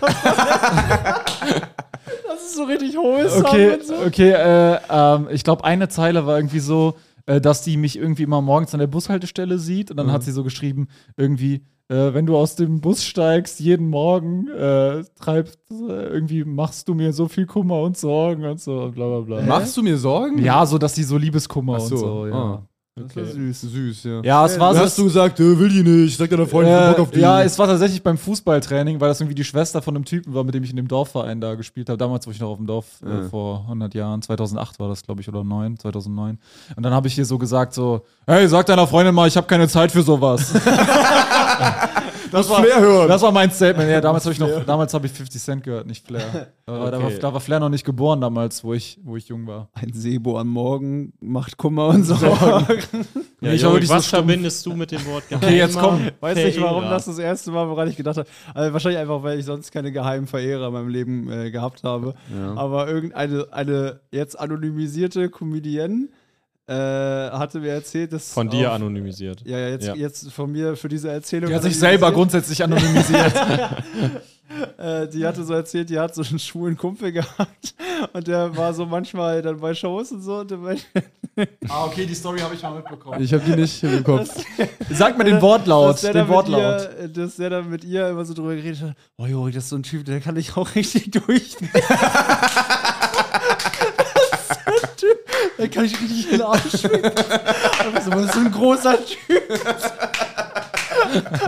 [SPEAKER 6] das ist so richtig hohes
[SPEAKER 3] Okay, okay äh, ähm, ich glaube, eine Zeile war irgendwie so, äh, dass die mich irgendwie immer morgens an der Bushaltestelle sieht und dann hat sie so geschrieben, irgendwie, äh, wenn du aus dem Bus steigst, jeden Morgen äh, treibst, äh, irgendwie machst du mir so viel Kummer und Sorgen und so und bla bla bla.
[SPEAKER 4] Machst du mir Sorgen?
[SPEAKER 3] Ja, so dass sie so Liebeskummer
[SPEAKER 4] Ach so,
[SPEAKER 3] und so, ja.
[SPEAKER 4] ah.
[SPEAKER 6] süß.
[SPEAKER 4] Süß, ja.
[SPEAKER 3] Ja, es war
[SPEAKER 4] Hast
[SPEAKER 3] so.
[SPEAKER 4] du gesagt, äh, will die nicht, sag deiner Freundin, ich hab
[SPEAKER 3] Äh,
[SPEAKER 4] Bock auf die.
[SPEAKER 3] ja, es war tatsächlich beim Fußballtraining, weil das irgendwie die Schwester von einem Typen war, mit dem ich in dem Dorfverein da gespielt habe. Damals, wo ich noch auf dem Dorf äh,
[SPEAKER 4] Ja.
[SPEAKER 3] vor 100 Jahren, 2008 war das, glaube ich, oder 9, 2009. Und dann habe ich hier so gesagt so, hey, sag deiner Freundin mal, ich habe keine Zeit für sowas. das, war,
[SPEAKER 4] Flair hören.
[SPEAKER 3] das war mein Statement. Ja, damals habe ich noch, damals habe ich 50 Cent gehört, nicht Flair. Aber da, war, da war Flair noch nicht geboren damals, wo ich, wo ich jung war.
[SPEAKER 6] Ein Sebo am Morgen macht Kummer und Sorgen.
[SPEAKER 1] Ja,
[SPEAKER 3] Ich
[SPEAKER 1] ich
[SPEAKER 3] war
[SPEAKER 1] Jorik,
[SPEAKER 3] wirklich so
[SPEAKER 1] was
[SPEAKER 3] stumpf.
[SPEAKER 1] verbindest du mit dem Wort
[SPEAKER 3] Okay, jetzt komm.
[SPEAKER 6] Weiß nicht, warum
[SPEAKER 1] Verehrer.
[SPEAKER 6] das das erste Mal, woran ich gedacht habe. Also wahrscheinlich einfach, weil ich sonst keine geheimen Verehrer in meinem Leben äh, gehabt habe. Aber irgendeine eine jetzt anonymisierte Comedienne äh, hatte mir erzählt, dass.
[SPEAKER 1] Von dir
[SPEAKER 6] auf-
[SPEAKER 1] anonymisiert.
[SPEAKER 6] Ja, ja jetzt,
[SPEAKER 1] Ja.
[SPEAKER 6] jetzt von mir für diese Erzählung.
[SPEAKER 3] Die hat sich selber
[SPEAKER 6] anonymisiert.
[SPEAKER 3] grundsätzlich anonymisiert.
[SPEAKER 6] äh, die hatte so erzählt, die hat so einen schwulen Kumpel gehabt und der war so manchmal dann bei Shows und so und der meinte,
[SPEAKER 3] ah, okay, die Story habe ich mal mitbekommen.
[SPEAKER 4] Ich hab die nicht im Kopf.
[SPEAKER 3] Sag mir den Wortlaut,
[SPEAKER 6] dass der, da
[SPEAKER 3] den
[SPEAKER 6] mit
[SPEAKER 3] Wortlaut.
[SPEAKER 6] ihr, dass der da mit ihr immer so drüber geredet hat, oh Jori, das ist so ein Typ, der kann ich auch richtig durch. das ist so ein Typ, der kann ich richtig in den Arsch schwingen. Und ich so, was ist so ein großer Typ.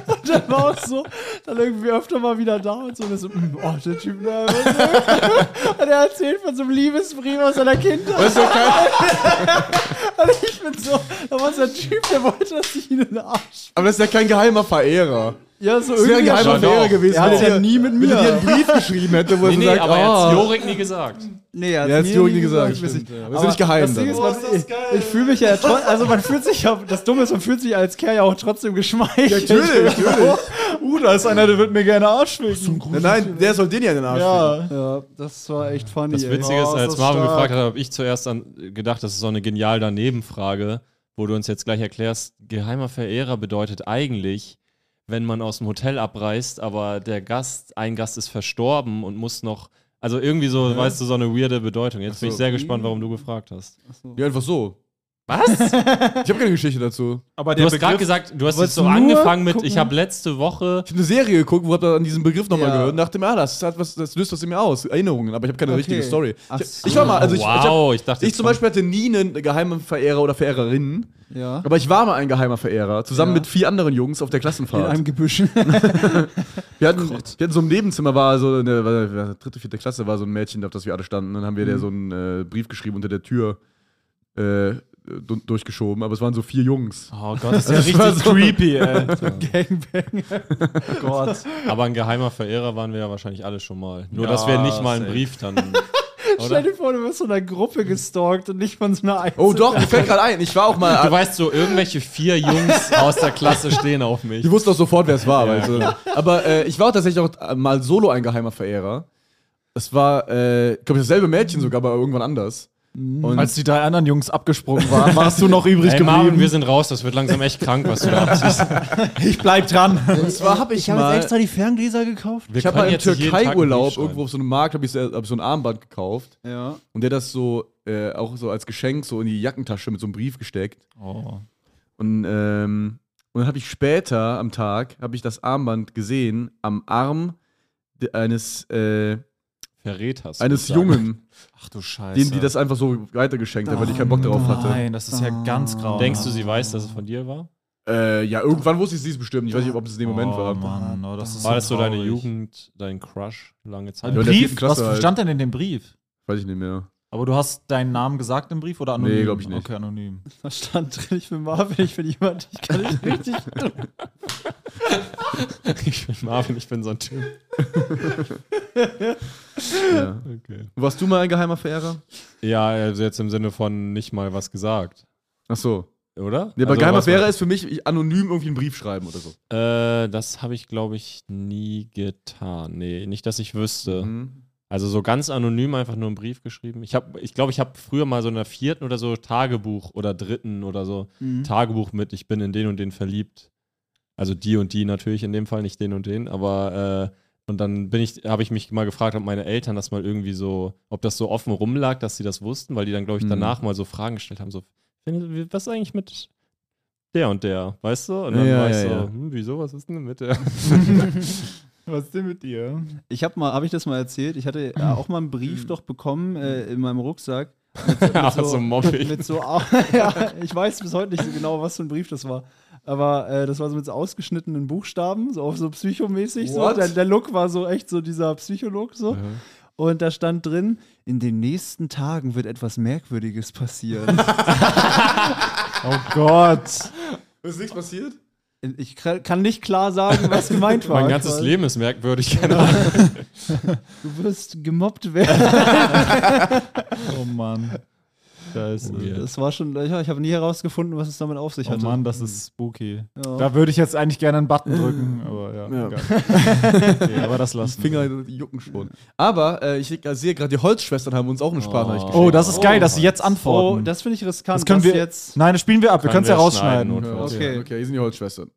[SPEAKER 6] Und dann war auch so, dann irgendwie öfter mal wieder da und so, und so, "Mm, oh, der Typ, ne? Und er erzählt von so einem Liebesbrief aus seiner Kindheit.
[SPEAKER 4] Das ist doch kein,
[SPEAKER 6] Und ich bin so, da war so ein Typ, der wollte, dass ich ihn in den Arsch.
[SPEAKER 4] aber das ist ja kein geheimer Verehrer.
[SPEAKER 6] Ja, so
[SPEAKER 4] Das wäre ein geheimer Verehrer gewesen,
[SPEAKER 6] Er hat's
[SPEAKER 4] wenn
[SPEAKER 6] ja
[SPEAKER 4] dir-
[SPEAKER 6] nie mit
[SPEAKER 4] wenn
[SPEAKER 6] mir.
[SPEAKER 4] er dir einen Brief geschrieben hätte, wo er
[SPEAKER 1] Nee,
[SPEAKER 4] so
[SPEAKER 1] nee,
[SPEAKER 4] sagt,
[SPEAKER 1] aber er
[SPEAKER 4] ah,
[SPEAKER 1] hat's Jorik nie gesagt.
[SPEAKER 6] Nee, er
[SPEAKER 4] Ja,
[SPEAKER 6] hat's
[SPEAKER 4] hat's
[SPEAKER 6] mir
[SPEAKER 4] Juri
[SPEAKER 6] nie
[SPEAKER 4] gesagt,
[SPEAKER 6] weiß
[SPEAKER 4] stimmt,
[SPEAKER 6] ich.
[SPEAKER 4] ja. Aber ist ja nicht geheim
[SPEAKER 6] Das
[SPEAKER 4] dann.
[SPEAKER 6] Ding ist, man, ich, ich fühle mich ja trotzdem, also man fühlt sich ja, das Dumme ist, man fühlt sich ja als Kerl ja auch trotzdem geschmeichelt. Oh,
[SPEAKER 4] natürlich, natürlich.
[SPEAKER 3] Uh, da ist einer, der wird mir gerne Arsch schwingen.
[SPEAKER 4] Nein, nein, der soll den ja in den Arsch ficken.
[SPEAKER 6] Ja. ja, das war echt funny.
[SPEAKER 1] Das
[SPEAKER 6] ey.
[SPEAKER 1] Witzige ist,
[SPEAKER 6] Oh,
[SPEAKER 1] als
[SPEAKER 6] das
[SPEAKER 1] Marvin
[SPEAKER 6] stark.
[SPEAKER 1] gefragt hat, habe ich zuerst an, gedacht, das ist so eine genial Danebenfrage, wo du uns jetzt gleich erklärst, geheimer Verehrer bedeutet eigentlich, wenn man aus dem Hotel abreist, aber der Gast, ein Gast ist verstorben und muss noch, also irgendwie so, weißt du, so eine weirde Bedeutung. Jetzt bin ich sehr gespannt, warum du gefragt hast.
[SPEAKER 4] Ja, einfach so.
[SPEAKER 1] Was?
[SPEAKER 4] Ich habe keine Geschichte dazu.
[SPEAKER 3] Aber
[SPEAKER 1] Du hast gerade gesagt, du hast jetzt so
[SPEAKER 6] nur
[SPEAKER 1] angefangen mit,
[SPEAKER 6] gucken?
[SPEAKER 1] ich habe letzte Woche
[SPEAKER 4] Ich habe eine Serie geguckt, wo hab da an diesen Begriff nochmal
[SPEAKER 6] Ja.
[SPEAKER 4] gehört und dachte mir, ah, das, hat was, das löst was in mir aus. Erinnerungen, aber ich habe keine
[SPEAKER 6] Okay.
[SPEAKER 4] richtige Story.
[SPEAKER 6] Ach
[SPEAKER 4] Ich,
[SPEAKER 6] so.
[SPEAKER 4] ich war mal, also ich, ich, hab,
[SPEAKER 1] wow, ich, dachte,
[SPEAKER 4] ich
[SPEAKER 1] jetzt
[SPEAKER 4] zum Beispiel hatte nie einen geheimen Verehrer oder Verehrerin,
[SPEAKER 6] Ja.
[SPEAKER 4] aber ich war mal ein geheimer Verehrer, zusammen mit vier anderen Jungs auf der
[SPEAKER 6] In
[SPEAKER 4] Klassenfahrt.
[SPEAKER 6] einem Gebüsch.
[SPEAKER 4] Wir hatten, wir hatten so im Nebenzimmer war so in der, war, war, dritte, vierte Klasse war so ein Mädchen, auf das wir alle standen. Dann haben
[SPEAKER 1] Mhm.
[SPEAKER 4] wir der so einen äh, Brief geschrieben unter der Tür äh, du- durchgeschoben, aber es waren so vier Jungs.
[SPEAKER 3] Oh Gott, das ist ja
[SPEAKER 4] Das war
[SPEAKER 3] richtig
[SPEAKER 4] so-
[SPEAKER 3] creepy, ey.
[SPEAKER 6] Gangbang.
[SPEAKER 3] Oh Gott.
[SPEAKER 1] kommt. aber ein geheimer Verehrer waren wir ja wahrscheinlich alle schon mal. Nur, dass wir nicht mal einen
[SPEAKER 3] safe.
[SPEAKER 1] Brief dann.
[SPEAKER 6] Stell dir vor, du wirst von einer Gruppe gestalkt und nicht von so einer Einzel
[SPEAKER 4] Oh doch, mir fällt gerade ein, ich war auch
[SPEAKER 1] Du
[SPEAKER 4] mal. äh,
[SPEAKER 1] weißt so, irgendwelche vier Jungs aus der Klasse stehen auf mich.
[SPEAKER 4] Die wussten auch sofort, wer es war. weil so. Aber äh, ich war auch tatsächlich auch mal solo ein geheimer Verehrer. Es war, äh, glaube ich, dasselbe Mädchen sogar, aber irgendwann anders. Und
[SPEAKER 3] Als die drei anderen Jungs abgesprungen waren, warst du noch übrig
[SPEAKER 1] Mhm. Ey, Marvin, wir
[SPEAKER 3] geblieben.
[SPEAKER 1] sind raus, das wird langsam echt krank, was du da abziehst.
[SPEAKER 3] Ich bleib dran.
[SPEAKER 4] und zwar habe ich,
[SPEAKER 6] Ich habe
[SPEAKER 4] mal,
[SPEAKER 6] jetzt extra die Ferngläser gekauft.
[SPEAKER 1] Wir
[SPEAKER 4] ich habe
[SPEAKER 1] können
[SPEAKER 4] mal im
[SPEAKER 1] jetzt nicht jeden Tag einen Brief
[SPEAKER 4] Türkei-Urlaub
[SPEAKER 1] schreiben.
[SPEAKER 4] irgendwo auf so einem Markt habe ich, so- hab ich so ein Armband gekauft
[SPEAKER 6] Ja.
[SPEAKER 4] und der hat das so äh, auch so als Geschenk so in die Jackentasche mit so einem Brief gesteckt.
[SPEAKER 3] Oh.
[SPEAKER 4] Und, ähm, und dann habe ich später am Tag, habe ich das Armband gesehen am Arm de- eines, äh,
[SPEAKER 1] Verrät hast.
[SPEAKER 4] eines
[SPEAKER 1] sozusagen.
[SPEAKER 4] Jungen,
[SPEAKER 3] Ach du Scheiße.
[SPEAKER 4] dem die das einfach so weitergeschenkt hat, weil ich keinen
[SPEAKER 1] Oh
[SPEAKER 4] Bock darauf hatte.
[SPEAKER 3] Nein, das ist ja ganz grau.
[SPEAKER 1] Denkst du, sie weiß, dass es von dir war?
[SPEAKER 4] Äh, ja, irgendwann wusste ich sie es bestimmt. Ich weiß nicht, ob es in dem Moment
[SPEAKER 3] oh,
[SPEAKER 4] war.
[SPEAKER 3] Mann, oh, das ist
[SPEAKER 1] War das
[SPEAKER 3] so
[SPEAKER 1] so deine
[SPEAKER 3] traurig.
[SPEAKER 1] Jugend, dein Crush lange Zeit?
[SPEAKER 3] Ein
[SPEAKER 4] Ja, in der
[SPEAKER 3] Brief?
[SPEAKER 4] vierten Klasse
[SPEAKER 3] Was
[SPEAKER 4] halt.
[SPEAKER 3] stand denn in dem Brief?
[SPEAKER 4] Weiß ich nicht mehr.
[SPEAKER 3] Aber du hast deinen Namen gesagt im Brief oder anonym?
[SPEAKER 4] Nee, glaub ich nicht.
[SPEAKER 3] Okay, anonym.
[SPEAKER 6] Da stand drin, ich bin Marvin, ich bin jemand, ich kann nicht richtig.
[SPEAKER 1] Ich bin Marvin, ich bin so ein Typ.
[SPEAKER 4] Ja.
[SPEAKER 1] Okay.
[SPEAKER 4] Warst du mal ein geheimer Verehrer?
[SPEAKER 1] Ja, also jetzt im Sinne von nicht mal was gesagt,
[SPEAKER 4] Ach so.
[SPEAKER 1] oder?
[SPEAKER 4] Nee, aber
[SPEAKER 1] Also
[SPEAKER 4] geheimer
[SPEAKER 1] was-
[SPEAKER 4] Verehrer ist für mich ich, anonym irgendwie einen Brief schreiben oder so.
[SPEAKER 1] Äh, das habe ich, glaube ich, nie getan. Nee, nicht, dass ich wüsste.
[SPEAKER 4] Mhm.
[SPEAKER 1] Also so ganz anonym einfach nur einen Brief geschrieben. Ich glaube, ich, glaub, ich habe früher mal so in der vierten oder so Tagebuch oder dritten oder so
[SPEAKER 4] Mhm.
[SPEAKER 1] Tagebuch mit, ich bin in den und den verliebt. Also die und die natürlich in dem Fall, nicht den und den, aber äh, und dann bin ich, habe ich mich mal gefragt, ob meine Eltern das mal irgendwie so, ob das so offen rumlag, dass sie das wussten, weil die dann, glaube ich,
[SPEAKER 4] Mhm.
[SPEAKER 1] danach mal so Fragen gestellt haben: so, "Findest- was ist eigentlich mit der und der, weißt du? Und dann
[SPEAKER 4] Ja,
[SPEAKER 1] war ich
[SPEAKER 4] ja,
[SPEAKER 1] so,
[SPEAKER 4] ja.
[SPEAKER 1] hm, wieso, was ist denn mit der?
[SPEAKER 3] Was ist denn mit dir? Hm.
[SPEAKER 6] Ich habe mal, habe ich das mal erzählt? Ich hatte ja, auch mal einen Brief doch bekommen äh, in meinem Rucksack. Mit,
[SPEAKER 1] Aber so mobbig.
[SPEAKER 6] mit so au- ja, ich weiß bis heute nicht so genau, was für ein Brief das war. Aber äh, das war so mit so ausgeschnittenen Buchstaben, so auf so psychomäßig. So.
[SPEAKER 4] What?
[SPEAKER 6] Der, der Look war so echt so dieser Psycholog so. Und da stand drin, in den nächsten Tagen wird etwas Merkwürdiges passieren.
[SPEAKER 3] Oh Gott.
[SPEAKER 4] Ist nichts passiert?
[SPEAKER 6] ich kann kann nicht klar sagen, was gemeint war.
[SPEAKER 1] mein ganzes
[SPEAKER 6] Weil
[SPEAKER 1] Leben ist
[SPEAKER 4] Genau.
[SPEAKER 1] merkwürdig, keine Ahnung.
[SPEAKER 6] Du wirst gemobbt werden.
[SPEAKER 3] Oh Mann.
[SPEAKER 6] Das war schon, ja, ich habe nie herausgefunden, was es damit auf sich
[SPEAKER 3] Oh
[SPEAKER 6] hatte.
[SPEAKER 3] Mann, das ist spooky.
[SPEAKER 6] Ja.
[SPEAKER 3] Da würde ich jetzt eigentlich gerne einen Button drücken, aber ja.
[SPEAKER 4] Ja.
[SPEAKER 3] egal. Okay, aber das lassen. wir.
[SPEAKER 4] Finger jucken schon. Aber äh, ich sehe gerade, die Holzschwestern haben uns auch eine Sprachnachricht
[SPEAKER 3] Oh, das ist geil, dass sie jetzt
[SPEAKER 6] Oh,
[SPEAKER 3] antworten.
[SPEAKER 6] das finde ich riskant.
[SPEAKER 3] das können
[SPEAKER 6] das
[SPEAKER 3] wir
[SPEAKER 6] jetzt.
[SPEAKER 3] Nein, das spielen wir ab. Wir
[SPEAKER 1] Können
[SPEAKER 3] können es ja
[SPEAKER 1] wir
[SPEAKER 3] rausschneiden.
[SPEAKER 1] schneiden,
[SPEAKER 4] Ja,
[SPEAKER 6] Okay.
[SPEAKER 4] okay. okay, hier sind die Holzschwestern.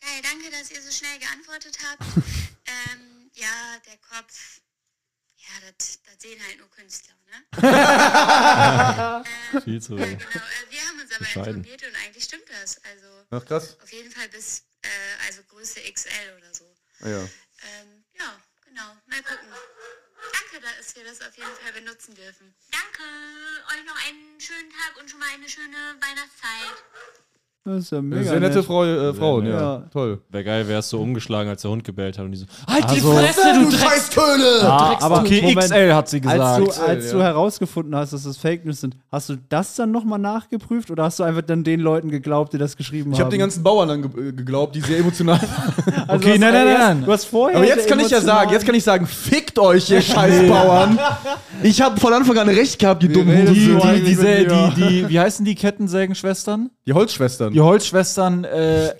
[SPEAKER 9] Geil, danke, dass ihr so schnell geantwortet habt. ähm, ja, der Kopf, ja, das das sehen halt nur Künstler, ne?
[SPEAKER 1] Viel zu.
[SPEAKER 9] Ja, genau, äh, wir haben uns aber
[SPEAKER 1] Bescheiden.
[SPEAKER 9] informiert und eigentlich stimmt das. Also
[SPEAKER 4] Ach, krass.
[SPEAKER 9] auf jeden Fall bis, äh, also Größe XL oder so.
[SPEAKER 4] Ah, ja.
[SPEAKER 9] Ähm, ja, genau, mal gucken. Danke, dass wir das auf jeden Fall benutzen dürfen. Danke, euch noch einen schönen Tag und schon mal eine schöne Weihnachtszeit.
[SPEAKER 6] Das ist ja mega.
[SPEAKER 4] Sehr nette
[SPEAKER 6] nett.
[SPEAKER 4] Frau, äh, Frauen, ja.
[SPEAKER 6] Ja.
[SPEAKER 4] Toll.
[SPEAKER 1] Wäre geil, wärst du umgeschlagen, als der Hund gebellt hat und die so,
[SPEAKER 3] Ah, aber okay,
[SPEAKER 6] Moment.
[SPEAKER 3] XL hat sie
[SPEAKER 6] Als,
[SPEAKER 3] gesagt.
[SPEAKER 6] du, als du herausgefunden hast, dass das Fake News sind, hast du das dann nochmal nachgeprüft oder hast du einfach dann den Leuten geglaubt, die das geschrieben
[SPEAKER 4] Ich
[SPEAKER 6] haben?
[SPEAKER 4] habe den ganzen Bauern dann ge äh, geglaubt, die sehr emotional waren.
[SPEAKER 6] also
[SPEAKER 3] Okay,
[SPEAKER 6] du hast-
[SPEAKER 3] nein, nein,
[SPEAKER 6] äh,
[SPEAKER 3] nein.
[SPEAKER 6] Du hast vorher.
[SPEAKER 4] Aber jetzt kann ich ja sagen, jetzt kann ich sagen, fickt euch, ihr scheiß Bauern. Ich habe von Anfang an recht gehabt, ihr dummen
[SPEAKER 6] redet
[SPEAKER 3] die,
[SPEAKER 6] so
[SPEAKER 4] Huren.
[SPEAKER 3] die,
[SPEAKER 6] eigentlich
[SPEAKER 3] diese,
[SPEAKER 6] mit
[SPEAKER 3] die,
[SPEAKER 6] dir.
[SPEAKER 3] die, wie heißen die Kettensägenschwestern?
[SPEAKER 4] Die Holzschwestern.
[SPEAKER 3] Die Holzschwestern, äh,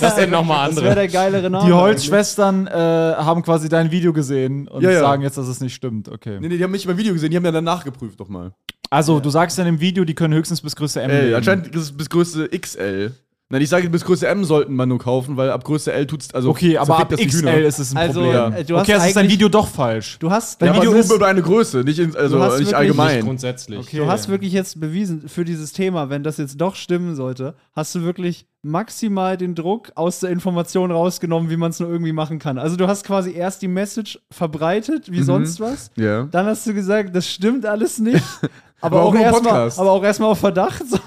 [SPEAKER 1] das sind nochmal
[SPEAKER 6] Das wäre
[SPEAKER 1] andere.
[SPEAKER 6] der geilere Name.
[SPEAKER 3] die Holzschwestern äh, haben quasi dein Video gesehen und
[SPEAKER 4] Ja, ja.
[SPEAKER 3] sagen jetzt, dass es nicht stimmt. Okay.
[SPEAKER 4] Nee, nee, die haben nicht mein Video gesehen, die haben ja dann nachgeprüft nochmal.
[SPEAKER 3] Also, du sagst in dem Video, die können höchstens bis Größe M.
[SPEAKER 4] Ey,
[SPEAKER 3] leben.
[SPEAKER 4] anscheinend ist es bis Größe XL. Nein, ich sage, bis Größe M sollten man nur kaufen, weil ab Größe L tut's, also
[SPEAKER 3] okay, aber
[SPEAKER 4] zerfickt
[SPEAKER 3] ab
[SPEAKER 4] die
[SPEAKER 3] XL
[SPEAKER 4] Hühner.
[SPEAKER 3] ist es ein
[SPEAKER 6] Also,
[SPEAKER 3] Problem.
[SPEAKER 6] äh, du hast
[SPEAKER 3] okay, also ist dein
[SPEAKER 6] eigentlich-
[SPEAKER 3] Video doch falsch.
[SPEAKER 6] Du hast,
[SPEAKER 4] Ja,
[SPEAKER 6] dein
[SPEAKER 4] aber
[SPEAKER 6] Video
[SPEAKER 4] nur
[SPEAKER 6] ist,
[SPEAKER 4] über eine Größe, nicht, in, also
[SPEAKER 6] Du hast
[SPEAKER 4] nicht
[SPEAKER 6] wirklich-
[SPEAKER 4] allgemein.
[SPEAKER 1] Grundsätzlich.
[SPEAKER 6] du hast wirklich jetzt bewiesen für dieses Thema, wenn das jetzt doch stimmen sollte, hast du wirklich maximal den Druck aus der Information rausgenommen, wie man es nur irgendwie machen kann. Also du hast quasi erst die Message verbreitet, wie sonst was.
[SPEAKER 4] Ja.
[SPEAKER 6] Dann hast du gesagt, das stimmt alles nicht. Aber,
[SPEAKER 4] Aber auch
[SPEAKER 6] auch
[SPEAKER 4] nur im
[SPEAKER 6] erstmal,
[SPEAKER 4] Podcast.
[SPEAKER 6] aber auch erstmal auf Verdacht. So.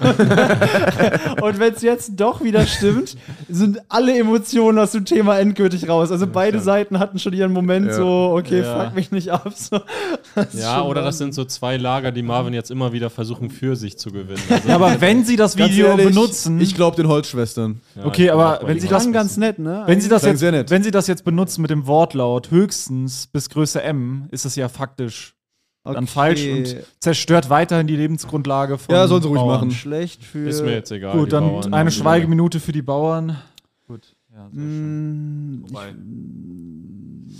[SPEAKER 6] Und wenn es jetzt doch wieder stimmt, sind alle Emotionen aus dem Thema endgültig raus. Also beide Seiten hatten schon ihren Moment
[SPEAKER 4] Ja.
[SPEAKER 6] so, okay,
[SPEAKER 3] Ja.
[SPEAKER 6] fuck mich nicht ab. So. Das ist
[SPEAKER 1] Ja,
[SPEAKER 6] schon
[SPEAKER 1] oder das
[SPEAKER 6] Wahnsinn.
[SPEAKER 1] sind so zwei Lager, die Marvin jetzt immer wieder versuchen, für sich zu gewinnen. Also,
[SPEAKER 3] Ja, aber wenn sie das
[SPEAKER 4] Ganz
[SPEAKER 3] Video
[SPEAKER 4] ehrlich,
[SPEAKER 3] benutzen,
[SPEAKER 4] Ich glaube den Holzschwestern.
[SPEAKER 1] ja,
[SPEAKER 3] okay,
[SPEAKER 1] ich bin
[SPEAKER 3] aber
[SPEAKER 1] auch bei
[SPEAKER 3] wenn
[SPEAKER 1] dir.
[SPEAKER 3] sie
[SPEAKER 6] Die
[SPEAKER 3] das-
[SPEAKER 6] klangen ganz nett, ne?
[SPEAKER 3] wenn sie das
[SPEAKER 4] Klang
[SPEAKER 3] jetzt,
[SPEAKER 4] sehr nett.
[SPEAKER 3] wenn sie das jetzt benutzen mit dem Wortlaut höchstens bis Größe M, ist das ja faktisch dann
[SPEAKER 6] Okay.
[SPEAKER 3] falsch und zerstört weiterhin die Lebensgrundlage von
[SPEAKER 4] Ja, sollen sie ruhig
[SPEAKER 3] Bauern.
[SPEAKER 4] machen.
[SPEAKER 6] schlecht für.
[SPEAKER 1] Ist mir jetzt egal.
[SPEAKER 3] Gut,
[SPEAKER 1] die
[SPEAKER 3] dann
[SPEAKER 1] Bauern.
[SPEAKER 3] eine Schweigeminute für die Bauern. Gut.
[SPEAKER 6] Mm,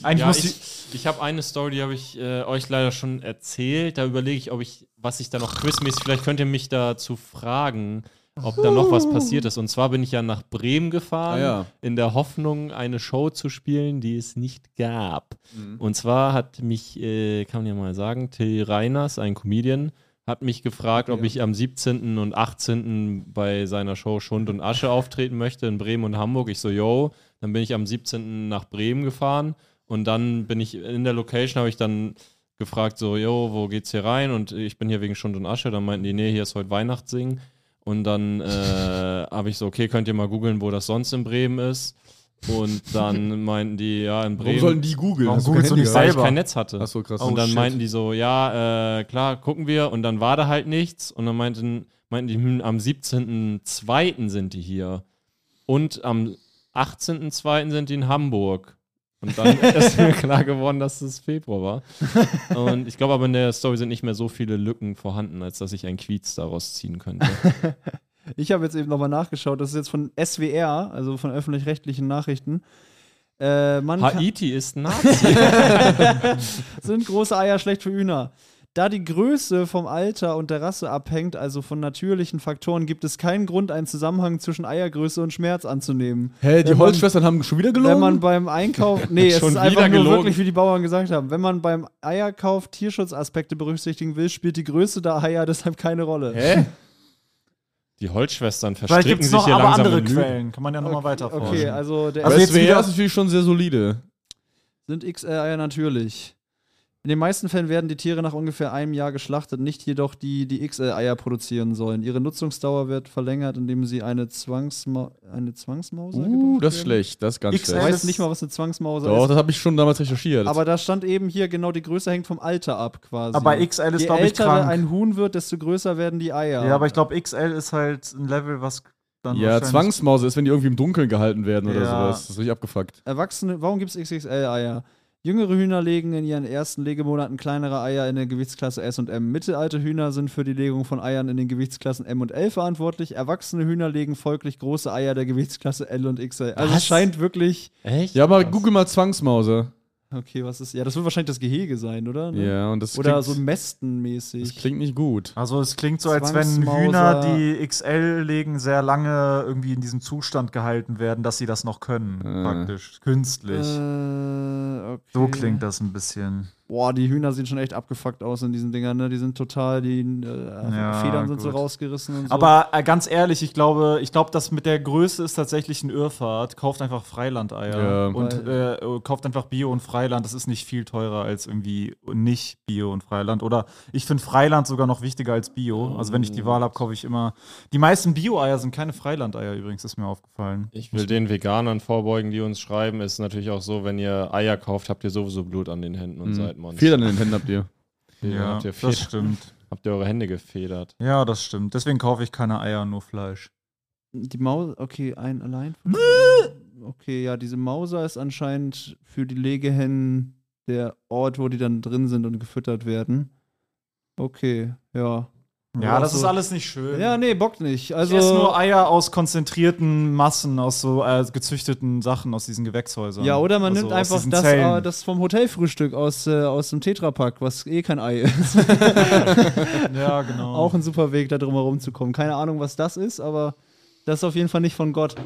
[SPEAKER 3] Eigentlich
[SPEAKER 1] Ja,
[SPEAKER 3] muss
[SPEAKER 1] ich-
[SPEAKER 3] die,
[SPEAKER 1] Ich habe eine Story, die habe ich äh, euch leider schon erzählt. Da überlege ich, ob ich, was ich da noch quizmäßig, vielleicht könnt ihr mich dazu fragen, ob da noch was passiert ist. Und zwar bin ich ja nach Bremen gefahren,
[SPEAKER 4] Ah, ja.
[SPEAKER 1] in der Hoffnung, eine Show zu spielen, die es nicht gab.
[SPEAKER 4] Mhm.
[SPEAKER 1] Und zwar hat mich, äh, kann man ja mal sagen, Till Reiners, ein Comedian, hat mich gefragt, ob ich am 17. und 18. bei seiner Show Schund und Asche auftreten möchte in Bremen und Hamburg. Ich so, yo, dann bin ich am 17. nach Bremen gefahren und dann bin ich in der Location, habe ich dann gefragt, so, yo, wo geht's hier rein? Und äh, ich bin hier wegen Schund und Asche. Dann meinten die, nee, hier ist heute Weihnachtssingen. Und dann äh, habe ich so, okay, könnt ihr mal googeln, wo das sonst in Bremen ist. Und dann meinten die, ja, in Bremen.
[SPEAKER 4] Warum sollen die googeln?
[SPEAKER 3] Warum
[SPEAKER 4] Hast du
[SPEAKER 3] googelst
[SPEAKER 4] kein
[SPEAKER 3] du
[SPEAKER 4] Handy?
[SPEAKER 3] nicht
[SPEAKER 1] Weil ich
[SPEAKER 3] selber?
[SPEAKER 1] kein Netz hatte.
[SPEAKER 4] Ach so, krass.
[SPEAKER 1] Und
[SPEAKER 4] Oh,
[SPEAKER 1] dann
[SPEAKER 4] shit.
[SPEAKER 1] meinten die so, ja, äh, klar, gucken wir. Und dann war da halt nichts. Und dann meinten, meinten die, hm, am 17.02. sind die hier. Und am 18.02. sind die in Hamburg. Und dann ist mir klar geworden, dass es Februar war. Und ich glaube aber in der Story sind nicht mehr so viele Lücken vorhanden, als dass ich einen Quiz daraus ziehen könnte.
[SPEAKER 6] Ich habe jetzt eben nochmal nachgeschaut. Das ist jetzt von SWR, also von öffentlich-rechtlichen Nachrichten. Äh, man kann-
[SPEAKER 1] Haiti ist Nazi.
[SPEAKER 6] sind große Eier schlecht für Hühner. Da die Größe vom Alter und der Rasse abhängt, also von natürlichen Faktoren, gibt es keinen Grund, einen Zusammenhang zwischen Eiergröße und Schmerz anzunehmen.
[SPEAKER 4] Hä, die
[SPEAKER 6] Wenn man-
[SPEAKER 4] Holzschwestern haben schon wieder gelogen?
[SPEAKER 6] Wenn man beim Einkauf, nee, es
[SPEAKER 1] Schon
[SPEAKER 6] ist einfach
[SPEAKER 1] wieder
[SPEAKER 6] nur
[SPEAKER 1] gelogen.
[SPEAKER 6] wirklich, wie die Bauern gesagt haben, wenn man beim Eierkauf Tierschutzaspekte berücksichtigen will, spielt die Größe der Eier deshalb keine Rolle.
[SPEAKER 4] Hä?
[SPEAKER 1] Die Holzschwestern
[SPEAKER 3] Vielleicht
[SPEAKER 1] verstricken
[SPEAKER 3] gibt es
[SPEAKER 1] sich
[SPEAKER 3] noch
[SPEAKER 1] hier
[SPEAKER 3] aber
[SPEAKER 1] langsam
[SPEAKER 3] andere
[SPEAKER 1] in Lügen.
[SPEAKER 3] Quellen. Kann man ja nochmal weiter
[SPEAKER 6] Okay, also der
[SPEAKER 4] Also
[SPEAKER 3] Also
[SPEAKER 4] jetzt
[SPEAKER 3] jetzt
[SPEAKER 4] wäre
[SPEAKER 3] wieder-
[SPEAKER 4] das natürlich schon sehr solide.
[SPEAKER 6] sind XR-Eier natürlich. In den meisten Fällen werden die Tiere nach ungefähr einem Jahr geschlachtet, nicht jedoch die, die XR-Eier produzieren sollen. Ihre Nutzungsdauer wird verlängert, indem sie eine, Zwangsma eine Zwangsmauser
[SPEAKER 4] Uh,
[SPEAKER 6] gebraucht
[SPEAKER 4] das ist
[SPEAKER 6] werden.
[SPEAKER 4] schlecht. Das ist ganz
[SPEAKER 3] XL
[SPEAKER 6] Ich
[SPEAKER 4] schlecht.
[SPEAKER 6] weiß nicht mal, was eine Zwangsmauser
[SPEAKER 4] Doch,
[SPEAKER 6] ist.
[SPEAKER 4] das habe ich schon damals recherchiert.
[SPEAKER 6] Aber da stand eben hier genau, die Größe hängt vom Alter ab quasi.
[SPEAKER 3] Aber XL ist,
[SPEAKER 6] Je
[SPEAKER 3] glaub ich,
[SPEAKER 6] älter
[SPEAKER 3] krank.
[SPEAKER 6] ein Huhn wird, desto größer werden die Eier.
[SPEAKER 3] Ja, aber ich glaube, XL ist halt ein Level, was dann
[SPEAKER 4] ja,
[SPEAKER 3] wahrscheinlich-
[SPEAKER 4] Zwangsmause ist, wenn die irgendwie im Dunkeln gehalten werden oder
[SPEAKER 3] Ja.
[SPEAKER 4] sowas. Das ist richtig abgefuckt.
[SPEAKER 6] Erwachsene, warum gibt es XXL-Eier? Jüngere Hühner legen in ihren ersten Legemonaten kleinere Eier in der Gewichtsklasse S und M. Mittelalte Hühner sind für die Legung von Eiern in den Gewichtsklassen M und L verantwortlich. Erwachsene Hühner legen folglich große Eier der Gewichtsklasse L und XL. Also es
[SPEAKER 1] Was?
[SPEAKER 6] scheint wirklich.
[SPEAKER 1] Echt?
[SPEAKER 4] Ja, aber google mal Zwangsmause.
[SPEAKER 6] Okay, was ist. Ja, das wird wahrscheinlich das Gehege sein, oder? Ne?
[SPEAKER 4] Ja, und das
[SPEAKER 6] Oder
[SPEAKER 4] klingt,
[SPEAKER 6] so
[SPEAKER 4] das
[SPEAKER 6] mästenmäßig.
[SPEAKER 4] klingt nicht gut.
[SPEAKER 3] Also es klingt so, als wenn
[SPEAKER 6] Zwangsmauser.
[SPEAKER 3] Hühner, die XL legen, sehr lange irgendwie in diesem Zustand gehalten werden, dass sie das noch können, praktisch.
[SPEAKER 6] Äh,
[SPEAKER 3] Künstlich.
[SPEAKER 6] okay.
[SPEAKER 3] So klingt das ein bisschen.
[SPEAKER 6] Boah, die Hühner sehen schon echt abgefuckt aus in diesen Dingern, ne? Die sind total, die äh,
[SPEAKER 3] Ja,
[SPEAKER 6] Federn sind so
[SPEAKER 3] gut.
[SPEAKER 6] rausgerissen und so.
[SPEAKER 3] Aber äh, ganz ehrlich, ich glaube, ich glaube, das mit der Größe ist tatsächlich ein Irrfahrt. Kauft einfach
[SPEAKER 4] Ja.
[SPEAKER 3] Freilandeier und äh, äh, kauft einfach Bio und Freiland. Das ist nicht viel teurer als irgendwie nicht Bio und Freiland. Oder ich finde Freiland sogar noch wichtiger als Bio. Also wenn
[SPEAKER 6] Äh.
[SPEAKER 3] ich die Wahl habe, kaufe ich immer. Die meisten Bio-Eier sind keine Freilandeier übrigens, ist mir aufgefallen.
[SPEAKER 1] Ich will den Veganern vorbeugen, die uns schreiben. Ist natürlich auch so, wenn ihr Eier kauft, habt ihr sowieso Blut an den Händen und seid Monster.
[SPEAKER 4] Mhm. Federn in den Händen habt ihr.
[SPEAKER 1] Ja,
[SPEAKER 3] Ja,
[SPEAKER 1] habt ihr
[SPEAKER 3] das
[SPEAKER 1] Federn.
[SPEAKER 3] stimmt.
[SPEAKER 1] Habt ihr eure Hände gefedert?
[SPEAKER 3] Ja, das stimmt. Deswegen kaufe ich keine Eier, nur Fleisch.
[SPEAKER 6] Die Maus, okay, ein allein. Okay, ja, diese Mauser ist anscheinend für die Legehennen der Ort, wo die dann drin sind und gefüttert werden. Okay, ja.
[SPEAKER 3] Ja,
[SPEAKER 6] Ach
[SPEAKER 3] das
[SPEAKER 6] so.
[SPEAKER 3] ist alles nicht schön.
[SPEAKER 6] Ja, nee, Bock nicht. Also,
[SPEAKER 3] ich esse nur Eier aus konzentrierten Massen, aus so äh, gezüchteten Sachen, aus diesen Gewächshäusern.
[SPEAKER 6] ja, oder man
[SPEAKER 3] Also
[SPEAKER 6] nimmt
[SPEAKER 3] aus
[SPEAKER 6] einfach
[SPEAKER 3] diesen
[SPEAKER 6] das,
[SPEAKER 3] Zellen.
[SPEAKER 6] äh, das vom Hotelfrühstück aus, äh, aus dem Tetrapack, was eh kein Ei ist.
[SPEAKER 3] Ja, genau.
[SPEAKER 6] Auch ein super Weg, da drum herum zu kommen. Keine Ahnung, was das ist, aber das ist auf jeden Fall nicht von Gott.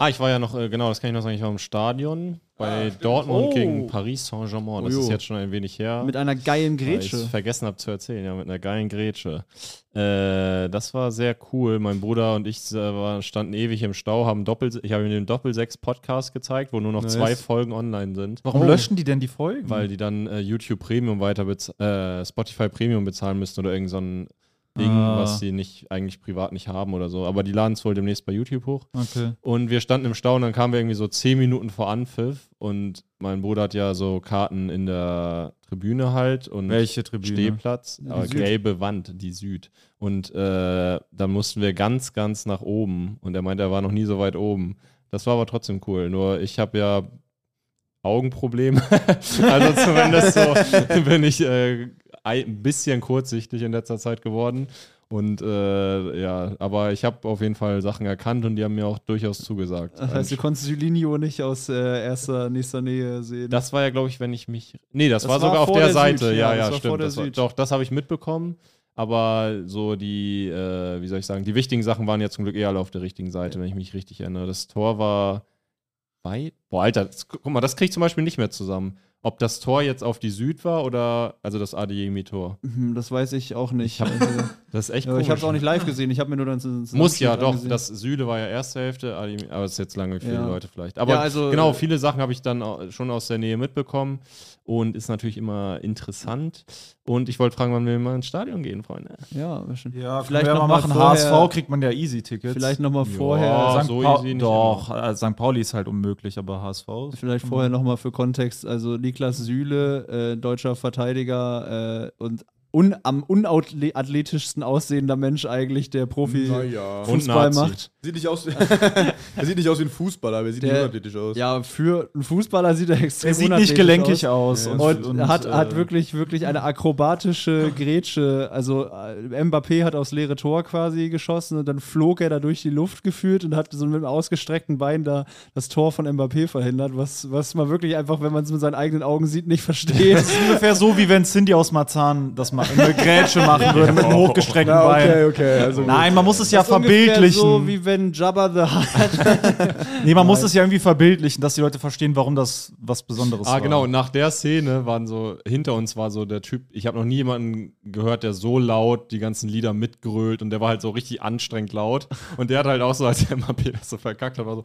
[SPEAKER 1] Ah, ich war ja noch, äh, genau, das kann ich noch sagen, ich war im Stadion bei Dortmund gegen Paris Saint-Germain. Das
[SPEAKER 6] Ah, Oh, jo.
[SPEAKER 1] ist jetzt schon ein wenig her.
[SPEAKER 6] Mit einer geilen
[SPEAKER 1] weil ich
[SPEAKER 6] Grätsche.
[SPEAKER 1] vergessen habe zu erzählen, ja, mit einer geilen Grätsche. Äh, das war sehr cool. Mein Bruder und ich äh, war- standen ewig im Stau, haben Doppel, ich habe ihm den Doppel-6-Podcast gezeigt, wo nur noch zwei Folgen online sind.
[SPEAKER 3] Warum löschen die denn die Folgen?
[SPEAKER 1] weil die dann äh, YouTube Premium weiter bez äh, Spotify Premium bezahlen müssen oder irgend so ein Ding,
[SPEAKER 3] Ah.
[SPEAKER 1] was sie nicht eigentlich privat nicht haben oder so. Aber die laden es wohl demnächst bei YouTube hoch.
[SPEAKER 3] okay.
[SPEAKER 1] Und wir standen im Stau und dann kamen wir irgendwie so zehn Minuten vor Anpfiff und mein Bruder hat ja so Karten in der Tribüne halt und
[SPEAKER 3] Welche Tribüne?
[SPEAKER 1] Stehplatz, aber
[SPEAKER 6] Süd.
[SPEAKER 1] gelbe Wand, die Süd. Und äh, dann mussten wir ganz, ganz nach oben und er meinte, er war noch nie so weit oben. Das war aber trotzdem cool. Nur ich habe ja Augenprobleme. also zumindest so bin ich äh, ei- ein bisschen kurzsichtig in letzter Zeit geworden. Und äh, ja, aber ich habe auf jeden Fall Sachen erkannt und die haben mir auch durchaus zugesagt.
[SPEAKER 6] Das heißt, du konntest Julinho nicht aus äh, erster, nächster Nähe sehen.
[SPEAKER 1] Das war ja, glaube ich, wenn ich mich. Nee, das,
[SPEAKER 6] Das
[SPEAKER 1] war
[SPEAKER 6] war
[SPEAKER 1] sogar auf
[SPEAKER 6] vor
[SPEAKER 1] der,
[SPEAKER 6] der
[SPEAKER 1] Seite.
[SPEAKER 6] Süd,
[SPEAKER 1] ja,
[SPEAKER 6] ja,
[SPEAKER 1] ja,
[SPEAKER 6] das war vor
[SPEAKER 1] stimmt.
[SPEAKER 6] der
[SPEAKER 1] Das war,
[SPEAKER 6] Süd.
[SPEAKER 1] doch, das habe ich mitbekommen. Aber so die, äh, wie soll ich sagen, die wichtigen Sachen waren ja zum Glück eh alle auf der richtigen Seite, wenn ich mich richtig erinnere. Das Tor war weit. Boah, Alter, das, guck mal, das krieg ich zum Beispiel nicht mehr zusammen. Ob das Tor jetzt auf die Süd war oder also das Adeyemi-Tor.
[SPEAKER 6] Hm, Das weiß ich auch nicht.
[SPEAKER 1] hab-
[SPEAKER 6] Also,
[SPEAKER 1] Das ist echt
[SPEAKER 6] aber ich habe es
[SPEAKER 1] komisch.
[SPEAKER 6] auch nicht live gesehen. Ich habe mir nur dann so einen
[SPEAKER 1] Muss ja,
[SPEAKER 6] Zusammenschnitt
[SPEAKER 1] doch.
[SPEAKER 6] angesehen.
[SPEAKER 1] Das Süle war ja erste Hälfte, Adeyemi- aber es ist jetzt lange für
[SPEAKER 6] Ja.
[SPEAKER 1] die Leute vielleicht. Aber
[SPEAKER 6] Ja, also,
[SPEAKER 1] genau,
[SPEAKER 6] äh,
[SPEAKER 1] viele Sachen habe ich dann au- schon aus der Nähe mitbekommen und ist natürlich immer interessant. Und ich wollte fragen, wann wir mal ins Stadion gehen, Freunde.
[SPEAKER 6] Ja, war schön.
[SPEAKER 3] Ja,
[SPEAKER 6] vielleicht
[SPEAKER 3] können wir
[SPEAKER 6] noch
[SPEAKER 3] mal
[SPEAKER 6] mal
[SPEAKER 3] machen.
[SPEAKER 6] vorher-
[SPEAKER 3] HSV kriegt man ja Easy-Tickets.
[SPEAKER 6] Vielleicht noch mal
[SPEAKER 3] Ja,
[SPEAKER 6] vorher-
[SPEAKER 3] St.
[SPEAKER 1] so
[SPEAKER 3] Pa-
[SPEAKER 1] easy nicht,
[SPEAKER 3] Doch, äh, St. Pauli ist halt unmöglich, aber HSV. ist-
[SPEAKER 6] Vielleicht vorher nochmal für Kontext, also Niklas Süle, äh, deutscher Verteidiger äh, und un, am unathletischsten aussehender Mensch eigentlich, der Profi
[SPEAKER 4] Naja.
[SPEAKER 1] Und
[SPEAKER 6] Fußball
[SPEAKER 1] Nazi.
[SPEAKER 6] macht.
[SPEAKER 4] Sieht nicht aus. er sieht nicht aus wie ein Fußballer, aber er sieht
[SPEAKER 6] Der-
[SPEAKER 4] nicht unathletisch aus.
[SPEAKER 6] Ja, für einen Fußballer sieht er extrem
[SPEAKER 3] Er sieht nicht
[SPEAKER 6] unathletisch
[SPEAKER 3] gelenkig aus. äh,
[SPEAKER 6] Und, hat, hat wirklich, wirklich eine akrobatische Grätsche. Also äh, Mbappé hat aufs leere Tor quasi geschossen und dann flog er da durch die Luft gefühlt und hat so mit einem ausgestreckten Bein da das Tor von Mbappé verhindert, was, was man wirklich einfach, wenn man es mit seinen eigenen Augen sieht, nicht versteht.
[SPEAKER 3] Das ist ungefähr so, wie wenn Cindy aus Marzahn das mal eine Grätsche machen würde mit einem hochgestreckten
[SPEAKER 4] Ja,
[SPEAKER 3] Bein.
[SPEAKER 4] okay, okay. Also
[SPEAKER 3] Nein, man muss es ja
[SPEAKER 6] ist ungefähr
[SPEAKER 3] verbildlichen.
[SPEAKER 6] So wie wenn Jabba the Hutt.
[SPEAKER 3] nee, man muss es ja irgendwie verbildlichen, dass die Leute verstehen, warum das was Besonderes
[SPEAKER 1] Ah,
[SPEAKER 3] war.
[SPEAKER 1] genau. Und nach der Szene waren so, hinter uns war so der Typ, ich habe noch nie jemanden gehört, der so laut die ganzen Lieder mitgrölt und der war halt so richtig anstrengend laut. Und der hat halt auch so, als der Mbappé das so verkackt hat, war so,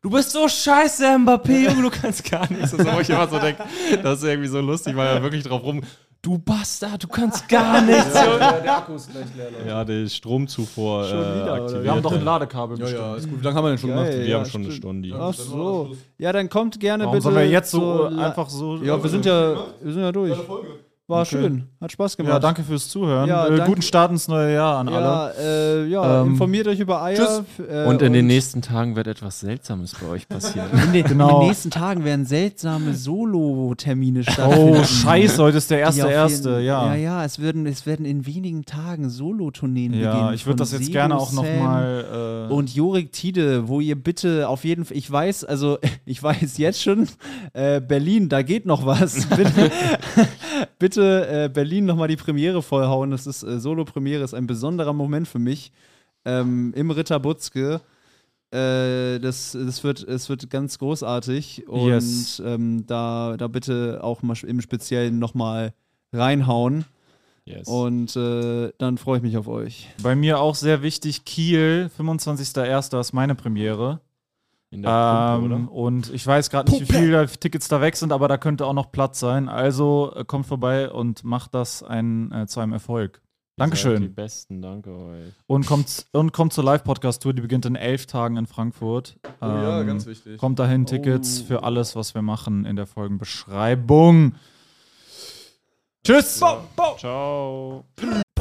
[SPEAKER 1] du bist so scheiße, Mbappé, Junge, du kannst gar nichts. Das wo ich immer so denke, das ist irgendwie so lustig, weil er wirklich drauf rum, du Bastard, du kannst gar nichts. Junge.
[SPEAKER 4] der Akku ist gleich leer. Leute.
[SPEAKER 1] Ja, die Stromzufuhr
[SPEAKER 6] Schon
[SPEAKER 1] äh,
[SPEAKER 6] wieder, oder?
[SPEAKER 1] aktiviert.
[SPEAKER 3] Wir haben doch ein Ladekabel
[SPEAKER 4] Ja,
[SPEAKER 3] bestimmt.
[SPEAKER 4] ja, ist gut. Wie lange haben wir denn schon
[SPEAKER 6] Geil.
[SPEAKER 1] Wir
[SPEAKER 4] gemacht?
[SPEAKER 6] Ja,
[SPEAKER 1] haben schon eine
[SPEAKER 6] stimmt.
[SPEAKER 1] Stunde.
[SPEAKER 6] Ach so. Ja, dann kommt gerne
[SPEAKER 3] Warum
[SPEAKER 6] bitte.
[SPEAKER 3] sollen wir jetzt so,
[SPEAKER 6] zur-
[SPEAKER 3] einfach so.
[SPEAKER 6] Ja, wir sind ja, wir sind ja durch. War schön. Hat Spaß gemacht.
[SPEAKER 3] äh, Ja, danke fürs Zuhören.
[SPEAKER 6] Ja,
[SPEAKER 3] äh,
[SPEAKER 6] danke.
[SPEAKER 3] guten Start ins neue Jahr an alle.
[SPEAKER 6] Ja, äh, ja
[SPEAKER 3] Ähm,
[SPEAKER 6] informiert euch über Eier. f- Äh,
[SPEAKER 1] nächsten Tagen wird etwas Seltsames bei euch passieren.
[SPEAKER 3] Genau.
[SPEAKER 6] In den nächsten Tagen werden seltsame Solo-Termine stattfinden.
[SPEAKER 3] Oh, scheiße, heute ist der
[SPEAKER 6] Die auf
[SPEAKER 3] erste,
[SPEAKER 6] jeden-
[SPEAKER 3] erste,
[SPEAKER 6] Ja, ja, es werden, es werden in wenigen Tagen Solo-Tourneen beginnen.
[SPEAKER 3] Ja, ich würde
[SPEAKER 6] von
[SPEAKER 3] das jetzt
[SPEAKER 6] Sebo,
[SPEAKER 3] gerne auch
[SPEAKER 6] Sam
[SPEAKER 3] nochmal. Äh,
[SPEAKER 6] Und Jorik Tide, wo ihr bitte auf jeden Fall, ich weiß, also ich weiß jetzt schon, äh, Berlin, da geht noch was. bitte bitte äh, Berlin nochmal die Premiere vollhauen. Das ist äh, Solo-Premiere, ist ein besonderer Moment für mich. Ähm, Im Ritter Butzke. Äh, das, das, wird, es wird ganz großartig. Und
[SPEAKER 3] Yes.
[SPEAKER 6] ähm, da, da bitte auch mal im Speziellen nochmal reinhauen.
[SPEAKER 1] yes.
[SPEAKER 6] Und äh, dann freue ich mich auf euch.
[SPEAKER 3] äh, bei mir auch sehr wichtig: Kiel, 25.01. ist meine Premiere.
[SPEAKER 1] In
[SPEAKER 3] Ähm,
[SPEAKER 1] Pumpe,
[SPEAKER 3] Und ich weiß gerade nicht, wie viele Tickets da weg sind, aber da könnte auch noch Platz sein. Also äh, kommt vorbei und macht das ein, äh, zu einem Erfolg.
[SPEAKER 1] Die
[SPEAKER 3] Dankeschön.
[SPEAKER 1] besten, danke euch.
[SPEAKER 3] Und kommt, und kommt zur Live-Podcast-Tour, die beginnt in elf Tagen in Frankfurt.
[SPEAKER 4] Oh ja,
[SPEAKER 3] Ähm,
[SPEAKER 4] ganz wichtig.
[SPEAKER 3] Kommt
[SPEAKER 6] Oh.
[SPEAKER 3] dahin, Tickets für alles, was wir machen in der Folgenbeschreibung. Tschüss!
[SPEAKER 1] Ciao.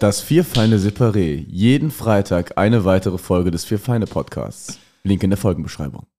[SPEAKER 4] Das Vier Feine Separé. Jeden Freitag eine weitere Folge des Vier Feine Podcasts. Link in der Folgenbeschreibung.